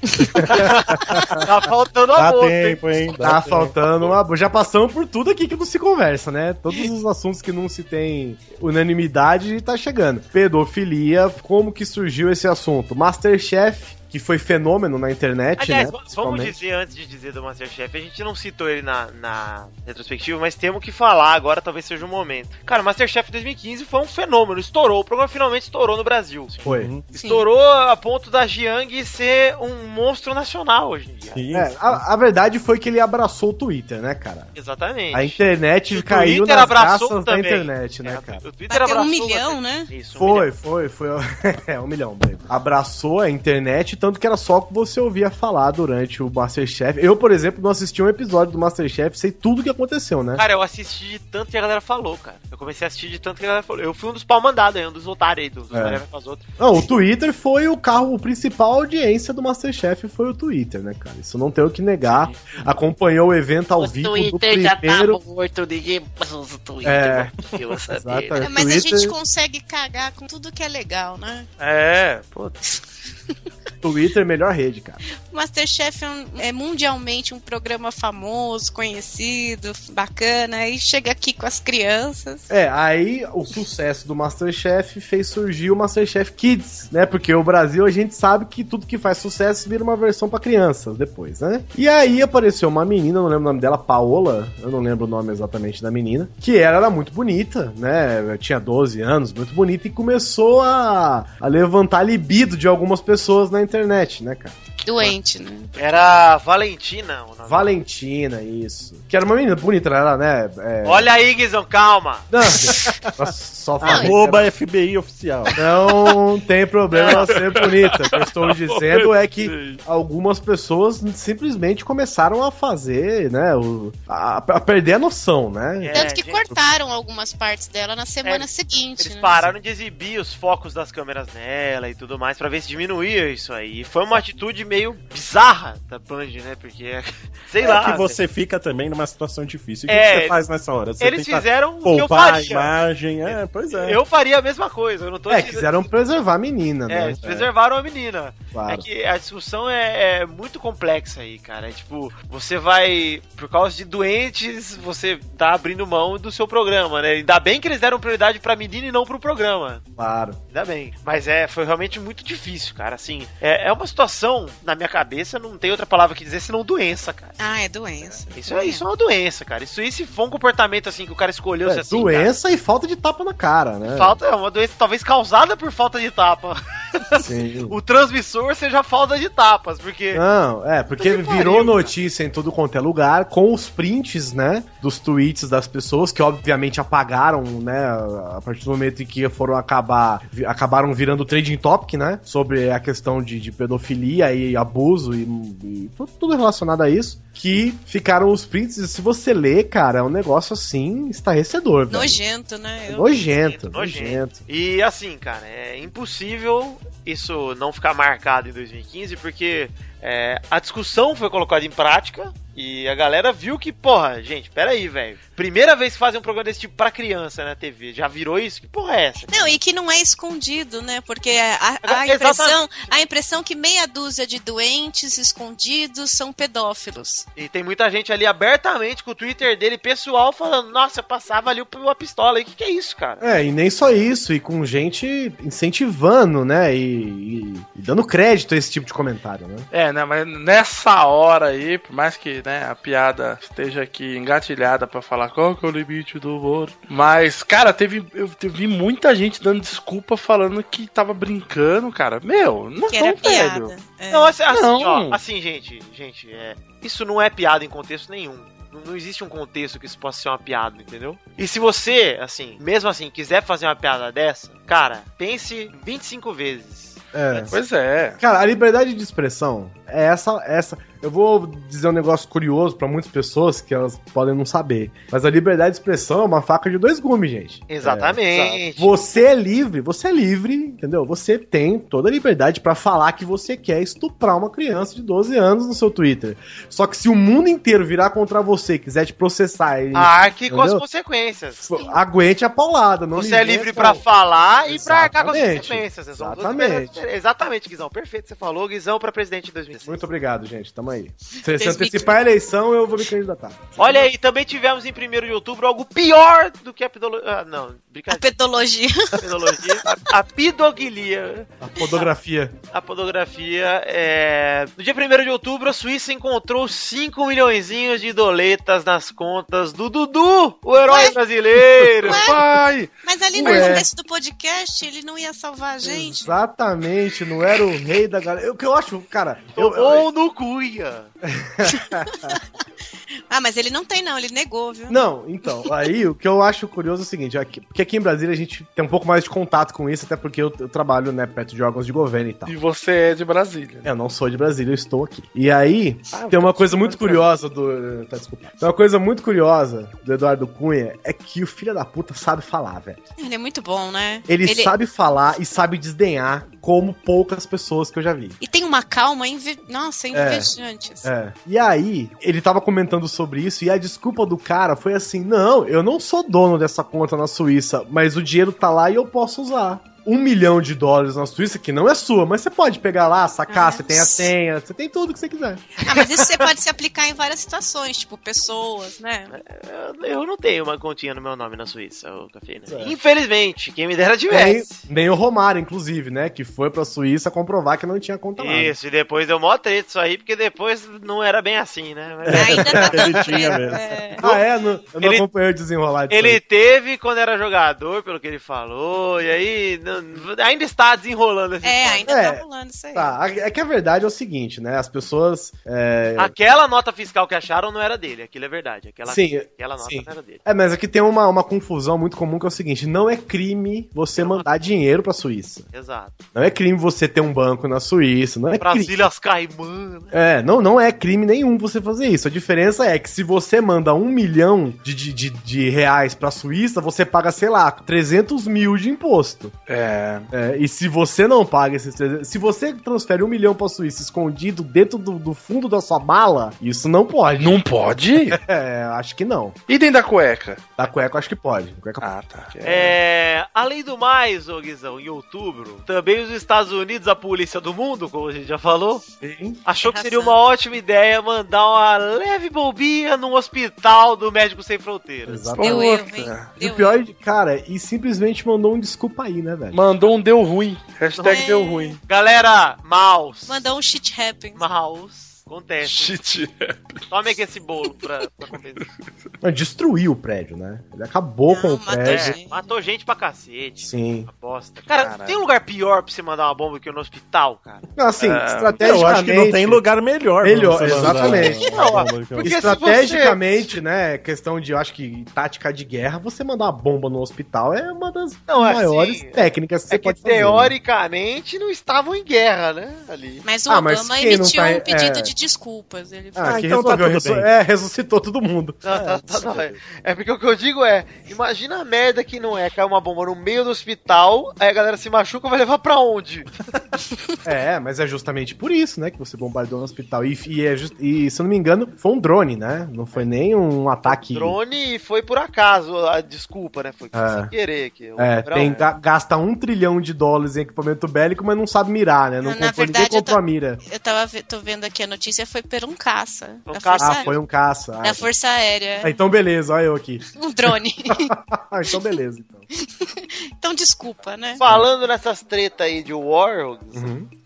I: hein?
B: tá faltando
E: Dá tempo, hein? Dá tá faltando uma boa. Já passamos por tudo aqui que não se conversa, né? Todos os assuntos que não se tem unanimidade tá chegando. Pedofilia, como que surgiu esse assunto? Masterchef, que foi fenômeno na internet,
B: Aliás,
E: né?
B: vamos- vamos
E: principalmente.
B: dizer antes de dizer do Masterchef, a gente não citou ele na, na retrospectiva, mas temos que falar agora, talvez seja o momento. Cara, o Masterchef 2015 foi um fenômeno, estourou, o programa finalmente estourou no Brasil.
E: Foi.
B: Estourou a ponto da Jiang ser um monstro nacional hoje em dia.
E: É, a, a verdade foi que ele abraçou o Twitter, né, cara?
B: Exatamente.
E: A internet
B: o
E: caiu
B: Twitter
E: nas
B: abraçou
E: graças
B: também. É,
E: da internet, né, cara?
B: O Twitter
F: Bateu um
B: abraçou
F: milhão,
B: bastante.
F: né?
B: Isso, um
E: Foi,
B: milhão.
E: foi, foi. É, um milhão. baby. Abraçou a internet, tanto que era só o que você ouvia falar durante o Masterchef. Eu, por exemplo, não assisti um episódio do Masterchef, sei tudo o que aconteceu, né?
B: Cara, eu assisti de tanto que a galera falou, cara. Eu comecei a assistir de tanto que a galera falou. Eu fui um dos pau mandado aí, um dos otários aí, dos
E: É.
B: galera com as outras.
E: Não, o Twitter foi o carro, o principal audiência do Masterchef foi o Twitter, né, cara? Isso não tem o que negar. Acompanhou o evento ao vivo do
C: Twitter já tá
E: primeiro.
C: morto, ninguém passa o Twitter.
E: É,
C: Eu sabia.
E: exatamente.
F: É, Mas a gente
E: Twitter-
F: consegue cagar com tudo que é legal, né?
I: É, pô.
E: Twitter, melhor rede, cara.
F: Masterchef é, um- é mundialmente um programa famoso, conhecido, bacana, e chega aqui com as crianças.
E: É, aí o sucesso do Masterchef fez surgir o Masterchef Kids, né? Porque o Brasil a gente sabe que tudo que faz sucesso vira uma versão pra crianças depois, né? E aí apareceu uma menina, eu não lembro o nome dela, Paola, eu não lembro o nome exatamente da menina, que ela era muito bonita, né? Tinha 12 anos, muito bonita, e começou a, a levantar a libido de algumas pessoas na internet, né, cara?
F: Doente, né?
B: Era Valentina o nome.
E: Valentina, isso. Que era uma menina bonita, ela era, né? é-
B: Olha aí, Guizão, calma.
E: Não, nossa, só falei.
B: então-
G: Arroba FBI oficial.
E: Não tem problema ela ser bonita. O que eu estou dizendo é que algumas pessoas simplesmente começaram a fazer, né? o- a, a perder a noção,
B: É.
E: né?
G: É
F: Tanto que cortaram algumas partes dela na semana seguinte.
B: Eles
F: né?
B: pararam de exibir os focos das câmeras nela e tudo mais pra ver se diminuía isso aí. E Foi uma atitude meio bizarra da Band, né? Porque, sei
G: é
B: lá.
G: que você fica também numa situação difícil. O que,
B: É,
G: que você faz nessa hora? Você
B: eles
G: tenta
B: fizeram o que eu
G: poupar
B: faria.
G: a imagem, é, pois é.
B: Eu faria a mesma coisa, eu não tô
E: É,
B: dizendo-
E: quiseram preservar a menina,
B: É,
E: né?
B: eles preservaram a menina.
E: Claro.
B: É que a discussão é, é muito complexa aí, cara. É tipo, você vai, por causa de doentes, você tá abrindo mão do seu programa, né? Ainda bem que eles deram prioridade pra menina e não pro programa.
E: Claro.
B: Ainda bem. Mas é, foi realmente muito difícil, cara. Assim, é, é uma situação, na minha cabeça, não tem outra palavra que dizer senão doença, cara.
F: Ah, é doença.
B: Isso é, isso é uma doença, cara. Isso, isso foi um comportamento assim que o cara escolheu
E: É,
B: ser assim.
E: doença e falta de tapa na cara, né?
B: cara. Falta é uma doença talvez causada por falta de tapa.
E: Sim.
B: o transmissor seja falta de tapas, porque.
E: Não, é, porque virou notícia em tudo quanto é lugar, com os prints, né, dos tweets das pessoas, que obviamente apagaram, né, a partir do momento em que foram acabar, vi- acabaram virando trading topic, né, sobre a questão de, de pedofilia e abuso e, e tu- tudo relacionado a isso, que ficaram os prints, e se você lê, cara, é um negócio assim, estarrecedor, velho.
F: É. Nojento, né? Eu-
B: Nojento.
E: Nojento, nojento.
B: E assim, cara, é impossível isso não ficar marcado em 2015, porque é, a discussão foi colocada em prática e a galera viu que, porra, gente, peraí, velho. Primeira vez que fazem um programa desse tipo pra criança na TV, já virou isso? Que porra é essa?
F: Não, e que não é escondido, né? Porque a, a
B: Agora,
F: impressão,
B: É, exatamente.
F: a impressão que meia dúzia de doentes escondidos são pedófilos.
B: E tem muita gente ali abertamente com o Twitter dele pessoal falando: Nossa, eu passava ali uma pistola aí, que que é isso, cara?
E: É, e nem só isso, e com gente incentivando, né? E, e- e dando crédito a esse tipo de comentário, né?
I: É, né, mas nessa hora aí, por mais que né, a piada esteja aqui engatilhada pra falar qual que é o limite do humor. Mas, cara, teve, eu vi muita gente dando desculpa falando que tava brincando, cara. Meu, não
F: Que era
I: tão velho.
F: piada. É.
B: Não, assim, assim,
I: Não.
B: ó, assim, gente, gente, é, isso não é piada em contexto nenhum. Não, não existe um contexto que isso possa ser uma piada, entendeu? E se você, assim, mesmo assim, quiser fazer uma piada dessa, cara, pense 25 vezes.
E: É.
I: Pois é.
E: Cara, a liberdade de expressão é essa, essa. Eu vou dizer um negócio curioso pra muitas pessoas que elas podem não saber. Mas a liberdade de expressão é uma faca de dois gumes, gente. É.
B: Exatamente.
E: Você é livre, você é livre, entendeu? Você tem toda a liberdade pra falar que você quer estuprar uma criança de 12 anos no seu Twitter. Só que se o mundo inteiro virar contra você, quiser te processar e.
B: Ah, que com as
E: entendeu?
B: consequências.
E: Aguente a paulada, não
B: Você é
E: inventa-
B: livre pra falar e pra arcar com as
E: Exatamente.
B: consequências. São duas
E: Exatamente.
B: coisas diferentes. Exatamente, Guizão. Perfeito, você falou. Guizão pra presidente de 2016.
E: Muito obrigado, gente. Tamo aí. Se, se
B: 2015.
E: antecipar a eleição, eu vou me candidatar.
B: Olha aí, também tivemos em 1 de outubro algo pior do que a pedologia. Ah, não, brincadeira.
F: A pedologia.
B: A pedologia. A, a pidoguilia.
E: A podografia.
B: A podografia é. No dia 1 de outubro, a Suíça encontrou 5 milhõezinhos de doletas nas contas do Dudu, o herói brasileiro.
F: Ué?
I: Vai!
F: Mas ali
E: Ué.
F: no contexto do podcast, ele não ia salvar a gente.
E: Exatamente, não era o rei da galera. O que eu acho, cara. Eu, eu-
B: Ou no cuia.
F: Ah, mas ele não tem, não, ele negou, viu?
E: Não, então, aí o que eu acho curioso é o seguinte, aqui- porque aqui em Brasília a gente tem um pouco mais de contato com isso, até porque eu, eu trabalho, né, perto de órgãos de governo e tal.
I: E você é de Brasília.
E: Eu não sou de Brasília, eu estou aqui. E aí,
I: Ah,
E: tem uma coisa muito curiosa do. Tá, desculpa. Tem uma coisa muito curiosa do Eduardo Cunha é que o filho da puta sabe falar, velho.
F: Ele é muito bom, né?
E: Ele, sabe falar e sabe desdenhar como poucas pessoas que eu já vi.
F: E tem uma calma, inve... nossa, invejante. assim.
E: É. E aí, ele tava comentando sobre isso, e a desculpa do cara foi assim: não, eu não sou dono dessa conta na Suíça, mas o dinheiro tá lá e eu posso usar. Um milhão de dólares na Suíça, que não é sua, mas você pode pegar lá, sacar,
B: Ah.
E: você tem a senha, você tem tudo que você quiser.
F: Ah, mas isso você pode se aplicar em várias situações, tipo pessoas, né?
B: Eu, eu não tenho uma continha no meu nome na Suíça, ô cafeína. Infelizmente, quem me dera tivesse.
E: Nem, nem o Romário, inclusive, né? Que foi pra Suíça comprovar que não tinha conta lá.
B: Isso, e depois deu mó treta isso aí, porque depois não era bem assim, né? Mas-
E: É,
F: É. tá
E: Ele tinha mesmo. Ah, é? Não- eu não
B: Ele-
E: acompanhei o desenrolar disso
B: Ele
E: aí.
B: teve quando era jogador, pelo que ele falou, e aí não- ainda está desenrolando esse
F: É,
B: ainda
E: tá É.
F: rolando isso aí.
E: Tá, é que a verdade é o seguinte, né? As pessoas. é,
B: Aquela nota fiscal que acharam não era dele, aquilo é verdade. Aquela,
E: Sim,
B: aquela nota
E: sim.
B: não era dele.
E: É, mas aqui tem uma, uma confusão muito comum que é o seguinte: não é crime você mandar dinheiro pra Suíça.
B: Exato.
E: Não é crime você ter um banco na Suíça. Não é crime.
B: Brasília, as Caimã. né?
E: É, não, não é crime nenhum você fazer isso. A diferença é que se você manda um milhão de, de, de, de reais pra Suíça, você paga, sei lá, 300 mil de imposto.
I: É.
E: e se você não paga esses 300... Se você transfere um milhão pra Suíça escondido dentro do, do fundo da sua mala, isso não pode.
I: Não pode?
E: é, acho que não.
I: E dentro da cueca?
E: Da cueca eu acho que pode. Cueca...
I: Ah, tá.
B: É, além do mais, ô Guizão, em outubro, também os Estados Unidos, a polícia do mundo, como a gente já falou, achou que seria uma ótima ideia mandar uma leve bobinha num hospital do Médico Sem Fronteiras.
E: Exatamente. E o pior, é de- cara, e simplesmente mandou um desculpa aí, né, velho?
I: Mandou um deu ruim. Hashtag
B: Ué.
I: deu ruim.
B: Galera, mouse.
F: Mandou um shit happen.
B: Mouse. Acontece.
I: Shit
B: Tome aqui esse bolo pra,
E: É,
B: pra comer.
E: Mas Destruiu o prédio, né? Ele acabou com o prédio.
B: É, matou gente pra cacete.
E: Sim.
B: Bosta. Cara,
E: Caralho.
B: tem um lugar pior pra você mandar uma bomba que no hospital, cara?
E: Não, assim,
G: Ah,
E: estrategicamente.
G: eu acho que não tem né? lugar melhor pra
E: Melhor,
G: você mandar
E: exatamente.
G: uma bomba que
B: Porque se
E: Estrategicamente, né? Questão de, eu acho que tática de guerra, você mandar uma bomba no hospital é uma das
B: Não, é
E: maiores
B: assim,
E: técnicas que você pode fazer.
B: Teoricamente, não estavam em guerra, né? Ali.
F: Mas o
E: Ah, mas
F: Obama
E: quem não
F: emitiu
E: tá-
F: um pedido
E: é.
F: de desculpas. Ele
E: Ah,
F: falou,
E: que
G: então tá
E: resolveu,
G: tudo
E: resol-
G: bem.
E: É, ressuscitou todo mundo.
B: Não, tá- tá- não, é. É porque o que eu digo é, imagina a merda que não é, cai uma bomba no meio do hospital, aí a galera se machuca, vai levar pra onde?
E: É, mas é justamente por isso, né? Que você bombardeou no hospital. E, e é just- e, se eu não me engano, foi um drone, né? Não foi nem um ataque.
B: Drone foi por acaso, a desculpa, né? Foi
E: É.
B: sem querer um que o
E: É,
B: Brau-
E: tem, ga- gasta um trilhão de dólares em equipamento bélico, mas não sabe mirar, né?
F: Não,
E: Não
F: na
E: comprou,
F: verdade,
E: ninguém
F: eu
E: comprou
F: tô-
E: a mira.
F: Eu tava ve- tô vendo aqui a notícia, foi por um caça. da Força
E: Ah,
F: Aérea.
E: foi um caça. Ah,
F: Da Força Aérea.
E: Ah, então beleza, olha eu aqui.
F: Um drone.
E: Ah, então beleza. então.
F: então desculpa, né?
E: Uhum.
B: Falando nessas tretas aí de Warhogs,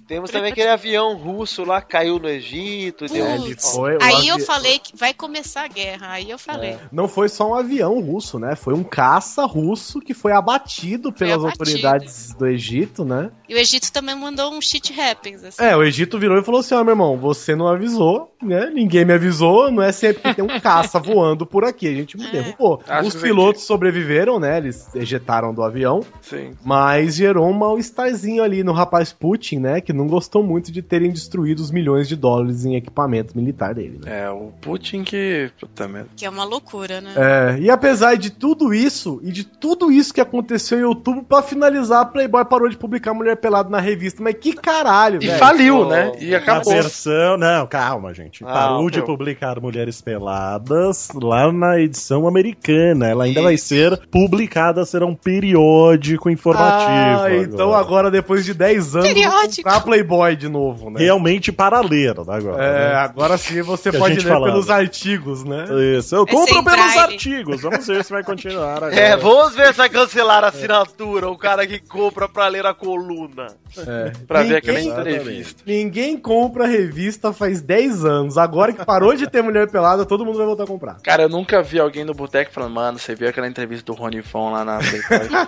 A: Temos também aquele avião russo lá que caiu no Egito. e deu-
E: É, ele
B: um
E: foi-
F: Aí eu
E: avi-
F: falei que vai começar a guerra. Aí eu falei.
E: Não foi só um avião russo, né? Foi um caça russo que foi abatido pelas
F: abatido.
E: autoridades do Egito, né?
F: E o Egito também mandou um shit happens, assim.
E: É, o Egito virou e falou assim: ó, meu irmão, você não avisou, né? Ninguém me avisou, não é sempre que tem um caça voando por aqui, a gente
F: É.
E: me derrubou.
P: Acho
E: Os
P: que-
E: pilotos sobreviveram, né? Eles ejetaram do avião.
I: Sim.
E: Mas gerou um mal-estarzinho ali no rapaz Putin, né? Que não gostou muito de terem destruído os milhões de dólares em equipamento militar dele, né?
I: É, o Putin que. Puta merda.
F: Que é uma loucura, né?
E: É, e apesar de tudo isso, e de tudo isso que aconteceu em outubro, pra finalizar, a Playboy parou de publicar Mulher Pelada na revista. Mas que caralho,
I: E
E: velho.
I: faliu, né? E
G: A
I: acabou.
G: versão. Não, calma, gente.
E: Ah,
G: Parou
E: meu.
G: de publicar Mulheres Peladas lá na edição americana. Ela ainda vai ser publicada, será um periódico informativo.
E: Ah, então agora, depois de 10 anos, eu vou comprar Playboy de novo, né?
G: Realmente para ler agora.
E: É,
G: né?
E: agora sim você
G: Que a
E: pode
G: gente
E: ler
G: falava.
E: pelos artigos, né?
G: Isso, eu
E: É
G: compro
E: sem
G: pelos
E: braille.
G: artigos. Vamos ver se vai continuar agora.
A: É, vamos ver se vai cancelar a assinatura, o cara que compra pra ler a coluna.
E: É.
I: Pra ver aquela
E: Ninguém-
I: entrevista.
E: Ninguém compra revista faz 10 anos. Agora que parou de ter Mulher Pelada, todo mundo vai voltar a comprar.
I: Cara, eu nunca vi alguém no boteco falando, mano, você viu aquela entrevista do Rony Fon lá na Playboy?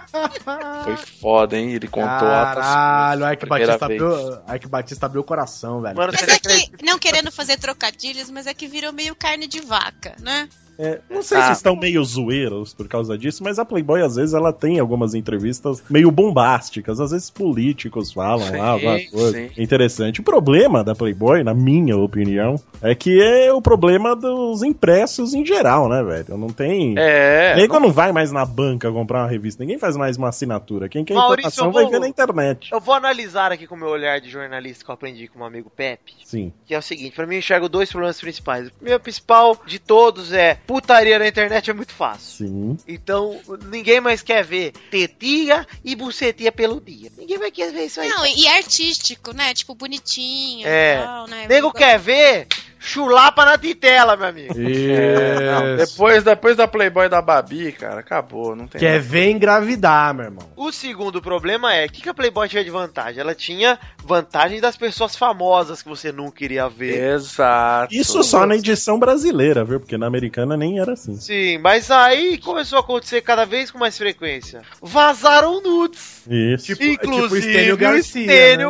I: Foi foda, hein? Ele contou altas
E: Caralho,
I: coisas
E: Ike
I: primeira
E: Batista,
I: vez.
E: abriu, Ike Batista abriu o coração, velho.
I: Mano,
F: Mas é que, não querendo fazer trocadilhos, mas é que virou meio carne de vaca, né?
G: É, não sei se
F: Ah.
G: estão meio zoeiros por causa disso, mas a Playboy às vezes ela tem algumas entrevistas meio bombásticas, às vezes políticos falam
I: Sim,
G: lá, alguma coisa.
I: sim.
G: Interessante. O problema da Playboy, na minha opinião, é que é o problema dos impressos em geral, né, velho? Não tem.
I: É.
G: Nego não... vai mais na banca comprar uma revista, ninguém faz mais uma assinatura. Quem quer
A: Maurício,
G: informação
A: eu vou-
G: vai ver na internet.
A: Eu vou analisar aqui com o meu olhar de jornalista que eu aprendi com um amigo Pepe.
G: Sim.
A: Que é o seguinte, pra mim eu enxergo dois problemas principais. O primeiro principal de todos é putaria na internet é muito fácil.
G: Sim.
A: Então, ninguém mais quer ver tetia e bucetia pelo dia. Ninguém vai querer ver isso aí.
F: Não, e é artístico, né? Tipo, bonitinho e
A: É.
F: tal, né?
A: Nego quer ver chulapa na titela, meu amigo.
I: É, não, depois, depois da Playboy da Babi, cara, acabou, não tem.
E: Quer ver engravidar, meu irmão.
A: O segundo problema é, o que, que a Playboy tinha de vantagem? Ela tinha vantagem das pessoas famosas que você não queria ver.
I: Exato.
G: Isso só na edição brasileira, viu? Porque na americana nem era assim.
A: Sim, mas aí começou a acontecer cada vez com mais frequência. Vazaram nudes.
G: Isso.
A: Inclusive, o
E: Estênio
A: Tipo, é Estênio
E: Garcia,
A: Garcia,
E: né?
A: né?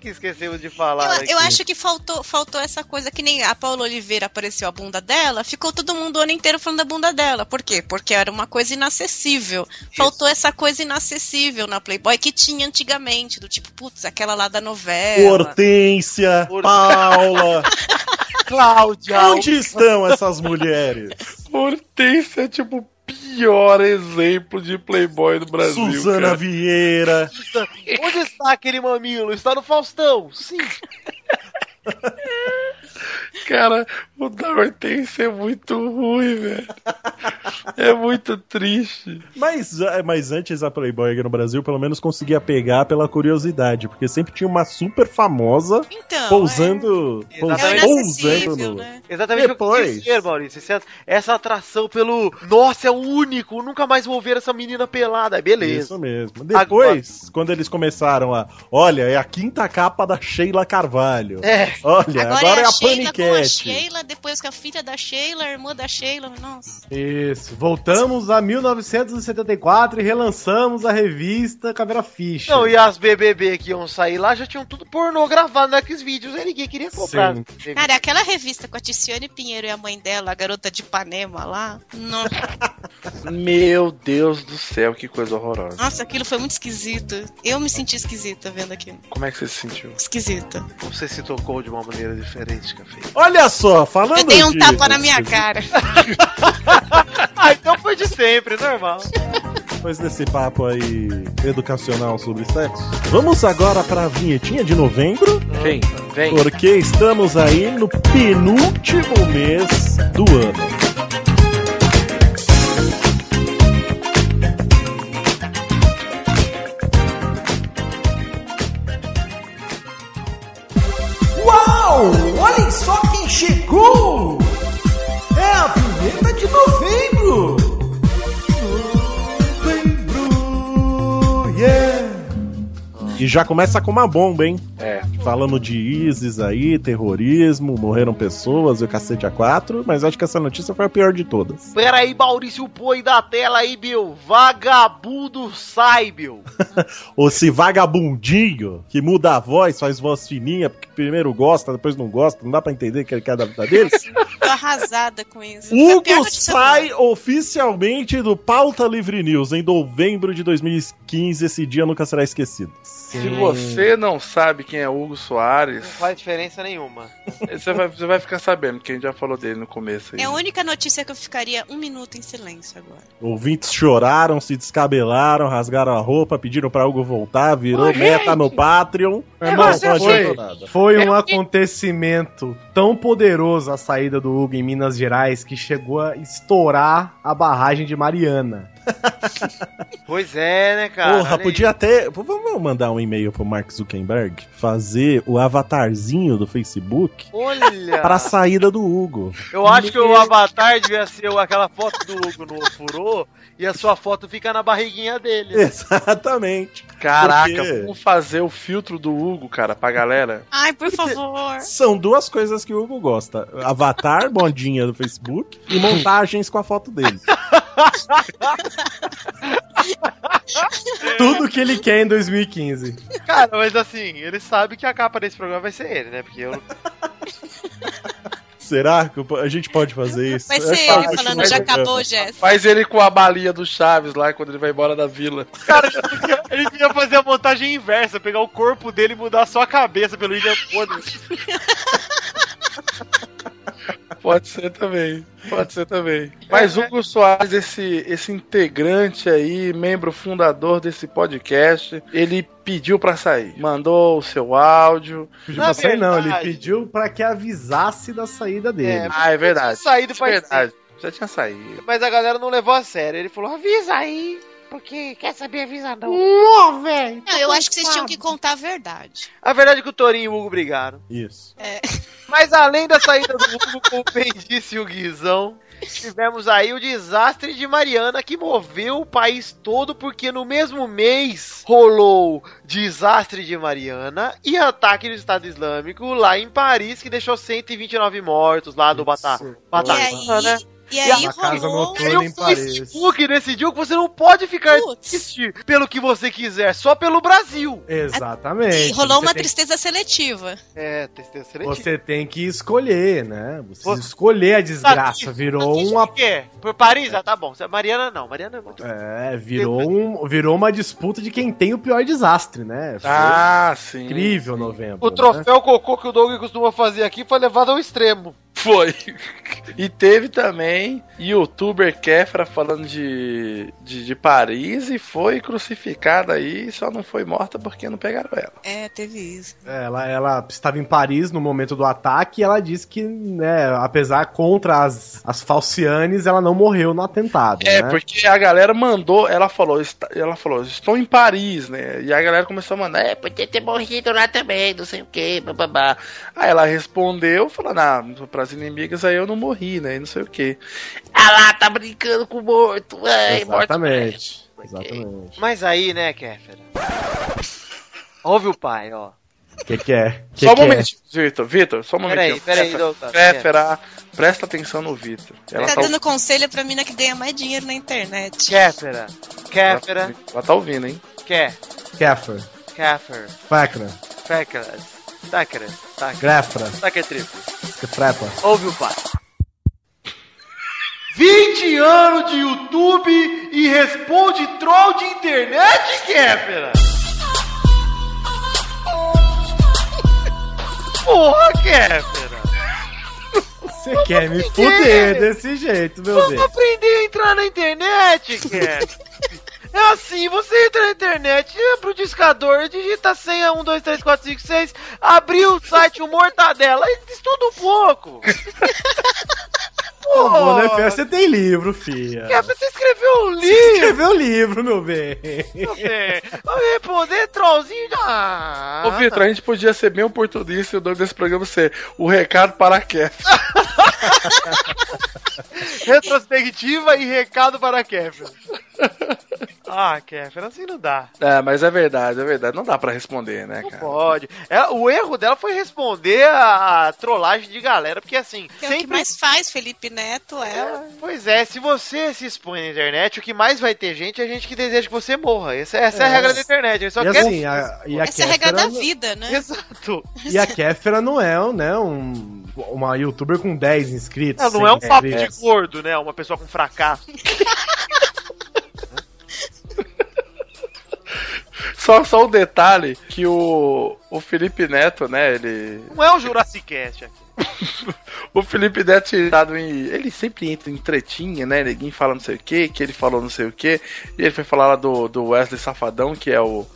A: Que esquecemos de falar
F: Eu, eu
A: aqui.
F: acho que faltou, faltou essa coisa que nem a Paula Oliveira apareceu a bunda dela, ficou todo mundo o ano inteiro falando da bunda dela. Por quê? Porque era uma coisa inacessível. Faltou essa coisa inacessível na Playboy que tinha antigamente, do tipo, putz, aquela lá da novela.
G: Hortência, Paula,
A: Cláudia.
G: Onde estão essas mulheres?
I: Hortência é tipo o pior exemplo de Playboy do Brasil.
G: Suzana
I: cara.
G: Vieira.
A: Onde está aquele mamilo? Está no Faustão. Sim.
I: Cara, o da Hortência é muito ruim, velho. É muito triste.
G: Mas, ah, mas antes a Playboy aqui no Brasil, pelo menos conseguia pegar pela curiosidade, porque sempre tinha uma super famosa
F: Então, é.
G: pousando, pousando, pousando no.
F: né?
A: Exatamente o que eu
G: Depois.
A: quis dizer, Maurício. Essa, essa atração pelo. Nossa, é o único. Nunca mais vou ver essa menina pelada. Beleza.
G: Isso mesmo. Depois, quando eles começaram a. Olha, é a quinta capa da Sheila Carvalho.
A: É.
G: Olha, agora, é
F: Sheila
G: a,
F: com a
G: paniquete.
F: Sheila, depois com a filha da Sheila, a irmã da Sheila. Nossa.
E: Isso. Voltamos a 1974 e relançamos a revista Caveira Ficha.
A: Não, e as BBB que iam sair lá já tinham tudo pornô gravado naqueles vídeos. Aí ninguém queria comprar.
E: Sim.
F: Cara, é aquela revista com a Ticiane Pinheiro e a mãe dela, a garota de Ipanema lá. no-
I: Meu Deus do céu, que coisa horrorosa.
F: Nossa, aquilo foi muito esquisito. Eu me senti esquisita vendo aquilo.
I: Como é que você se sentiu?
F: Esquisita.
A: Você se tocou de uma maneira diferente, Café.
G: Olha só, falando
F: Eu dei um
G: de-
F: tapa na minha cara.
A: ah, então foi de sempre, normal.
G: Depois desse papo aí educacional sobre sexo, vamos agora para a vinhetinha de novembro.
I: Vem, vem.
G: Porque estamos aí no penúltimo mês do ano.
C: Uau! Olhem só quem chegou! É a vinheta de novembro! Novembro, yeah!
G: E já começa com uma bomba, hein?
I: É.
G: Falando de ISIS aí, terrorismo, morreram pessoas e o cacete a quatro, mas acho que essa notícia foi a pior de todas.
A: Pera aí, Maurício Põe da tela aí, meu. Vagabundo sai, meu.
G: Ou se vagabundinho, que muda a voz, faz voz fininha, porque primeiro gosta, depois não gosta, não dá pra entender o que ele quer da vida deles.
F: Tô arrasada com isso.
E: Um
F: Foi a pior
G: Hugo
F: notícia
G: sai oficialmente do Pauta Livre News em novembro de 2015. Esse dia nunca será esquecido.
I: Se você não sabe quem é Hugo Soares,
A: Não faz diferença nenhuma.
I: você vai, você vai ficar sabendo, porque a gente já falou dele no começo aí.
F: É a única notícia que eu ficaria um minuto em silêncio agora.
G: Ouvintes choraram, se descabelaram, rasgaram a roupa, pediram pra Hugo voltar, virou
F: Ô,
G: meta
F: gente!
G: no Patreon.
F: É,
G: Irmão,
F: você
G: pode
E: foi-
G: abandonar.
E: Foi um acontecimento tão poderoso a saída do Hugo em Minas Gerais que chegou a estourar a barragem de Mariana.
A: Pois é, né, cara?
G: Porra,
A: Olha aí.
G: podia até. Pô, Vamos mandar um e-mail pro Mark Zuckerberg fazer o avatarzinho do Facebook
A: Olha.
G: pra saída do Hugo.
A: Eu acho que o avatar devia ser aquela foto do Hugo no furô e a sua foto fica na barriguinha dele.
G: Exatamente.
I: Caraca,
G: Porque
I: vamos fazer o filtro do Hugo, cara, pra galera.
F: Ai, por favor.
G: São duas coisas que o Hugo gosta: avatar, modinha do Facebook e montagens com a foto dele.
E: Tudo que ele quer em 2015.
A: Cara, mas assim, ele sabe que a capa desse programa vai ser ele, né? Porque eu.
G: Será que a gente pode fazer isso? É
F: Vai
G: Eu
F: ser
G: acho
F: ele
G: que
F: falando,
G: vai
F: já
G: ser
F: acabou, Jéssica.
I: Faz ele com a balinha do Chaves lá quando ele vai embora da vila.
A: Ele queria fazer a montagem inversa, pegar o corpo dele e mudar só a cabeça pelo William Podre.
I: Pode ser também. Pode ser também. Mas Hugo Soares, esse, esse integrante aí, membro fundador desse podcast, ele pediu pra sair. Mandou o seu áudio.
E: Pediu pra sair, não. Ele pediu pra que avisasse da saída dele.
I: É, ah, é verdade.
A: tinha saído faz
I: verdade. Já tinha saído.
A: Mas a galera não levou a sério. Ele falou: avisa aí, porque quer saber, avisa não.
F: Não, velho. Não, eu acho que vocês tinham que contar a verdade.
A: A verdade é que o Torinho e o Hugo brigaram.
G: Isso.
A: É Mas além da saída do Hugo, como bem disse o Guizão, tivemos aí o desastre de Mariana que moveu o país todo, porque no mesmo mês rolou desastre de Mariana e ataque do Estado Islâmico lá em Paris, que deixou 129 mortos lá do Batá.
E: Tá
A: Batá,
F: E aí-
A: né?
F: E aí
A: a-
F: rolou.
A: E aí o Facebook decidiu que você não pode ficar triste pelo que você quiser, só pelo Brasil.
E: Exatamente.
F: E rolou
E: Você
F: uma
E: tem-
F: tristeza seletiva.
A: É, tristeza seletiva.
E: Você tem que escolher, né? Você escolher a desgraça. Virou uma.
A: O quê? Por Paris? Ah, tá bom. Mariana não, Mariana é muito.
E: É, virou, um, virou uma disputa de quem tem o pior desastre, né? Foi
I: Ah, sim.
E: incrível novembro. né?
A: O troféu cocô que o Doug costuma fazer aqui foi levado ao extremo.
I: Foi. E teve também youtuber Kefra falando de, de, de Paris e foi crucificada aí, só não foi morta porque não pegaram ela.
F: É, teve isso.
E: É, Ela, ela estava em Paris no momento do ataque e ela disse que, né, apesar contra as, as falcianes, ela não morreu no atentado.
I: É,
E: né?
I: porque a galera mandou, ela falou, "Está- ela falou, estou em Paris, né? E a galera começou a mandar, é, podia ter morrido lá também, não sei o que, bababá. Aí ela respondeu, falando, ah, pras inimigas aí eu não morri, né? E não sei o que.
L: Ah lá, tá brincando com o morto.
I: é
L: Ai, morto.
E: Exatamente. Exatamente.
A: Mas aí, né, Kéfera? Ouve o pai, ó.
E: O que, que é? Que
I: só um
E: que é?
I: momentinho, Vitor, Vitor, só um
G: é
A: Peraí,
I: momentinho.
A: peraí,
I: Kéfera,
A: doutor.
I: Kéfera, presta atenção no Vitor. Ela
F: tá
I: tá
F: dando conselho pra mina que ganha mais dinheiro na internet.
A: Kéfera. Kéfera.
I: Ela tá ouvindo, hein?
A: Ké.
E: Kefra.
A: Kéfer.
E: Facra.
A: Fécaras. Tácaras. Tácaras.
E: Grefra.
A: Taquetripo.
E: Trepa.
A: Ouve o pai. 20 anos de YouTube e responde troll de internet, Kéfera? Porra, Kéfera!
E: Você quer me fuder desse jeito, meu
A: Vamos
E: Deus.
A: aprender a entrar na internet, Kéfera! É assim, você entra na internet, é pro discador, digita a senha 1, 2, 3, 4, 5, 6, abrir o site, o Mortadela, e estuda um pouco.
I: Tá
E: Pô,
A: Pô,
E: né, Fê? Você tem livro, filha.
A: Kéfera, você escreveu um
E: Você
A: livro!
E: escreveu livro, meu bem.
A: É, Vamos responder, trollzinho. Ah,
I: Ô, Vitor, a gente podia ser bem oportunista e o nome desse programa ser O Recado para a Kéfera.
A: Retrospectiva e recado para a Kevin. Ah, Kéfera, assim não dá.
I: É, mas é verdade, é verdade. Não dá pra responder, né, cara?
A: Pode. É, o erro dela foi responder a, a trollagem de galera, porque assim,
F: Então, O que mais faz Felipe Neto é.
A: Pois é, se você se expõe na internet, o que mais vai ter gente é gente que deseja que você morra. Essa, essa é, a
E: É.
A: regra da internet. Eu só
E: E
A: quero...
E: assim, a- e a
I: Tá
F: Essa é a regra da
E: Kéfera-
F: vida, né?
A: Exato.
E: E a Kéfera não é né, um, uma youtuber com 10 inscritos.
A: Não, não é um
E: 100
A: papo de
E: inscritos.
A: gordo, né? Uma pessoa com fracasso.
I: Só, só um detalhe que o, o Felipe Neto, né, ele...
A: Não é um Jurassic Cast aqui.
I: O Felipe Neto tinha entrado em... Ele sempre entra em tretinha, né, ninguém fala não sei o que, que ele falou não sei o que, e ele foi falar lá do, do Wesley Safadão, que é o...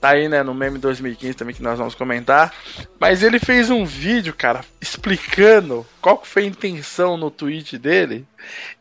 I: Tá aí, né, no meme 2015 também que nós vamos comentar. Mas ele fez um vídeo, cara, explicando qual que foi a intenção no tweet dele.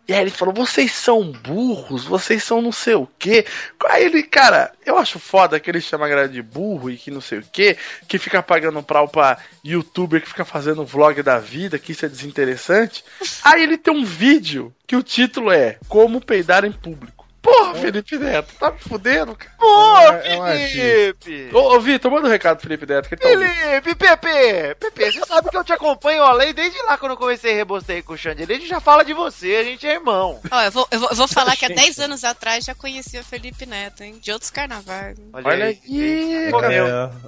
I: E aí ele falou: vocês são burros, vocês são não sei o quê. Aí ele, cara, eu acho foda que ele chama a galera de burro e que não sei o quê, que fica pagando pau pra youtuber que fica fazendo vlog da vida, que isso é desinteressante. Aí ele tem um vídeo que o título é Como Peidar em Público. Porra, Felipe Neto, tá me fudendo, cara.
A: Porra,
I: É um artista.
A: Felipe!
I: Ô, ô Vitor, manda um recado pro Felipe Neto, que ele tá ouvindo.
A: Felipe, Pepe, Pepe, você sabe que eu te acompanho a lei desde lá quando eu comecei a rebostei com o Xande. Ele já fala de você, a gente é irmão.
F: Ó, eu vou, eu vou, eu
I: Tá
F: vou falar que há 10 anos atrás já conhecia o Felipe Neto, hein? De outros carnavais.
G: Olha
I: aí,
G: É,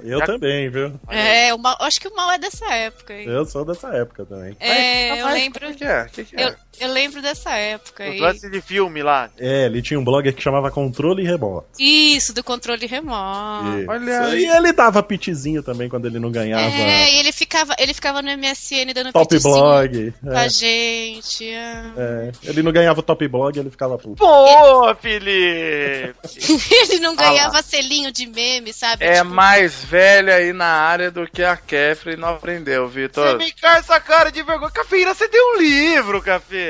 G: eu
A: Já-
G: também, viu?
F: É, o mal, acho que o mal é dessa época, hein?
G: Eu sou dessa época também.
F: É, eu
I: Mas,
F: lembro.
I: que é? Que que é?
F: Eu, eu lembro dessa época.
A: Os
F: E...
A: lances de filme lá.
G: É, ele tinha um blog que chamava Controle e Rebola.
F: Isso, do controle
A: Ah,
F: remoto.
G: Olha E ele dava pitizinho também quando ele não ganhava
F: É, e ele ficava, ele ficava no MSN dando
G: Top
F: pitizinho
G: Blog.
F: com
I: é.
F: a gente. ah.
G: É, é. Ele não ganhava o Top Blog, ele ficava puto.
A: Pô, Felipe!
F: Ele não
I: Ah lá.
F: ganhava selinho de meme, sabe?
I: É
F: Tipo,
I: mais velha aí na área do que a Kefra e não aprendeu,
A: Você
I: Vitor.
A: me encara essa cara de vergonha. Cafeína, você tem um livro, Café.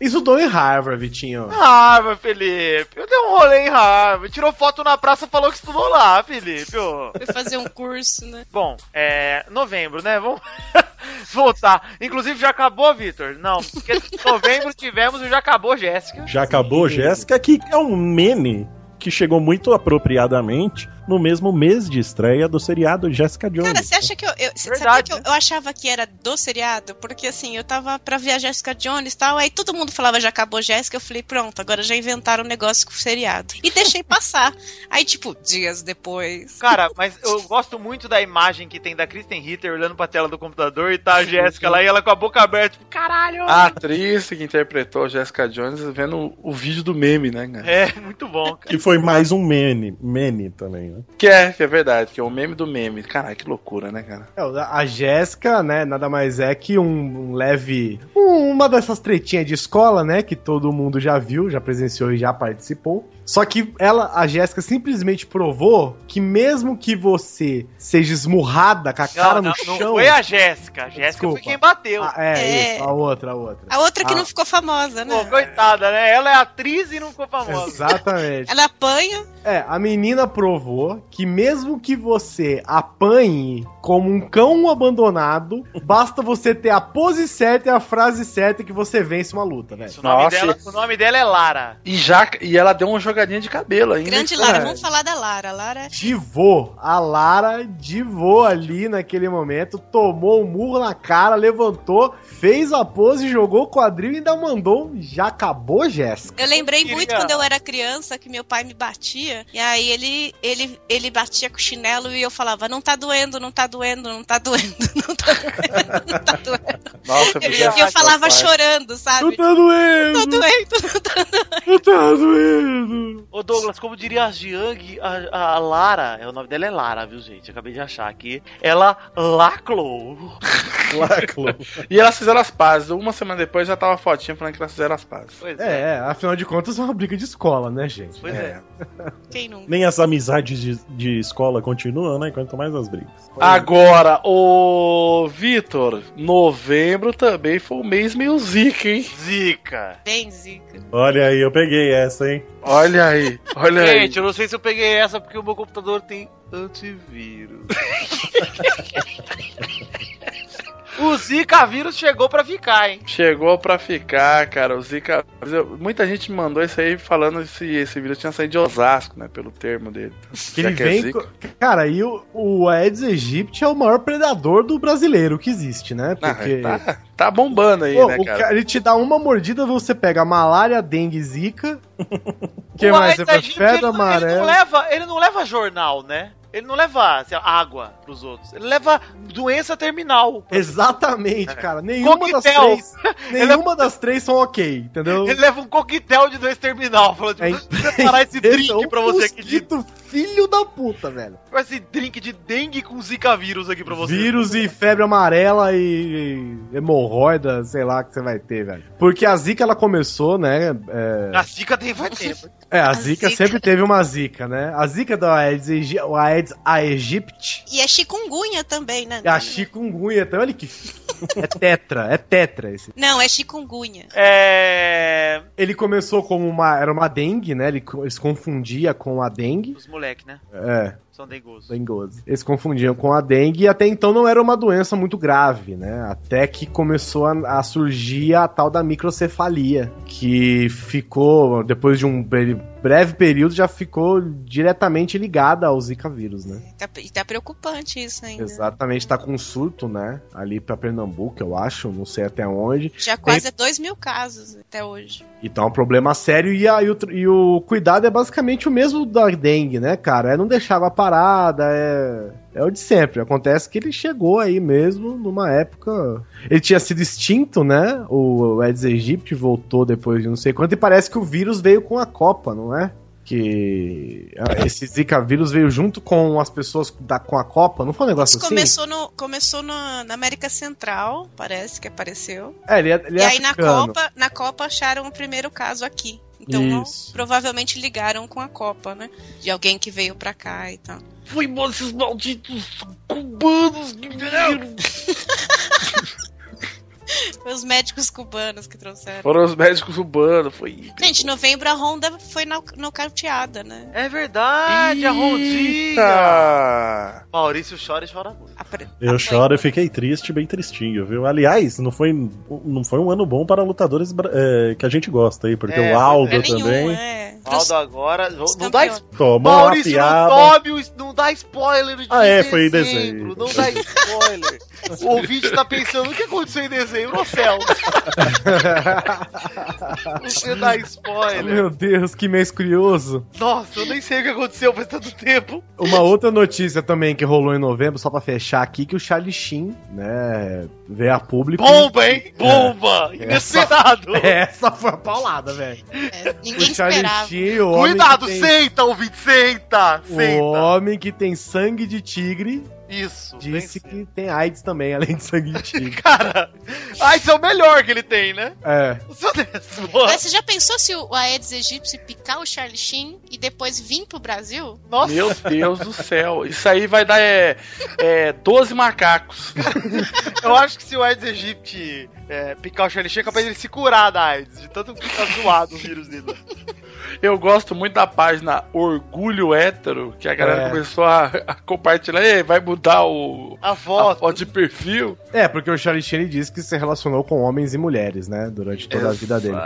E: Estudou em Harvard, Vitinho.
A: Harvard, Ah, Felipe. Eu dei um rolê em Harvard. Tirou foto na praça e falou que estudou lá, Felipe. ô.
F: Foi fazer um curso, né?
A: Bom, é. Novembro, né? Vamos voltar. Inclusive, já acabou, Vitor? Não, porque novembro tivemos o Já Acabou, Jéssica.
G: Já acabou, Jéssica, que é um meme que chegou muito apropriadamente no mesmo mês de estreia do seriado Jessica Jones.
F: Cara, você acha que eu. eu você sabia que eu, eu achava que era do seriado? Porque assim, eu tava pra ver a Jessica Jones e tal, aí todo mundo falava já acabou Jéssica, eu falei, pronto, agora já inventaram um negócio com o seriado. E deixei passar. Aí, tipo, dias depois.
A: Cara, mas eu gosto muito da imagem que tem da Kristen Ritter olhando pra tela do computador e tá a Jéssica lá e ela com a boca aberta, tipo, caralho!
I: A atriz que interpretou Jessica Jones vendo o- o vídeo do meme, né, cara?
A: É, muito bom, cara.
G: Que foi mais um meme, meme também, né?
I: Que é, que é verdade, que é o meme do meme. Caralho, que loucura, né, cara?
E: É, A Jéssica, né, nada mais é que um, um leve. um- uma dessas tretinhas de escola, né, que todo mundo já viu, já presenciou e já participou. Só que ela, a Jéssica, simplesmente provou que mesmo que você seja esmurrada com a cara
A: não,
E: no chão.
A: não foi a Jéssica. A Jéssica foi
E: Desculpa.
A: quem bateu.
E: Ah, é,
A: É.
E: isso, a outra, a outra.
F: A outra que
E: Ah.
F: não ficou famosa, né?
A: Pô, coitada, né? Ela é atriz e não ficou famosa.
E: Exatamente.
F: Ela apanha.
E: É, a menina provou que mesmo que você apanhe como um cão abandonado, basta você ter a pose certa e a frase certa que você vence uma luta, velho.
A: O nome, dela, o nome dela é Lara.
I: E, já, e ela deu uma jogadinha de cabelo ainda.
F: Grande Lara, vamos falar da Lara. Lara.
E: Divou. A Lara divou ali naquele momento, tomou um murro na cara, levantou, fez a pose, jogou o quadril e ainda mandou um já acabou, Jéssica.
F: Eu lembrei muito quando eu era criança que meu pai me batia. E aí ele, ele, ele batia com o chinelo e eu falava: não tá doendo, não tá doendo, não tá doendo, não tá doendo, não tá doendo.
I: Nossa,
F: E eu, falava chorando, sabe?
E: Não tá doendo.
F: Não tá doendo, não tá doendo.
E: Não tá doendo.
A: Ô Douglas, como diria a Jiang, a, a Lara, é, o nome dela é Lara, viu, gente? Acabei de achar aqui. Ela laclou.
I: E elas fizeram as pazes. Uma semana depois já tava a fotinha falando que elas fizeram as pazes.
A: Pois
E: É, afinal de contas é uma briga de escola, né, gente?
A: Pois é.
F: Quem nunca?
G: Nem as amizades de, de escola continuam, né? Quanto mais as brigas.
I: Agora, o Vitor, novembro também foi um mês meio zica, hein?
A: Zica.
F: Bem zica.
G: Olha aí, eu peguei essa, hein?
I: Olha aí, olha aí.
A: Gente, eu não sei se eu peguei essa porque o meu computador tem antivírus. O Zika vírus chegou pra ficar, hein?
I: Chegou pra ficar, cara. O Zika. eu- Muita gente me mandou isso aí falando se esse vírus tinha saído de Osasco, né? Pelo termo dele.
E: Que
I: Já
E: ele
I: é
E: vem.
I: Zika.
E: co- Cara, e o, o Aedes aegypti é o maior predador do brasileiro que existe, né? Porque.
I: tá, tá bombando aí,
E: Pô,
I: né,
E: o
I: cara?
E: cara- Ele te dá uma mordida, você pega malária, dengue, zika. que
A: O
E: mais?
A: Aedes
E: Você faz
A: aegypti, ele
E: febre
A: não- é Ele não,
E: amarela.
A: leva, ele não leva jornal, né? Ele não leva sei lá, água pros outros. Ele leva doença terminal.
E: Exatamente, cara. Nenhuma
A: É. Coquetel. é
E: das três. Nenhuma das três são ok, entendeu?
A: Ele leva um coquetel de doença terminal. Falou,
E: É
A: tipo, vou preparar esse
E: um
A: drink pra você aqui. De,
E: filho da puta, velho.
A: esse drink de dengue com zika vírus aqui pra você.
E: Vírus e febre amarela e e hemorroida, sei lá, que você vai ter, velho. Porque a zika, ela começou, né? é-
A: A zika tem vai ter.
E: É, a, zika, sempre teve uma zika, né? A zika da Aedes, aegi- o Aedes aegypti
F: E é chikungunya também, né?
E: é a chikungunya. Então, olha que... é tetra, é tetra esse.
F: Não, é chikungunya.
A: É...
E: Ele começou como uma... Era uma dengue, né? Ele, co- ele se confundia com a dengue.
A: Os moleque, né?
E: É.
A: São dengosos.
E: Dengoso. Eles confundiam com a dengue e até então não era uma doença muito grave, né? Até que começou a, a surgir a tal da microcefalia, que ficou, depois de um bre- breve período, já ficou diretamente ligada ao Zika vírus, né?
F: Tá, e tá preocupante isso ainda.
E: Exatamente, tá com um surto, né? Ali pra Pernambuco, eu acho, não sei até onde.
F: Já
E: Tem-
F: quase é dois mil casos até hoje.
E: Então é um problema sério e, aí o, tr- e o cuidado é basicamente o mesmo da dengue, né, cara? É não deixar água parada, é, é o de sempre. Acontece que ele chegou aí mesmo numa época. Ele tinha sido extinto, né? O Aedes aegypti voltou depois de não sei quanto e parece que o vírus veio com a Copa, não é? Que ah, esse Zika vírus veio junto com as pessoas da, com a Copa, não foi um negócio assim?
F: Começou, no, começou no- na América Central, parece que apareceu.
E: É, ele, é- ele
F: e
E: é
F: aí na
E: africano.
F: Copa, na Copa acharam o primeiro caso aqui. Então não-
E: Isso.
F: provavelmente ligaram com a Copa, né? De alguém que veio pra cá e tal.
I: Foi embora esses malditos cubanos que vieram.
F: Foi os médicos cubanos que trouxeram.
I: Foram os médicos urbanos, foi.
F: Gente, em novembro a Honda foi nau- nocauteada, né?
A: É verdade, a Rondinha.
I: Eita!
A: Maurício chora e chora muito.
F: Tá
G: Eu choro e fiquei triste, bem tristinho, viu? Aliás, não foi, não foi um ano bom para lutadores bra- eh, que a gente gosta aí, porque
A: É,
G: o Aldo
A: é nenhum,
G: também.
A: Aldo agora. Não dá, es-
G: Tomou uma
A: Maurício, não,
G: piada.
A: sobe, o- não dá spoiler de
G: Ah, é, foi em dezembro.
A: Não dá spoiler. o ouvinte tá pensando o que aconteceu em dezembro, ô céu. Você dá spoiler.
E: Meu Deus, que mês curioso.
A: Nossa, eu nem sei o que aconteceu faz tanto tempo.
E: Uma outra notícia também que rolou em novembro, só pra fechar aqui, que o Charlie Sheen, né, veio a público.
A: Bomba, hein? Bomba!
E: É,
A: Inesperado!
E: Essa, essa foi a paulada, velho.
F: É,
E: o Charlie Sheen, o homem
A: Cuidado,
E: que tem-
A: senta, ouvinte, senta!
E: O
A: Senta!
E: homem que tem sangue de tigre
A: Isso.
E: disse que tem AIDS também, além de sangue de tigre.
A: Cara, ah, isso é o melhor que ele tem, né?
E: é.
F: Mas você já pensou se o Aedes aegypti picar o Charlie Sheen e depois vir pro Brasil?
A: Nossa!
I: Meu Deus do céu, isso aí vai dar é, é, 12 macacos.
A: Eu acho que se o Aedes aegypti é, picar o Charlie Sheen, é capaz dele se curar da Aedes, de tanto que tá zoado o vírus dele.
I: Eu gosto muito da página Orgulho Hétero, que a galera
E: É.
I: começou a, a compartilhar. Ei, vai mudar o,
A: a, foto.
I: de perfil.
E: É, porque o Charlie Sheen ele disse que se relacionou com homens e mulheres, né? Durante toda a vida dele.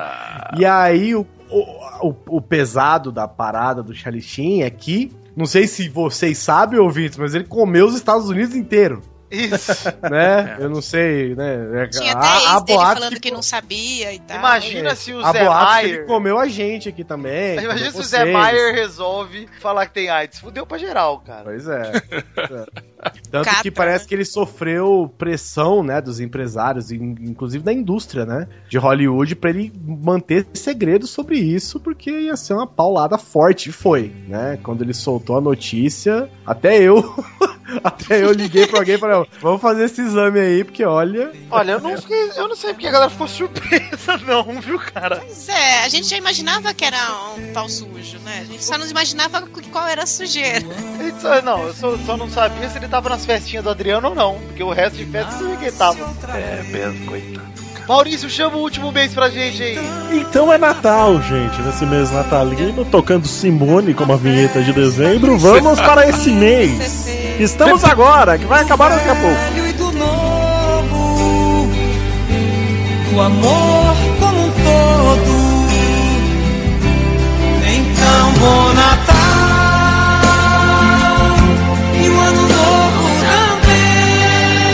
E: E aí, o, o, o- o pesado da parada do Charlie Sheen é que, não sei se vocês sabem, ouvintes, mas ele comeu os Estados Unidos inteiro.
A: Isso. É.
E: Né? Eu não sei, né? É-
F: Tinha até ex dele
E: boatos
F: falando que, não sabia e tal.
A: Imagina se o
E: há
A: Zé
E: boatos que
A: Maier-
E: Ele comeu a gente aqui também.
A: Imagina
E: comeu
A: se o Zé
E: vocês.
A: Maier resolve falar que tem AIDS. Fudeu pra geral, cara.
E: Pois é. Tanto que parece que ele sofreu pressão, né, dos empresários, in- inclusive da indústria, né, de Hollywood, pra ele manter segredo sobre isso, porque ia ser uma paulada forte, e foi, né? Quando ele soltou a notícia, até eu, até eu liguei pra alguém e falei, ó, vamos fazer esse exame aí, porque olha...
A: Olha, eu não, fiquei, eu não sei porque a galera ficou surpresa, não, viu, cara?
F: Pois é, a gente já imaginava que era um pau sujo, né? A gente só não imaginava cu- qual era a sujeira.
A: Ele só- Não, eu só, só não sabia se ele tava nas festinhas do Adriano ou não, porque o resto de festa eu sabia que ele tava.
I: É mesmo, coitado.
A: Maurício, chama o último mês pra gente aí.
G: Então é Natal, gente. Nesse mês natalino, tá tocando Simone como a vinheta de dezembro, vamos para esse mês. Estamos agora, que vai acabar daqui a pouco.
Q: Velho e do novo.
R: o amor como um todo. Então, bom Natal e o ano novo também.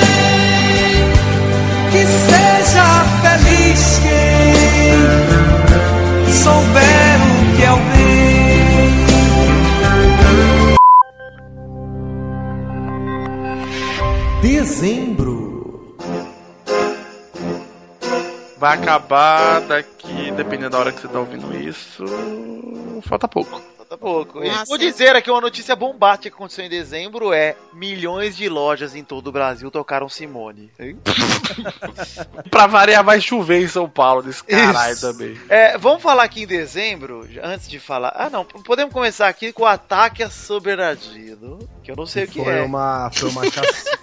R: Que seja feliz quem souber o que é o bem.
Q: Dezembro.
I: Vai acabar daqui, dependendo da hora que você tá ouvindo isso. Falta pouco.
E: Tá,
A: Falta pouco. E Vou dizer aqui uma notícia bombástica que aconteceu em dezembro é milhões de lojas em todo o Brasil tocaram Simone.
I: pra variar, vai chover em São Paulo desse caralho
A: Isso.
I: também.
A: É, vamos falar aqui em dezembro, já- antes de falar. Ah, não, podemos começar aqui com o ataque a Soberadino, que eu não sei o que
E: Foi
A: é.
E: uma, foi uma chacina.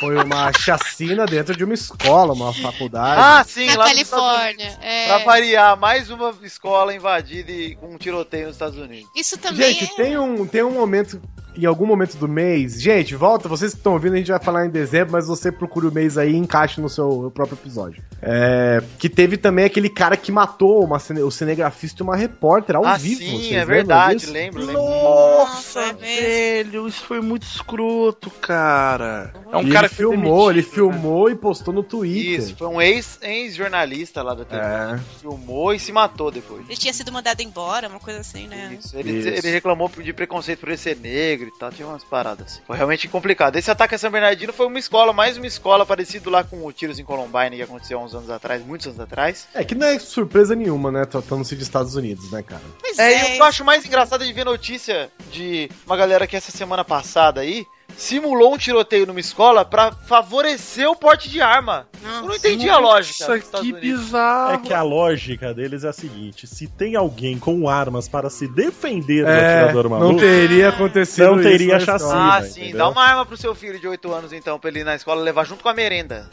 E: foi uma chacina dentro de uma escola, uma faculdade.
A: Ah, sim,
C: Na
A: lá nos
C: Califórnia,
A: Estados Unidos.
C: é.
A: Pra variar, mais uma escola invadida e com um tiroteio nos Estados Unidos.
C: Isso também
E: Gente,
F: é
E: tem um, tem um momento. Em algum momento do mês. Gente, volta. Vocês que estão ouvindo, a gente vai falar em dezembro, mas você procura o mês aí e encaixa no seu próprio episódio. É, que teve também aquele cara que matou uma cine- o cinegrafista e uma repórter ao
A: Ah,
E: vivo.
A: sim,
E: vocês
A: é
E: lembram
A: verdade,
E: disso?
A: lembro, lembro.
I: Nossa, velho, isso foi muito escroto, cara. É um
E: E
I: cara
E: ele filmou, ele filmou e postou no Twitter.
A: né?
E: É.
A: Isso, foi um ex- ex-jornalista lá da TV. Filmou e se matou depois.
F: Ele tinha sido mandado embora, uma coisa assim, né?
A: Ele,
F: Isso.
A: ele reclamou de preconceito por ele ser negro e tal, tinha umas paradas assim. Foi realmente complicado. Esse ataque a São Bernardino foi uma escola, mais uma escola, parecido lá com o Tiros em Columbine que aconteceu há uns anos atrás, muitos anos atrás.
E: É que não é surpresa nenhuma, né? Tratando-se de Estados Unidos, né, cara?
A: é, e o que eu acho mais engraçado é de ver notícia de uma galera que essa semana passada aí simulou um tiroteio numa escola pra favorecer o porte de arma. eu não entendi a lógica. dos Estados Unidos. Tá.
G: É que a lógica deles é a seguinte: se tem alguém com armas para se defender do
E: É,
G: atirador maluco.
E: não teria acontecido
G: Não teria
E: isso né, na
G: chacina.
E: escola.
A: Ah, sim.
G: entendeu?
A: Dá uma arma pro seu filho de 8 anos, então, pra ele ir na escola levar junto com a merenda.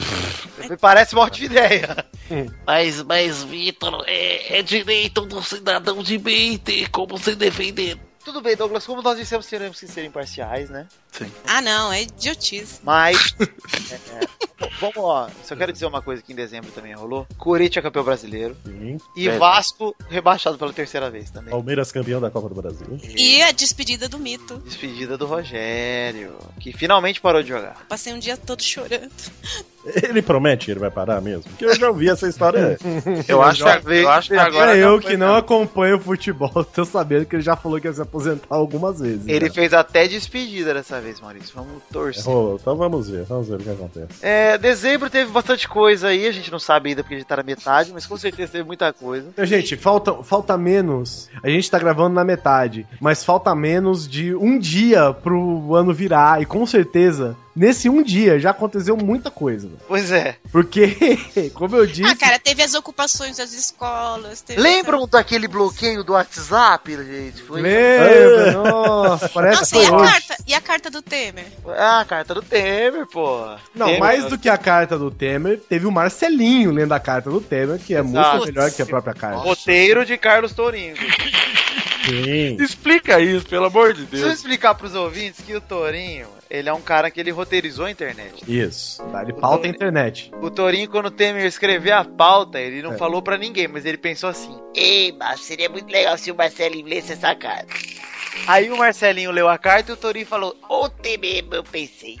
A: Me Parece morte de ideia.
L: Mas, mas, Vitor, é, é direito do cidadão de bem ter como se defender.
A: Tudo bem, Douglas, como nós dissemos, teremos que ser imparciais, né?
I: Sim.
F: Ah, não, é idiotice.
A: Mas. é, é, vamos, ó. Só quero dizer uma coisa que em dezembro também rolou: Corinthians é campeão brasileiro. E
G: Certo.
A: Vasco rebaixado pela terceira vez também.
G: Palmeiras campeão da Copa do Brasil.
F: E a despedida do mito.
A: Despedida do Rogério, que finalmente parou de jogar.
F: Passei um dia todo chorando.
G: Ele promete que ele vai parar mesmo? Porque eu já ouvi essa história. antes.
I: Eu acho que- eu acho que agora
E: É
I: já
E: eu
I: foi,
E: que não acompanho o futebol, tô sabendo que ele já falou que ia se aposentar algumas vezes.
A: Ele
E: né?
A: fez até despedida dessa vez, Maurício. Vamos torcer.
G: Errou. Então vamos ver, vamos ver o que acontece.
A: É, dezembro teve bastante coisa aí, a gente não sabe ainda porque a gente tá na metade, mas com certeza teve muita coisa.
E: Então, gente, falta, falta menos. A gente tá gravando na metade, mas falta menos de um dia pro ano virar. E com certeza, nesse um dia já aconteceu muita coisa. velho.
A: Pois é.
E: Porque, como eu disse.
F: Ah, cara, teve as ocupações das escolas. Teve
A: Lembram daquele bloqueio do WhatsApp, gente? Foi... É.
E: Lembra, nossa, parece
F: Nossa,
E: que
F: e
E: foi
F: assim, a,
E: hoje.
F: carta, e a carta do Temer?
A: Ah, a carta do Temer, pô.
E: Não,
A: Temer,
E: mais
A: ó.
E: do que a carta do Temer, teve o Marcelinho lendo a carta do Temer, que é muito melhor que a própria carta.
A: Roteiro de Carlos Tourinho.
G: Sim.
I: Explica isso, pelo amor de
A: Deixa eu
I: Deus.
A: explicar pros ouvintes que o Tourinho, ele é um cara que ele roteirizou a internet.
E: Isso. Tá, ele pauta a internet.
A: O Tourinho, quando o Temer escreveu a pauta, ele não
E: É.
A: falou pra ninguém, mas ele pensou assim.
L: Ei, mas seria muito legal se o Marcelo é lesse essa carta.
A: Aí o Marcelinho leu a carta e o Tourinho falou:
L: Ontem mesmo eu pensei.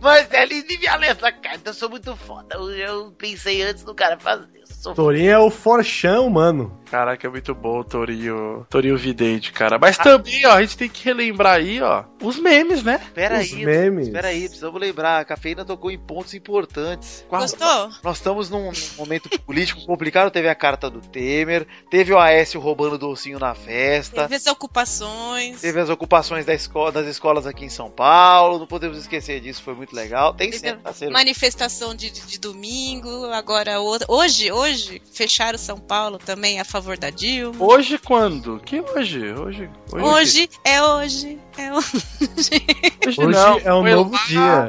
A: Marcelinho
L: devia ler essa carta, eu sou muito foda. Eu, eu pensei antes do cara fazer. Eu sou
E: Torinho é o forchão, mano.
I: Caraca, é muito bom o Torinho. Torinho Vidente, cara. Mas
E: Ah.
I: também, ó, a gente tem que relembrar aí, ó, os memes, né?
A: Pera
I: Os
A: aí,
I: memes.
A: Pera aí, precisamos lembrar. A cafeína tocou em pontos importantes.
F: Gostou?
A: Nós estamos num, num momento político complicado. Teve a carta do Temer, teve o Aécio roubando docinho na festa.
F: Teve as ocupações.
A: Teve as ocupações da escola, das escolas aqui em São Paulo, não podemos esquecer disso, foi muito legal. Tem sempre, tá sendo.
F: Manifestação de, de domingo, agora o- hoje, hoje, fecharam São Paulo também a favor da Dilma.
I: Hoje quando? Que hoje? Hoje.
F: Hoje, é hoje, é hoje.
I: Hoje,
E: Hoje
I: não,
E: é um
I: foi
E: novo
I: lá.
E: dia.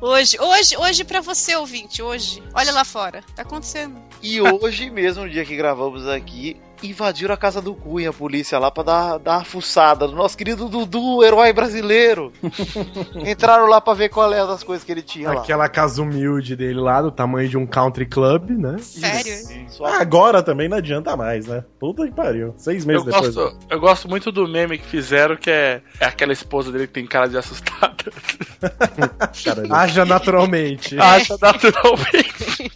F: Hoje, hoje, hoje pra você, ouvinte, hoje. Olha lá fora, tá acontecendo.
A: E hoje mesmo, no dia que gravamos aqui, invadiram a casa do Cunha, a polícia lá, pra dar, dar uma fuçada no nosso querido Dudu, herói brasileiro. Entraram lá pra ver qual é das coisas que ele tinha lá.
E: Aquela casa humilde dele lá, do tamanho de um country club, né?
F: Sério?
G: Ah, Agora também não adianta mais, né? Puta que pariu. Seis meses
I: Eu
G: depois.
I: gosto, eu gosto muito do meme que fizeram, que é, é aquela esposa dele que tem cara de assustada.
E: Haja naturalmente.
I: Acha naturalmente.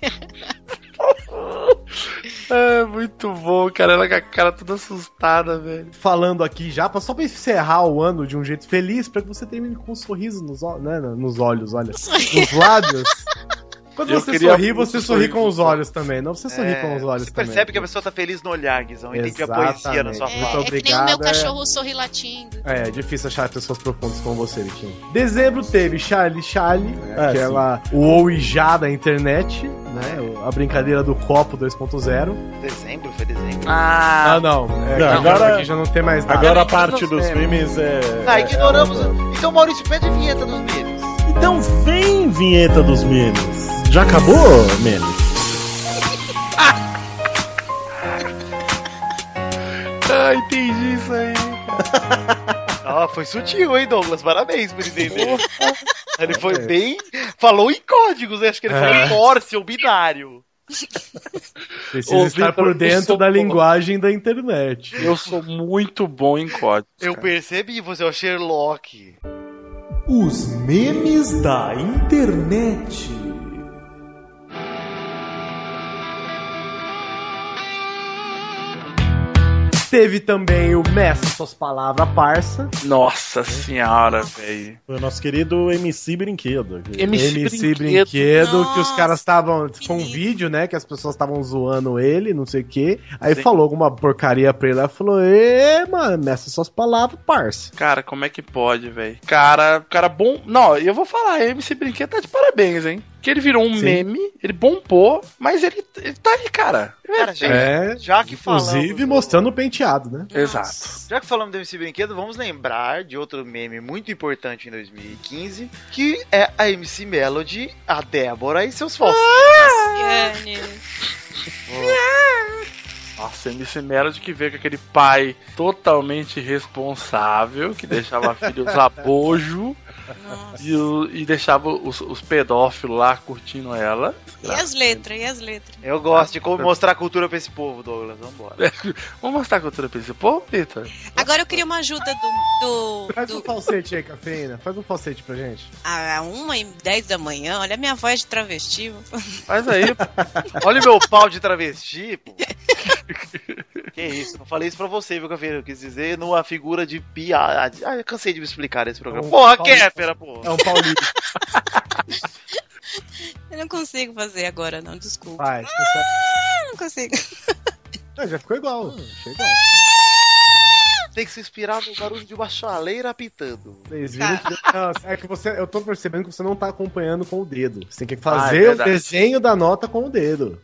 I: é muito bom, cara. Ela com a cara toda assustada, velho.
E: Falando aqui já, pra- só pra encerrar o ano de um jeito feliz, pra que você termine com um sorriso nos, ó- né, nos olhos, olha. Nos lábios. Quando
A: Eu
E: você
A: queria
E: sorri,
A: muito
E: você sorri
A: sorriso.
E: com os olhos também. Não você sorrir
A: É,
E: com os olhos
A: Você
E: também.
A: percebe que a pessoa tá feliz no olhar, Guizão. Entende a
E: Exatamente.
A: poesia na sua
E: É,
A: fala.
E: é que nem o meu Obrigado, é. cachorro
F: sorri latindo.
E: É, difícil achar pessoas profundas como você, Vitinho. Dezembro teve Charlie Charlie,
A: É,
G: Ah,
E: aquela o ouijá da internet, né? o- A brincadeira do copo 2.0.
A: Dezembro, foi dezembro.
E: Ah, não. É,
G: Não,
E: agora
G: agora-
E: aqui já não tem mais nada.
G: Agora a parte dos memes é.
A: Ah, ignoramos. Então, Maurício, pede a vinheta dos memes.
G: Então vem vinheta dos memes. Já acabou, memes?
I: Ah, entendi isso aí.
A: Ah, foi sutil, hein, Douglas? Parabéns por entender.
E: Uhum.
A: ele foi bem. Falou em códigos, né? Acho que ele falou
E: É.
A: em Morse ou binário.
E: Precisa estar por dentro da linguagem da internet.
I: Eu sou muito bom em código.
A: Eu percebi, você é o Sherlock.
S: Os memes da internet.
E: Teve também o Mestre Suas Palavras Parça.
I: Nossa senhora, velho.
G: Foi o nosso querido MC Brinquedo. aqui.
E: MC, Brinquedo, que os caras estavam. Foi um vídeo, né? Que as pessoas estavam zoando ele, não sei o quê. Aí
I: Sim.
E: falou alguma porcaria pra ele. Ela falou: Ê, mano, mestre suas palavras, parça.
I: Cara, como é que pode, velho? Cara, cara bom. Não, eu vou falar, MC Brinquedo tá de parabéns, hein? Que ele virou um
E: Sim.
I: meme, ele bombou, mas ele, ele tá aí, cara.
A: Cara, já, já que né? falamos.
E: É, Inclusive mostrando o penteado, né?
I: Exato.
A: Já que falamos do MC Brinquedo, vamos lembrar de outro meme muito importante em 2015, que é a MC Melody, a Débora e seus falsos.
E: Ah!
I: Nossa, MC Melody que veio com aquele pai totalmente responsável, que deixava a filha usar bojo e, o- e deixava os, os pedófilos lá curtindo ela.
F: E as letras, e as letras.
A: Eu gosto de
E: Ah.
A: como mostrar a cultura pra esse povo, Douglas. Vambora.
I: Vamos mostrar a cultura pra esse povo, Peter?
F: Agora eu queria uma ajuda do. do,
E: Faz um
F: do
E: falsete aí, cafeína. Faz um falsete pra gente.
F: a 1 e 10 da manhã, olha a minha voz de travesti.
A: Faz aí. Olha o meu pau de travesti, pô. Que isso, não falei isso pra você, viu, Cafeína? Eu quis dizer numa figura de piada. Ah, eu cansei de me explicar esse programa.
E: É um
A: porra,
E: pau-
A: Kéfera, porra.
E: É um paulista.
F: Eu não consigo fazer agora, não, desculpa.
E: Vai.
F: Ah, não consigo.
E: Ah, já ficou igual.
A: Hum.
E: Ficou igual.
A: Tem que se inspirar no barulho de uma chaleira apitando.
E: Vocês viram
A: Tá.
E: que... Não, é que você. Eu tô percebendo que você não tá acompanhando com o dedo. Você tem que
A: Ah, é
E: fazer o
A: verdade.
E: desenho da nota com o dedo.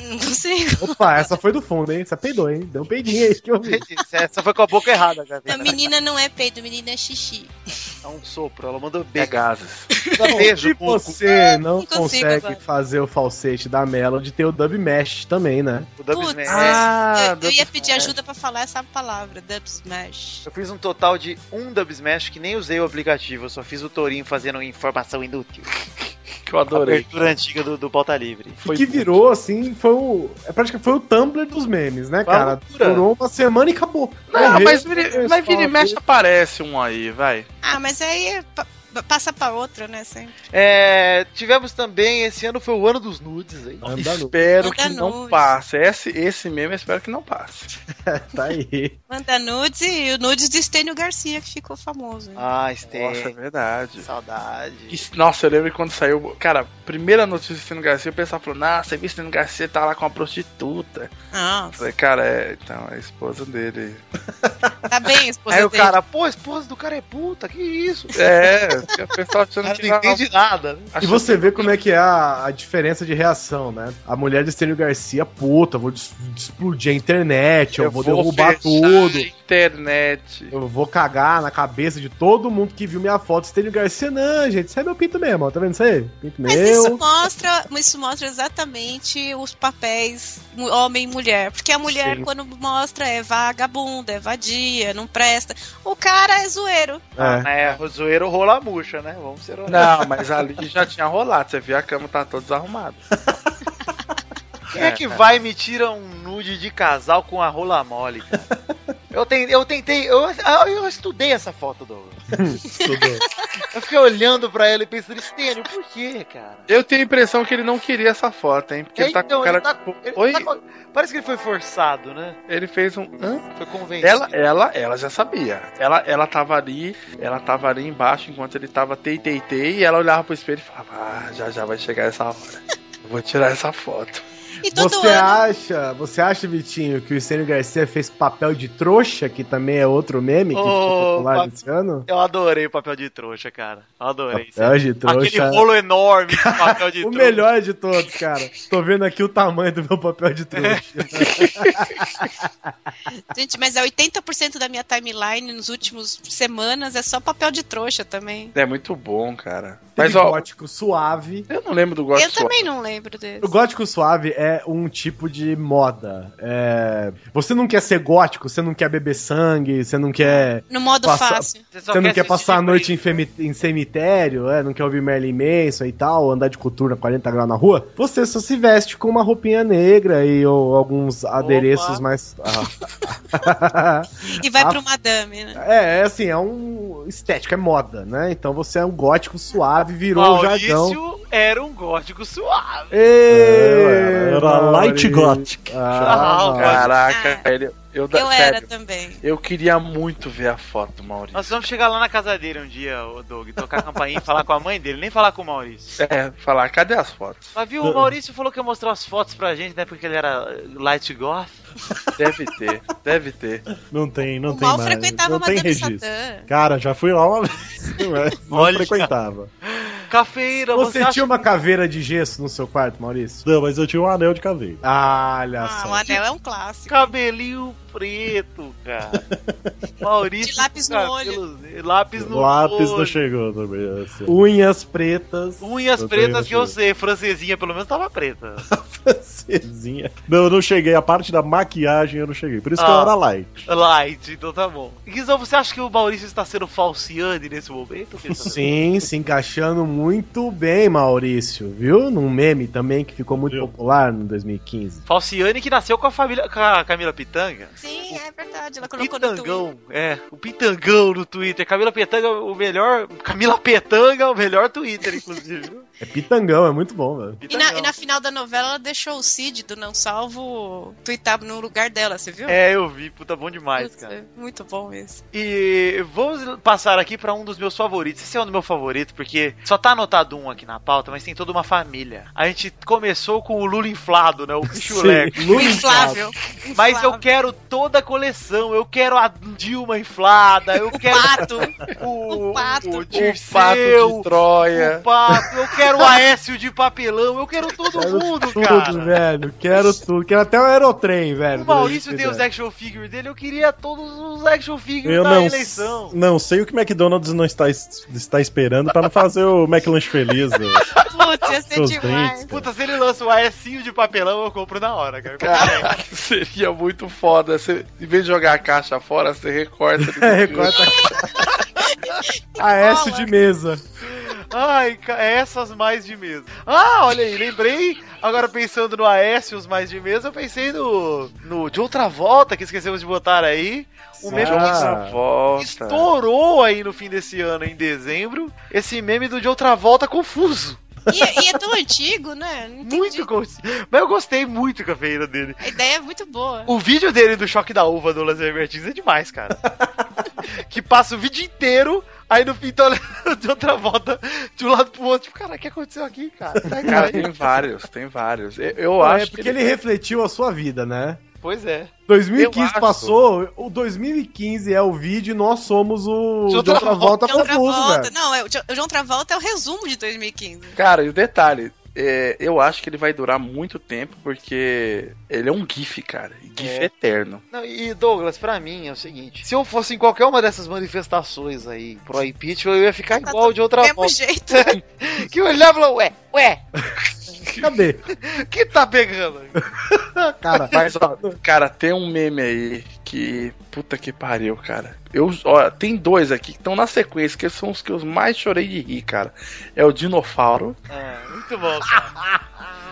F: Não consigo.
E: Opa, essa foi do fundo, hein? Essa peidou, hein? Deu um peidinho aí que eu vi.
A: Essa foi com a boca errada,
F: A
A: Cafeína.
F: menina não é peido, menina é xixi.
A: É um sopro, ela mandou beijo.
I: gases.
E: Tá Se
A: beijo, pô.
I: É,
E: você não
F: consigo
E: consegue
F: agora.
E: fazer o falsete da Melody, tem o Dub Mesh também, né?
A: O Dub
F: Putz,
A: Smash.
G: Ah,
I: Ah,
A: Ah,
F: eu- eu, ia pedir ajuda pra falar essa palavra, Dub Smash.
A: Eu fiz um total de um Dub Smash que nem usei o aplicativo, eu só fiz o Torinho fazendo informação inútil.
I: Que eu
A: A
I: adorei.
A: abertura antiga do, do Pauta Livre.
E: E que virou, assim, foi o. É praticamente foi o Tumblr dos memes, né,
A: Foi a
E: cara?
A: loucura.
E: Durou uma semana e acabou.
I: Não,
E: Morreu,
I: Ah, mas vira, mas vira e
E: só-
I: mexe aparece um aí, vai.
F: Ah, mas aí é pa- pa- passa pra outra, né? Sempre.
A: É, tivemos também, esse ano foi o ano dos nudes, hein?
I: Espero que
F: Manda
I: não
F: nude.
I: passe. Esse, esse meme eu espero que não passe.
E: Tá aí.
F: Manda nudes e o nudes de Estênio Garcia, que ficou famoso. né?
A: Ah, Estênio.
I: Nossa, é verdade.
A: Saudade.
I: Isso- Nossa, eu lembro quando saiu. Cara, primeira notícia do Steno Garcia, o pessoal falou: Nossa, você viu o Steno Garcia tá lá com uma prostituta.
F: Ah,
I: Eu falei, cara, é, então, é a esposa dele.
F: tá bem, a esposa
A: Aí o
F: dele.
A: cara, pô, a esposa do cara é puta, que isso?
I: É, o pessoal
A: O
I: achando
A: cara
I: que
A: não entende nada. né?
E: E você vê como é que é a, a diferença de reação, né? A mulher de Estênio Garcia, puta, vou des- explodir a internet, eu, vou derrubar
I: fechar
E: tudo.
I: a internet.
E: Eu vou cagar na cabeça de todo mundo que viu minha foto. Estênio Garcia, não, gente, isso é meu pinto mesmo, ó. Tá vendo isso aí? Pinto
F: Mas
E: meu.
F: isso mostra, isso mostra exatamente os papéis mu- homem e mulher. Porque a mulher,
E: Sim.
F: quando mostra, é vagabunda, é vadia, não presta. O cara é zoeiro.
B: É, o zoeiro rola murcha, né? Vamos ser honestos.
I: Não, mas ali já tinha rolado. Você viu a cama tá toda desarrumada.
B: Quem é que vai e me tira um nude de casal com a rola mole, cara? Eu, ten- eu tentei, eu, ah, eu estudei essa foto, Douglas. Eu fiquei olhando pra ela e pensando, Estênio, por quê, cara?
I: Eu tenho a impressão que ele não queria essa foto, hein? Porque ele tá com
B: Então,
I: cara
B: ele tá
I: de-
B: com- ele
I: Oi?
B: tá com- Parece que ele foi forçado, né?
I: Ele fez um. Hã?
B: Foi convencido.
I: Ela, ela, ela já sabia. Ela, ela tava ali, ela tava ali embaixo enquanto ele tava tei, tei, tei, e ela olhava pro espelho e falava: Ah, já já vai chegar essa hora. Eu vou tirar essa foto.
F: E
E: Você acha, você acha, Vitinho, que o Estênio Garcia fez papel de trouxa, que também é outro meme que ficou
B: Ô,
E: popular
B: papo-
E: desse ano?
B: Eu adorei o papel de trouxa, cara. Eu adorei.
E: Papel de
B: Aquele
E: trouxa.
B: rolo enorme de papel de
E: O
B: trouxa.
E: melhor de todos, cara. Tô vendo aqui o tamanho do meu papel de trouxa.
F: Gente, mas é 80% da minha timeline nos últimos semanas é só papel de trouxa também.
I: É muito bom, cara.
E: Mas,
I: Mas ó,
E: gótico suave.
I: Eu não lembro do
F: Eu também não lembro desse.
E: O gótico suave é um tipo de moda. É, Você não quer ser gótico, você não quer beber sangue, você não quer.
F: No modo
E: passar-
F: fácil.
E: Você,
F: Você só
E: não
F: quer
E: quer
F: assistir
E: passar a noite em, femi- em cemitério, é, não quer ouvir Merlin Manson e tal, andar de cultura 40 graus na rua. Você só se veste com uma roupinha negra e ou, alguns adereços mais. Ah.
F: E vai
E: A-
F: pro madame, né?
E: É, é assim, é um estética, é moda, né? Então você é um gótico suave, virou
B: Maurício
E: o jargão.
B: era um gótico suave.
E: Ei,
G: É, Era light
E: Maurício.
G: gothic.
E: Ah,
I: Caraca, ele. Eu, da-
B: Eu era
I: sério,
F: também.
I: Eu queria muito ver a foto do Maurício.
B: Nós vamos chegar lá na casa dele um dia, o Doug, tocar a campainha e falar com a mãe dele, nem falar com o Maurício.
I: É, falar, cadê as fotos?
B: Mas viu, o Maurício falou que ia mostrar as fotos pra gente, né? Porque ele era eh, light goth.
I: Deve ter, deve ter.
G: Não tem, não
B: O
G: tem
B: mal
G: mais.
B: frequentava
G: não tem
B: Madame
G: registro.
B: Satã.
G: Cara, já fui lá uma vez. mas Não
E: Olha.
G: frequentava.
B: Cafeira, Então você,
E: Você
B: acha
E: tinha uma caveira de gesso no seu quarto, Maurício?
G: Não, mas eu tinha um anel de caveira.
E: Ah,
G: Tá
E: olha
F: Ah,
E: só.
F: o anel é um clássico.
B: Cabelinho preto, cara. Maurício.
F: De lápis no
B: olho. Lápis no
G: Lápis
B: olho.
G: não chegou também. assim.
E: Unhas pretas.
B: Unhas
G: Eu
B: pretas que eu
G: tenho-
B: sei, francesinha pelo menos tava preta.
G: Francesinha. Não, eu não cheguei. A parte da maquiagem eu não cheguei. Por isso que
B: Ah.
G: eu era light.
B: Light, então tá bom. Guizão, você acha que o Maurício está sendo falciane nesse momento? Guizão?
E: Sim, se encaixando muito bem, Maurício, viu? Num meme também que ficou muito popular no 2015.
B: Falciane que nasceu com a família com a Camila Pitanga.
F: Sim, é verdade. Ela colocou no Twitter.
B: Pitangão, é, o Pitangão no Twitter. Camila Pitanga, o melhor. Camila Petanga, o melhor Twitter, inclusive.
E: É pitangão, é muito bom, velho.
F: E na, e na final da novela, ela deixou o Cid do Não Salvo tuitar no lugar dela, você viu?
B: É, eu vi, puta, bom demais,
F: Putz, é
B: cara.
F: Muito bom esse.
B: E vamos passar aqui pra um dos meus favoritos. Esse é um do meu favorito, porque só tá anotado um aqui na pauta, mas tem toda uma família. A gente começou com o Lula inflado, né? O pichulé.
E: Sim, Lula inflável.
B: Mas eu quero toda a coleção. Eu quero a Dilma inflada, eu quero
F: pato.
B: o, o pato, o,
I: O pato de Troia.
B: o pato, eu quero o Aécio de papelão, eu quero todo mundo,
E: Tudo,
B: cara.
E: velho. Quero tudo. Quero até o aerotrem, velho.
B: O Maurício tem os
E: é
B: action figures dele, eu queria todos os action figures
G: Eu
B: da
G: não,
B: eleição.
G: não sei o que McDonald's não está, está esperando pra não fazer o McLanche feliz. né?
F: Putz, ia ser
G: Seus
F: demais.
G: dentes, cara.
B: Puta, se ele lança o ASinho de papelão, eu compro na hora, cara.
I: Cara, seria muito foda. Você, em vez de jogar a caixa fora, assim, você recorta.
E: É, recorta Aécio de mesa.
B: Ai, ca- é essas mais de mesa. Ah, olha aí, lembrei. Agora pensando no Aécio, os mais de mesa, eu pensei no, no de outra volta que esquecemos de botar aí. O meme
G: Ah.
E: Ah,
B: que estourou aí no fim desse ano, em dezembro. Esse meme do de outra volta confuso.
F: E, e é tão antigo, né? Não entendi.
B: Muito confuso. Mas eu gostei muito da feira dele.
F: A ideia é muito boa.
B: O vídeo dele do choque da uva do Lazer Martins é demais, cara. que passa o vídeo inteiro, aí no fim tá olhando de outra volta, de um lado pro outro. Tipo, cara, o que aconteceu aqui, cara? Tá
I: Cara, tem vários, tem vários. Eu, eu
E: Pô,
I: acho
E: é porque ele... refletiu a sua vida, né?
B: Pois é.
E: 2015
I: Eu
E: passou, o 2015 é o vídeo e nós somos o de outra, volta
F: John
E: confuso,
F: Travolta.
E: velho.
F: Não, é, o Jo- o John Travolta é o resumo de 2015.
I: Cara, e o detalhe, é, eu acho que ele vai durar muito tempo, porque ele é um GIF, cara. GIF
A: É.
I: eterno.
A: Não, e Douglas, pra mim é o seguinte: se eu fosse em qualquer uma dessas manifestações aí pro impeachment, eu ia ficar igual de outra
F: mesmo
A: volta.
F: jeito.
A: que eu olhava e falava, ué, ué,
E: Cadê?
A: que tá pegando?
E: Cara,
I: Mas, ó, cara, tem um meme aí que. Puta que pariu, cara. Eu, ó, tem dois aqui que estão na sequência, que são os que eu mais chorei de rir, cara. É o Dinofauro.
A: Ah, muito bom, cara.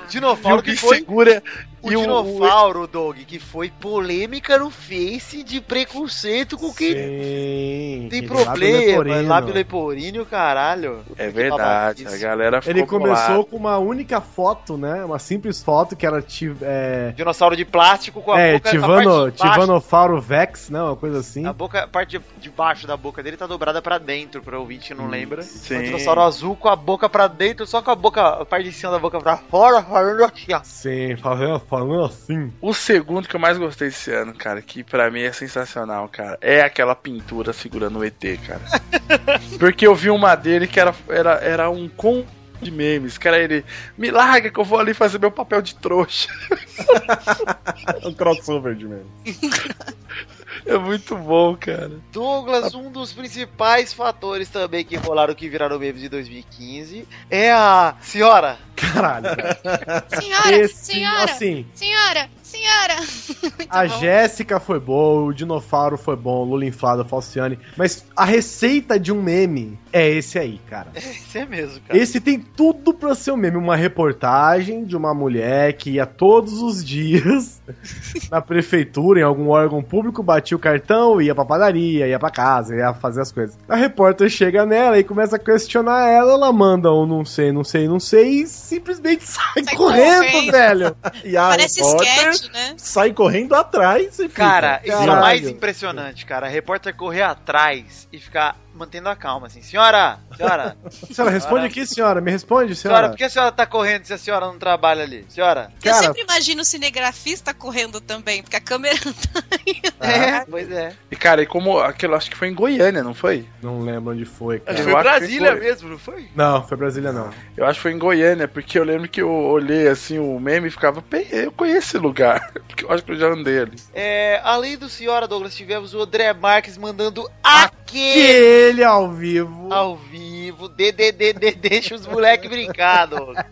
A: Dinofauro
I: e o que
A: que foi.
I: segura.
A: O
I: e o- É
A: Dinofauro, Doug, que foi polêmica no Face de preconceito com quem
E: Sim.
A: tem
E: Lábio
A: problema.
E: leporino.
A: Lábio leporino, caralho.
I: É verdade, a galera ficou
E: Ele começou
I: bolada.
E: com uma única foto, né? Uma simples foto que era. ti- É,
A: Dinossauro de plástico com a
E: é
A: boca tá
E: Tivano,
A: a parte de baixo-
E: Tivanofauro Vex, né? Uma coisa assim.
A: A boca, a parte de- de baixo da boca dele tá dobrada pra dentro, pra ouvinte que não lembra.
E: sim.
A: Um dinossauro azul com a boca pra dentro, só com a boca, a parte de cima da boca pra fora, falando assim, ó.
E: Sim, falando, falando assim.
I: O segundo que eu mais gostei desse ano, cara, que pra mim é sensacional, cara, é aquela pintura segurando o ET, cara. Porque eu vi uma dele que era, era, era um com de memes, que era ele, me larga que eu vou ali fazer meu papel de trouxa.
E: É
G: um crossover de meme.
I: É muito bom, cara.
A: Douglas, um dos principais fatores também que rolaram que viraram memes de 2015 é a senhora.
E: Caralho.
F: Senhora,
E: Esse,
F: senhora,
E: assim.
F: senhora, senhora.
E: A Jéssica foi boa, o Dinossauro foi bom, Lula inflado, Falciane. Mas a receita de um meme é esse aí, cara.
A: Isso é mesmo, cara.
E: Esse tem tudo pra ser um meme. Uma reportagem de uma mulher que ia todos os dias na prefeitura, em algum órgão público, batia o cartão, ia pra padaria, ia pra casa, ia fazer as coisas. A repórter chega nela e começa a questionar ela, ela manda um não sei, não sei, não sei, e simplesmente sai, correndo,
F: correndo.
E: velho.
G: E a
F: Parece
G: repórter
F: sketch, né?
G: sai correndo atrás e fica.
A: Cara, isso é o
G: Caralho.
A: mais impressionante, cara. A repórter correr atrás e ficar mantendo a calma, assim. Senhora, senhora.
E: Senhora, responde aqui, senhora. Me responde,
A: Senhora,
E: senhora.
A: por que a senhora tá correndo se a senhora não trabalha ali? Senhora.
F: eu sempre imagino o cinegrafista correndo também, porque a câmera tá
A: É, pois é.
I: E cara, e como aquilo acho que foi em Goiânia, não foi?
E: Não lembro onde foi, cara.
I: Eu
A: Foi
I: acho que
A: Brasília
I: foi.
A: mesmo, não foi?
E: Não, foi Brasília não.
I: Eu acho que foi em Goiânia, porque eu lembro que eu olhei assim o meme e ficava, "Pê, eu conheço esse lugar, porque eu acho que eu já andei ali.
A: É, além do Senhora Douglas, tivemos o André Marques mandando aquele
E: Ele ao vivo.
A: ao vivo. DDDD, deixa os moleques brincar, Douglas.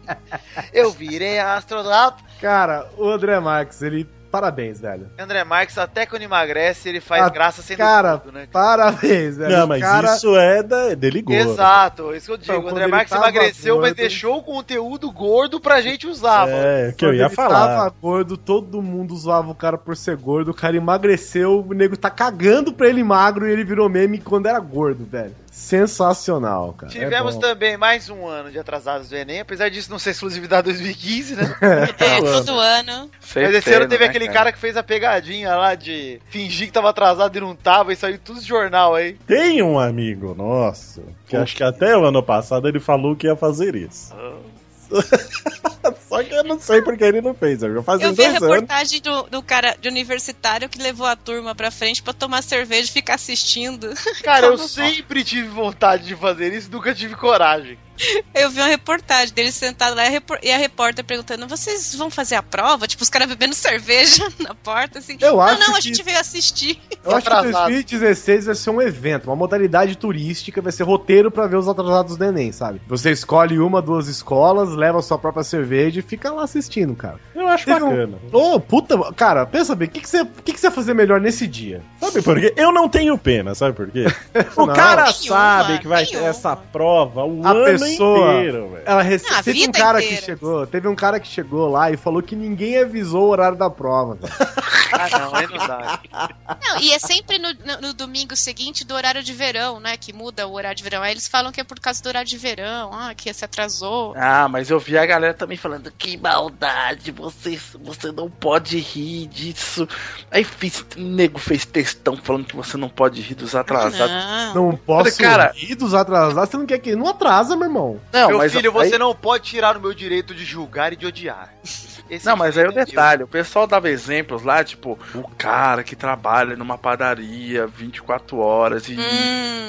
A: Eu virei astronauta.
E: Cara, o André Marques, ele. Parabéns, velho.
A: André Marques, até quando emagrece, ele faz
E: Ah,
A: graça sendo
E: cara, tá
A: tudo, né?
E: Parabéns, velho.
G: Não,
E: O
G: mas
E: cara-
G: isso é da, dele gordo.
A: Exato, é isso que eu digo.
E: Então,
A: o
E: quando
A: André
E: ele
A: Marques
E: tava
A: emagreceu, mas
E: gordo-
A: deixou o conteúdo gordo pra gente usar, mano.
G: É, que eu
E: Quando
G: ia
E: ele
G: falar.
E: Tava gordo, todo mundo zoava o cara por ser gordo, o cara emagreceu, o nego tá cagando pra ele magro e ele virou meme quando era gordo, velho. Sensacional, cara. É
A: Tivemos
E: bom.
A: também mais um ano de atrasados do Enem, apesar disso não ser exclusividade 2015, né?
F: é todo ano.
A: Mas esse ano
I: Eterno,
A: teve
I: né,
A: aquele cara? que fez a pegadinha lá de fingir que tava atrasado e não tava, e saiu tudo de jornal aí.
G: Tem um amigo nosso, que acho que até o ano passado ele falou que ia fazer isso. Só que eu não sei porque ele não fez. Eu já fazia
F: Eu vi a
G: dois anos.
F: reportagem do, do cara de universitário que levou a turma pra frente pra tomar cerveja e ficar assistindo.
A: Cara, eu sempre tive vontade de fazer isso, nunca tive coragem.
F: Eu vi uma reportagem dele sentado lá e a, repor- e a repórter perguntando: vocês vão fazer a prova? Tipo, os caras bebendo cerveja na porta, assim.
E: Eu
F: não,
E: acho
F: não, a
E: que-
F: gente veio assistir.
E: Eu acho que 2016 vai ser um evento, uma modalidade turística, vai ser roteiro pra ver os atrasados do Enem, sabe? Você escolhe uma, duas escolas, leva a sua própria cerveja e fica lá assistindo, cara.
G: Eu acho
E: Teve um-
G: bacana.
E: Ô, puta, cara, pensa bem, o que, que, você, o que, que você ia fazer melhor nesse dia?
G: Sabe por quê? Eu não tenho pena, sabe por quê? O
E: Não.
G: cara
E: Nenhuma,
G: sabe que vai ter essa prova o
E: a
G: ano
E: pessoa.
G: inteiro, velho.
E: ela rece...
F: Ah, a
E: teve um
F: vida
E: cara
F: inteira.
E: que chegou, teve um cara que chegou lá e falou que ninguém avisou o horário da prova. cara.
A: Ah, não,
F: é
A: aí não dá.
F: Não, e é sempre no, no- no domingo seguinte do horário de verão, né? Que muda o horário de verão. Aí eles falam que é por causa do horário de verão, ah, que se atrasou.
L: Ah, mas eu vi a galera também falando que maldade, você, você não pode rir disso.
I: Aí fiz, nego fez textão falando que você não pode rir dos atrasados.
E: Não posso
I: cara-
E: ir dos atrasados, você não quer que não atrasa, meu irmão.
I: Não,
A: meu
I: mas
A: filho,
I: aí-
A: você não pode tirar o meu direito de julgar e de odiar. Esse
I: Não, mas aí o
A: direito é
I: detalhe, o pessoal dava exemplos lá, tipo,
C: Hum.
F: Hum,
I: o cara que trabalha numa padaria 24 horas e.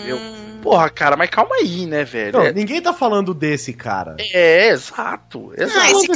I: Eu, Porra, cara, mas calma aí, né, velho?
E: Não,
I: É-
E: ninguém tá falando desse cara.
I: É, exato. exato.
E: Não, desse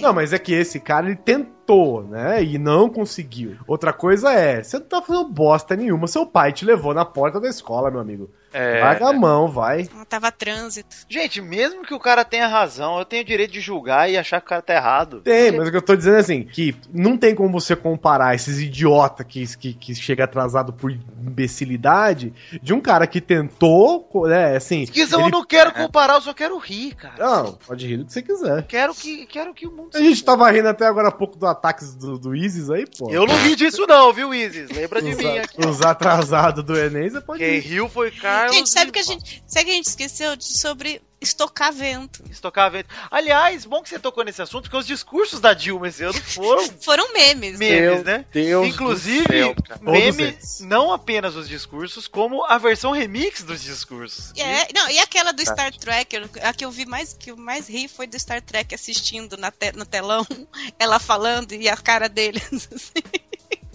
E: Não, mas é que esse cara, ele tentou, né? E não conseguiu. Outra coisa é, você não tá fazendo bosta nenhuma. Seu pai te levou na porta da escola, meu amigo.
A: É.
E: Larga a mão, vai.
F: Tava trânsito.
A: Gente, mesmo que o cara tenha razão, eu tenho o direito de julgar e achar que o cara tá errado.
E: Tem, mas o que eu tô dizendo é assim, que não tem como você comparar esses idiota que, que, que chega atrasado por imbecilidade de um cara que tentou, co- né, assim...
A: Guizão, eu
E: ele-
A: não
I: tá
A: quero comparar, eu só quero rir, cara.
E: Não, pode rir do que você quiser.
A: Quero que, quero que o mundo...
E: A gente tava rindo até agora há pouco do ataques do, do ISIS aí, pô.
A: Eu não ri disso não, viu, Isis? Lembra de mim aqui.
E: Os, os atrasados do Enem, você pode
A: Quem
E: rir.
A: riu foi Carlos.
F: Gente, sabe que a gente, sabe que a gente esqueceu de sobre estocar vento?
A: Estocar vento. Aliás, bom que você tocou nesse assunto, porque os discursos da Dilma esse ano foram
F: Foram memes.
A: memes, né?
I: Deus
A: Inclusive,
I: do céu, cara. Todos
A: memes
I: eles.
A: não apenas os discursos, como a versão remix dos discursos.
F: É, não, e aquela do Star Trek, eu- a que eu vi mais, que eu mais ri foi do Star Trek assistindo na te- no telão, ela falando e a cara deles. assim.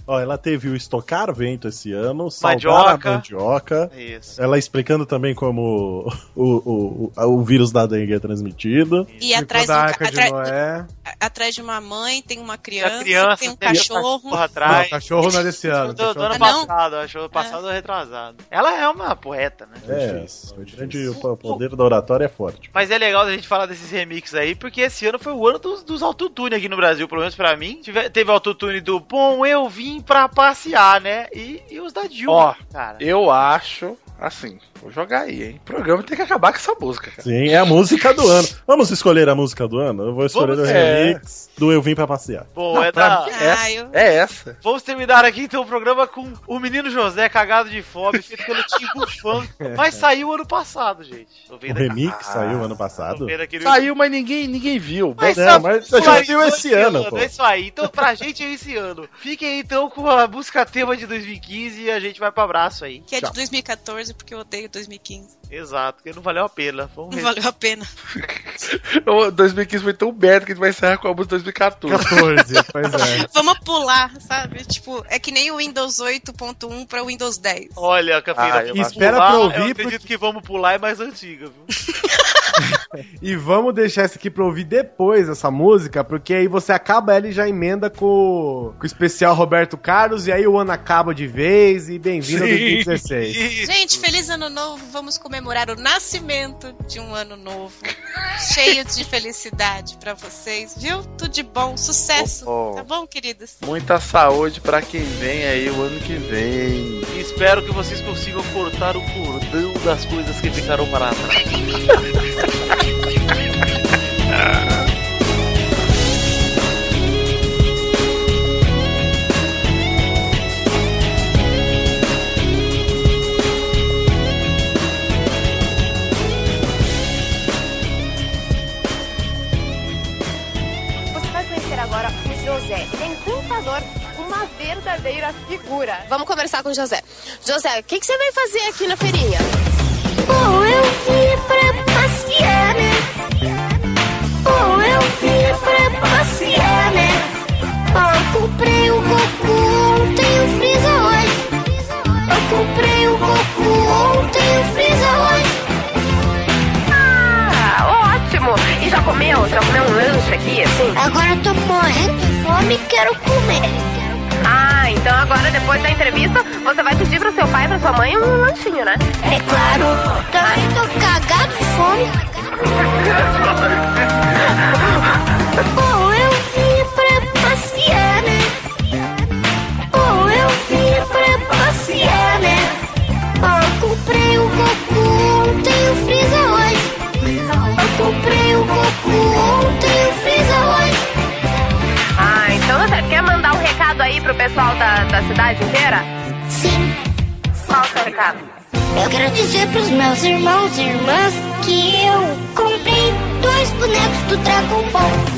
G: Ó, ela teve o Estocar Vento esse ano, Salvar
A: Mandioca.
G: a Mandioca.
A: É Isso.
G: Ela explicando também como o, o, o, o vírus da dengue é transmitido.
F: E atrás,
G: da
F: um
G: Arca
F: ca-
G: de
F: atra-
G: Noé.
F: a- atrás de uma mãe tem uma
I: É
F: criança,
A: criança,
F: tem um
A: tem o
F: cachorro. Ah,
A: cachorro
I: tá
E: Não,
A: atrás.
E: cachorro não é desse ano.
A: Do, do
E: cachorro-
A: ano passado, acho ano passado ou retrasado. Ela é uma poeta, né?
G: É, o grande o poder da oratória é forte.
A: Mas é legal a gente falar desses remixes aí, porque esse ano foi o ano dos, dos autotune aqui no Brasil, pelo menos pra mim. Tive, teve autotune do Bom, eu vim pra passear, né? E, e os da Dilma,
I: Ó,
A: cara.
I: eu acho, assim, vou jogar aí, hein? O programa tem que acabar com essa música, cara.
G: Sim, é a música do ano. Vamos escolher a música do ano? Eu vou escolher
I: Vamos-
G: o remix do Eu Vim Pra Passear.
A: Bom,
I: Não,
A: é
I: pra
A: da...
I: mim
F: Ah,
I: é essa. É essa.
A: Vamos terminar aqui então o programa com o menino José cagado de fome, feito pelo Tim Bufão, mas saiu ano passado, gente. Tô
G: O
A: vendo aqui.
G: remix saiu ano passado?
A: Tô vendo aqui no-
I: Saiu, mas ninguém, ninguém viu.
A: Mas,
G: Não,
A: sabe,
G: mas você já viu esse ano, pô.
A: É isso aí. Então, pra gente é esse ano. Fiquem então com a busca tema de 2015 e a gente vai pro abraço aí.
F: Que é de 2014, porque eu odeio 2015.
A: Exato, porque não valeu a pena. Vamos
F: Não
A: ver.
F: valeu a pena.
I: O 2015 foi tão merda que a gente vai encerrar com a música 2014.
E: 14, pois é.
F: Vamos pular, sabe? Tipo, é que nem o Windows 8.1 pra Windows 10.
A: Olha, Cafeína,
E: Ah, eu
A: vamos
E: acho- Espera pra ouvir,
A: Eu acredito que vamos pular é mais antiga, viu?
E: E vamos deixar isso aqui pra ouvir depois essa música, porque aí você acaba ela e já emenda com, com o especial Roberto Carlos, e aí o ano acaba de vez, e bem-vindo a
G: Sim.
E: 2016.
F: Gente, feliz ano novo. Vamos comemorar o nascimento de um ano novo. cheio de felicidade pra vocês, viu? Tudo de bom, sucesso.
I: Oh, oh.
F: Tá bom, queridas?
I: Muita saúde pra quem vem aí o ano que vem.
A: E espero que vocês consigam cortar o cordão das coisas que ficaram para trás.
C: Você vai conhecer agora o José. Ele é encantador, uma verdadeira figura. Vamos conversar com o José. José, o que, que você vai fazer aqui na feirinha? Bom, eu vim pra passear, né? Bom, eu vim pra passear, né? Eu comprei o Goku ontem e o Freeza hoje. Eu comprei o Goku ontem e o Freeza hoje. Ah, ótimo! E já comeu? Já comeu um lanche aqui, assim? Agora eu tô morrendo de fome e quero comer. Ah, então agora depois da entrevista você vai pedir pro seu pai e pra sua mãe um lanchinho, né? É claro. Também tô cagado de fome. Bom, eu vim pra passear, né? Bom, eu vim pra passear, né? Eu comprei o Goku ontem e o Freeza hoje. Eu comprei o Goku ontem e o Freeza hoje. Ah, então você quer mandar um recado aí pro pessoal da, da cidade inteira? Sim. Qual o seu recado? Eu quero dizer pros meus irmãos e irmãs que eu comprei dois bonecos do Dragon Ball. né? né?
K: né?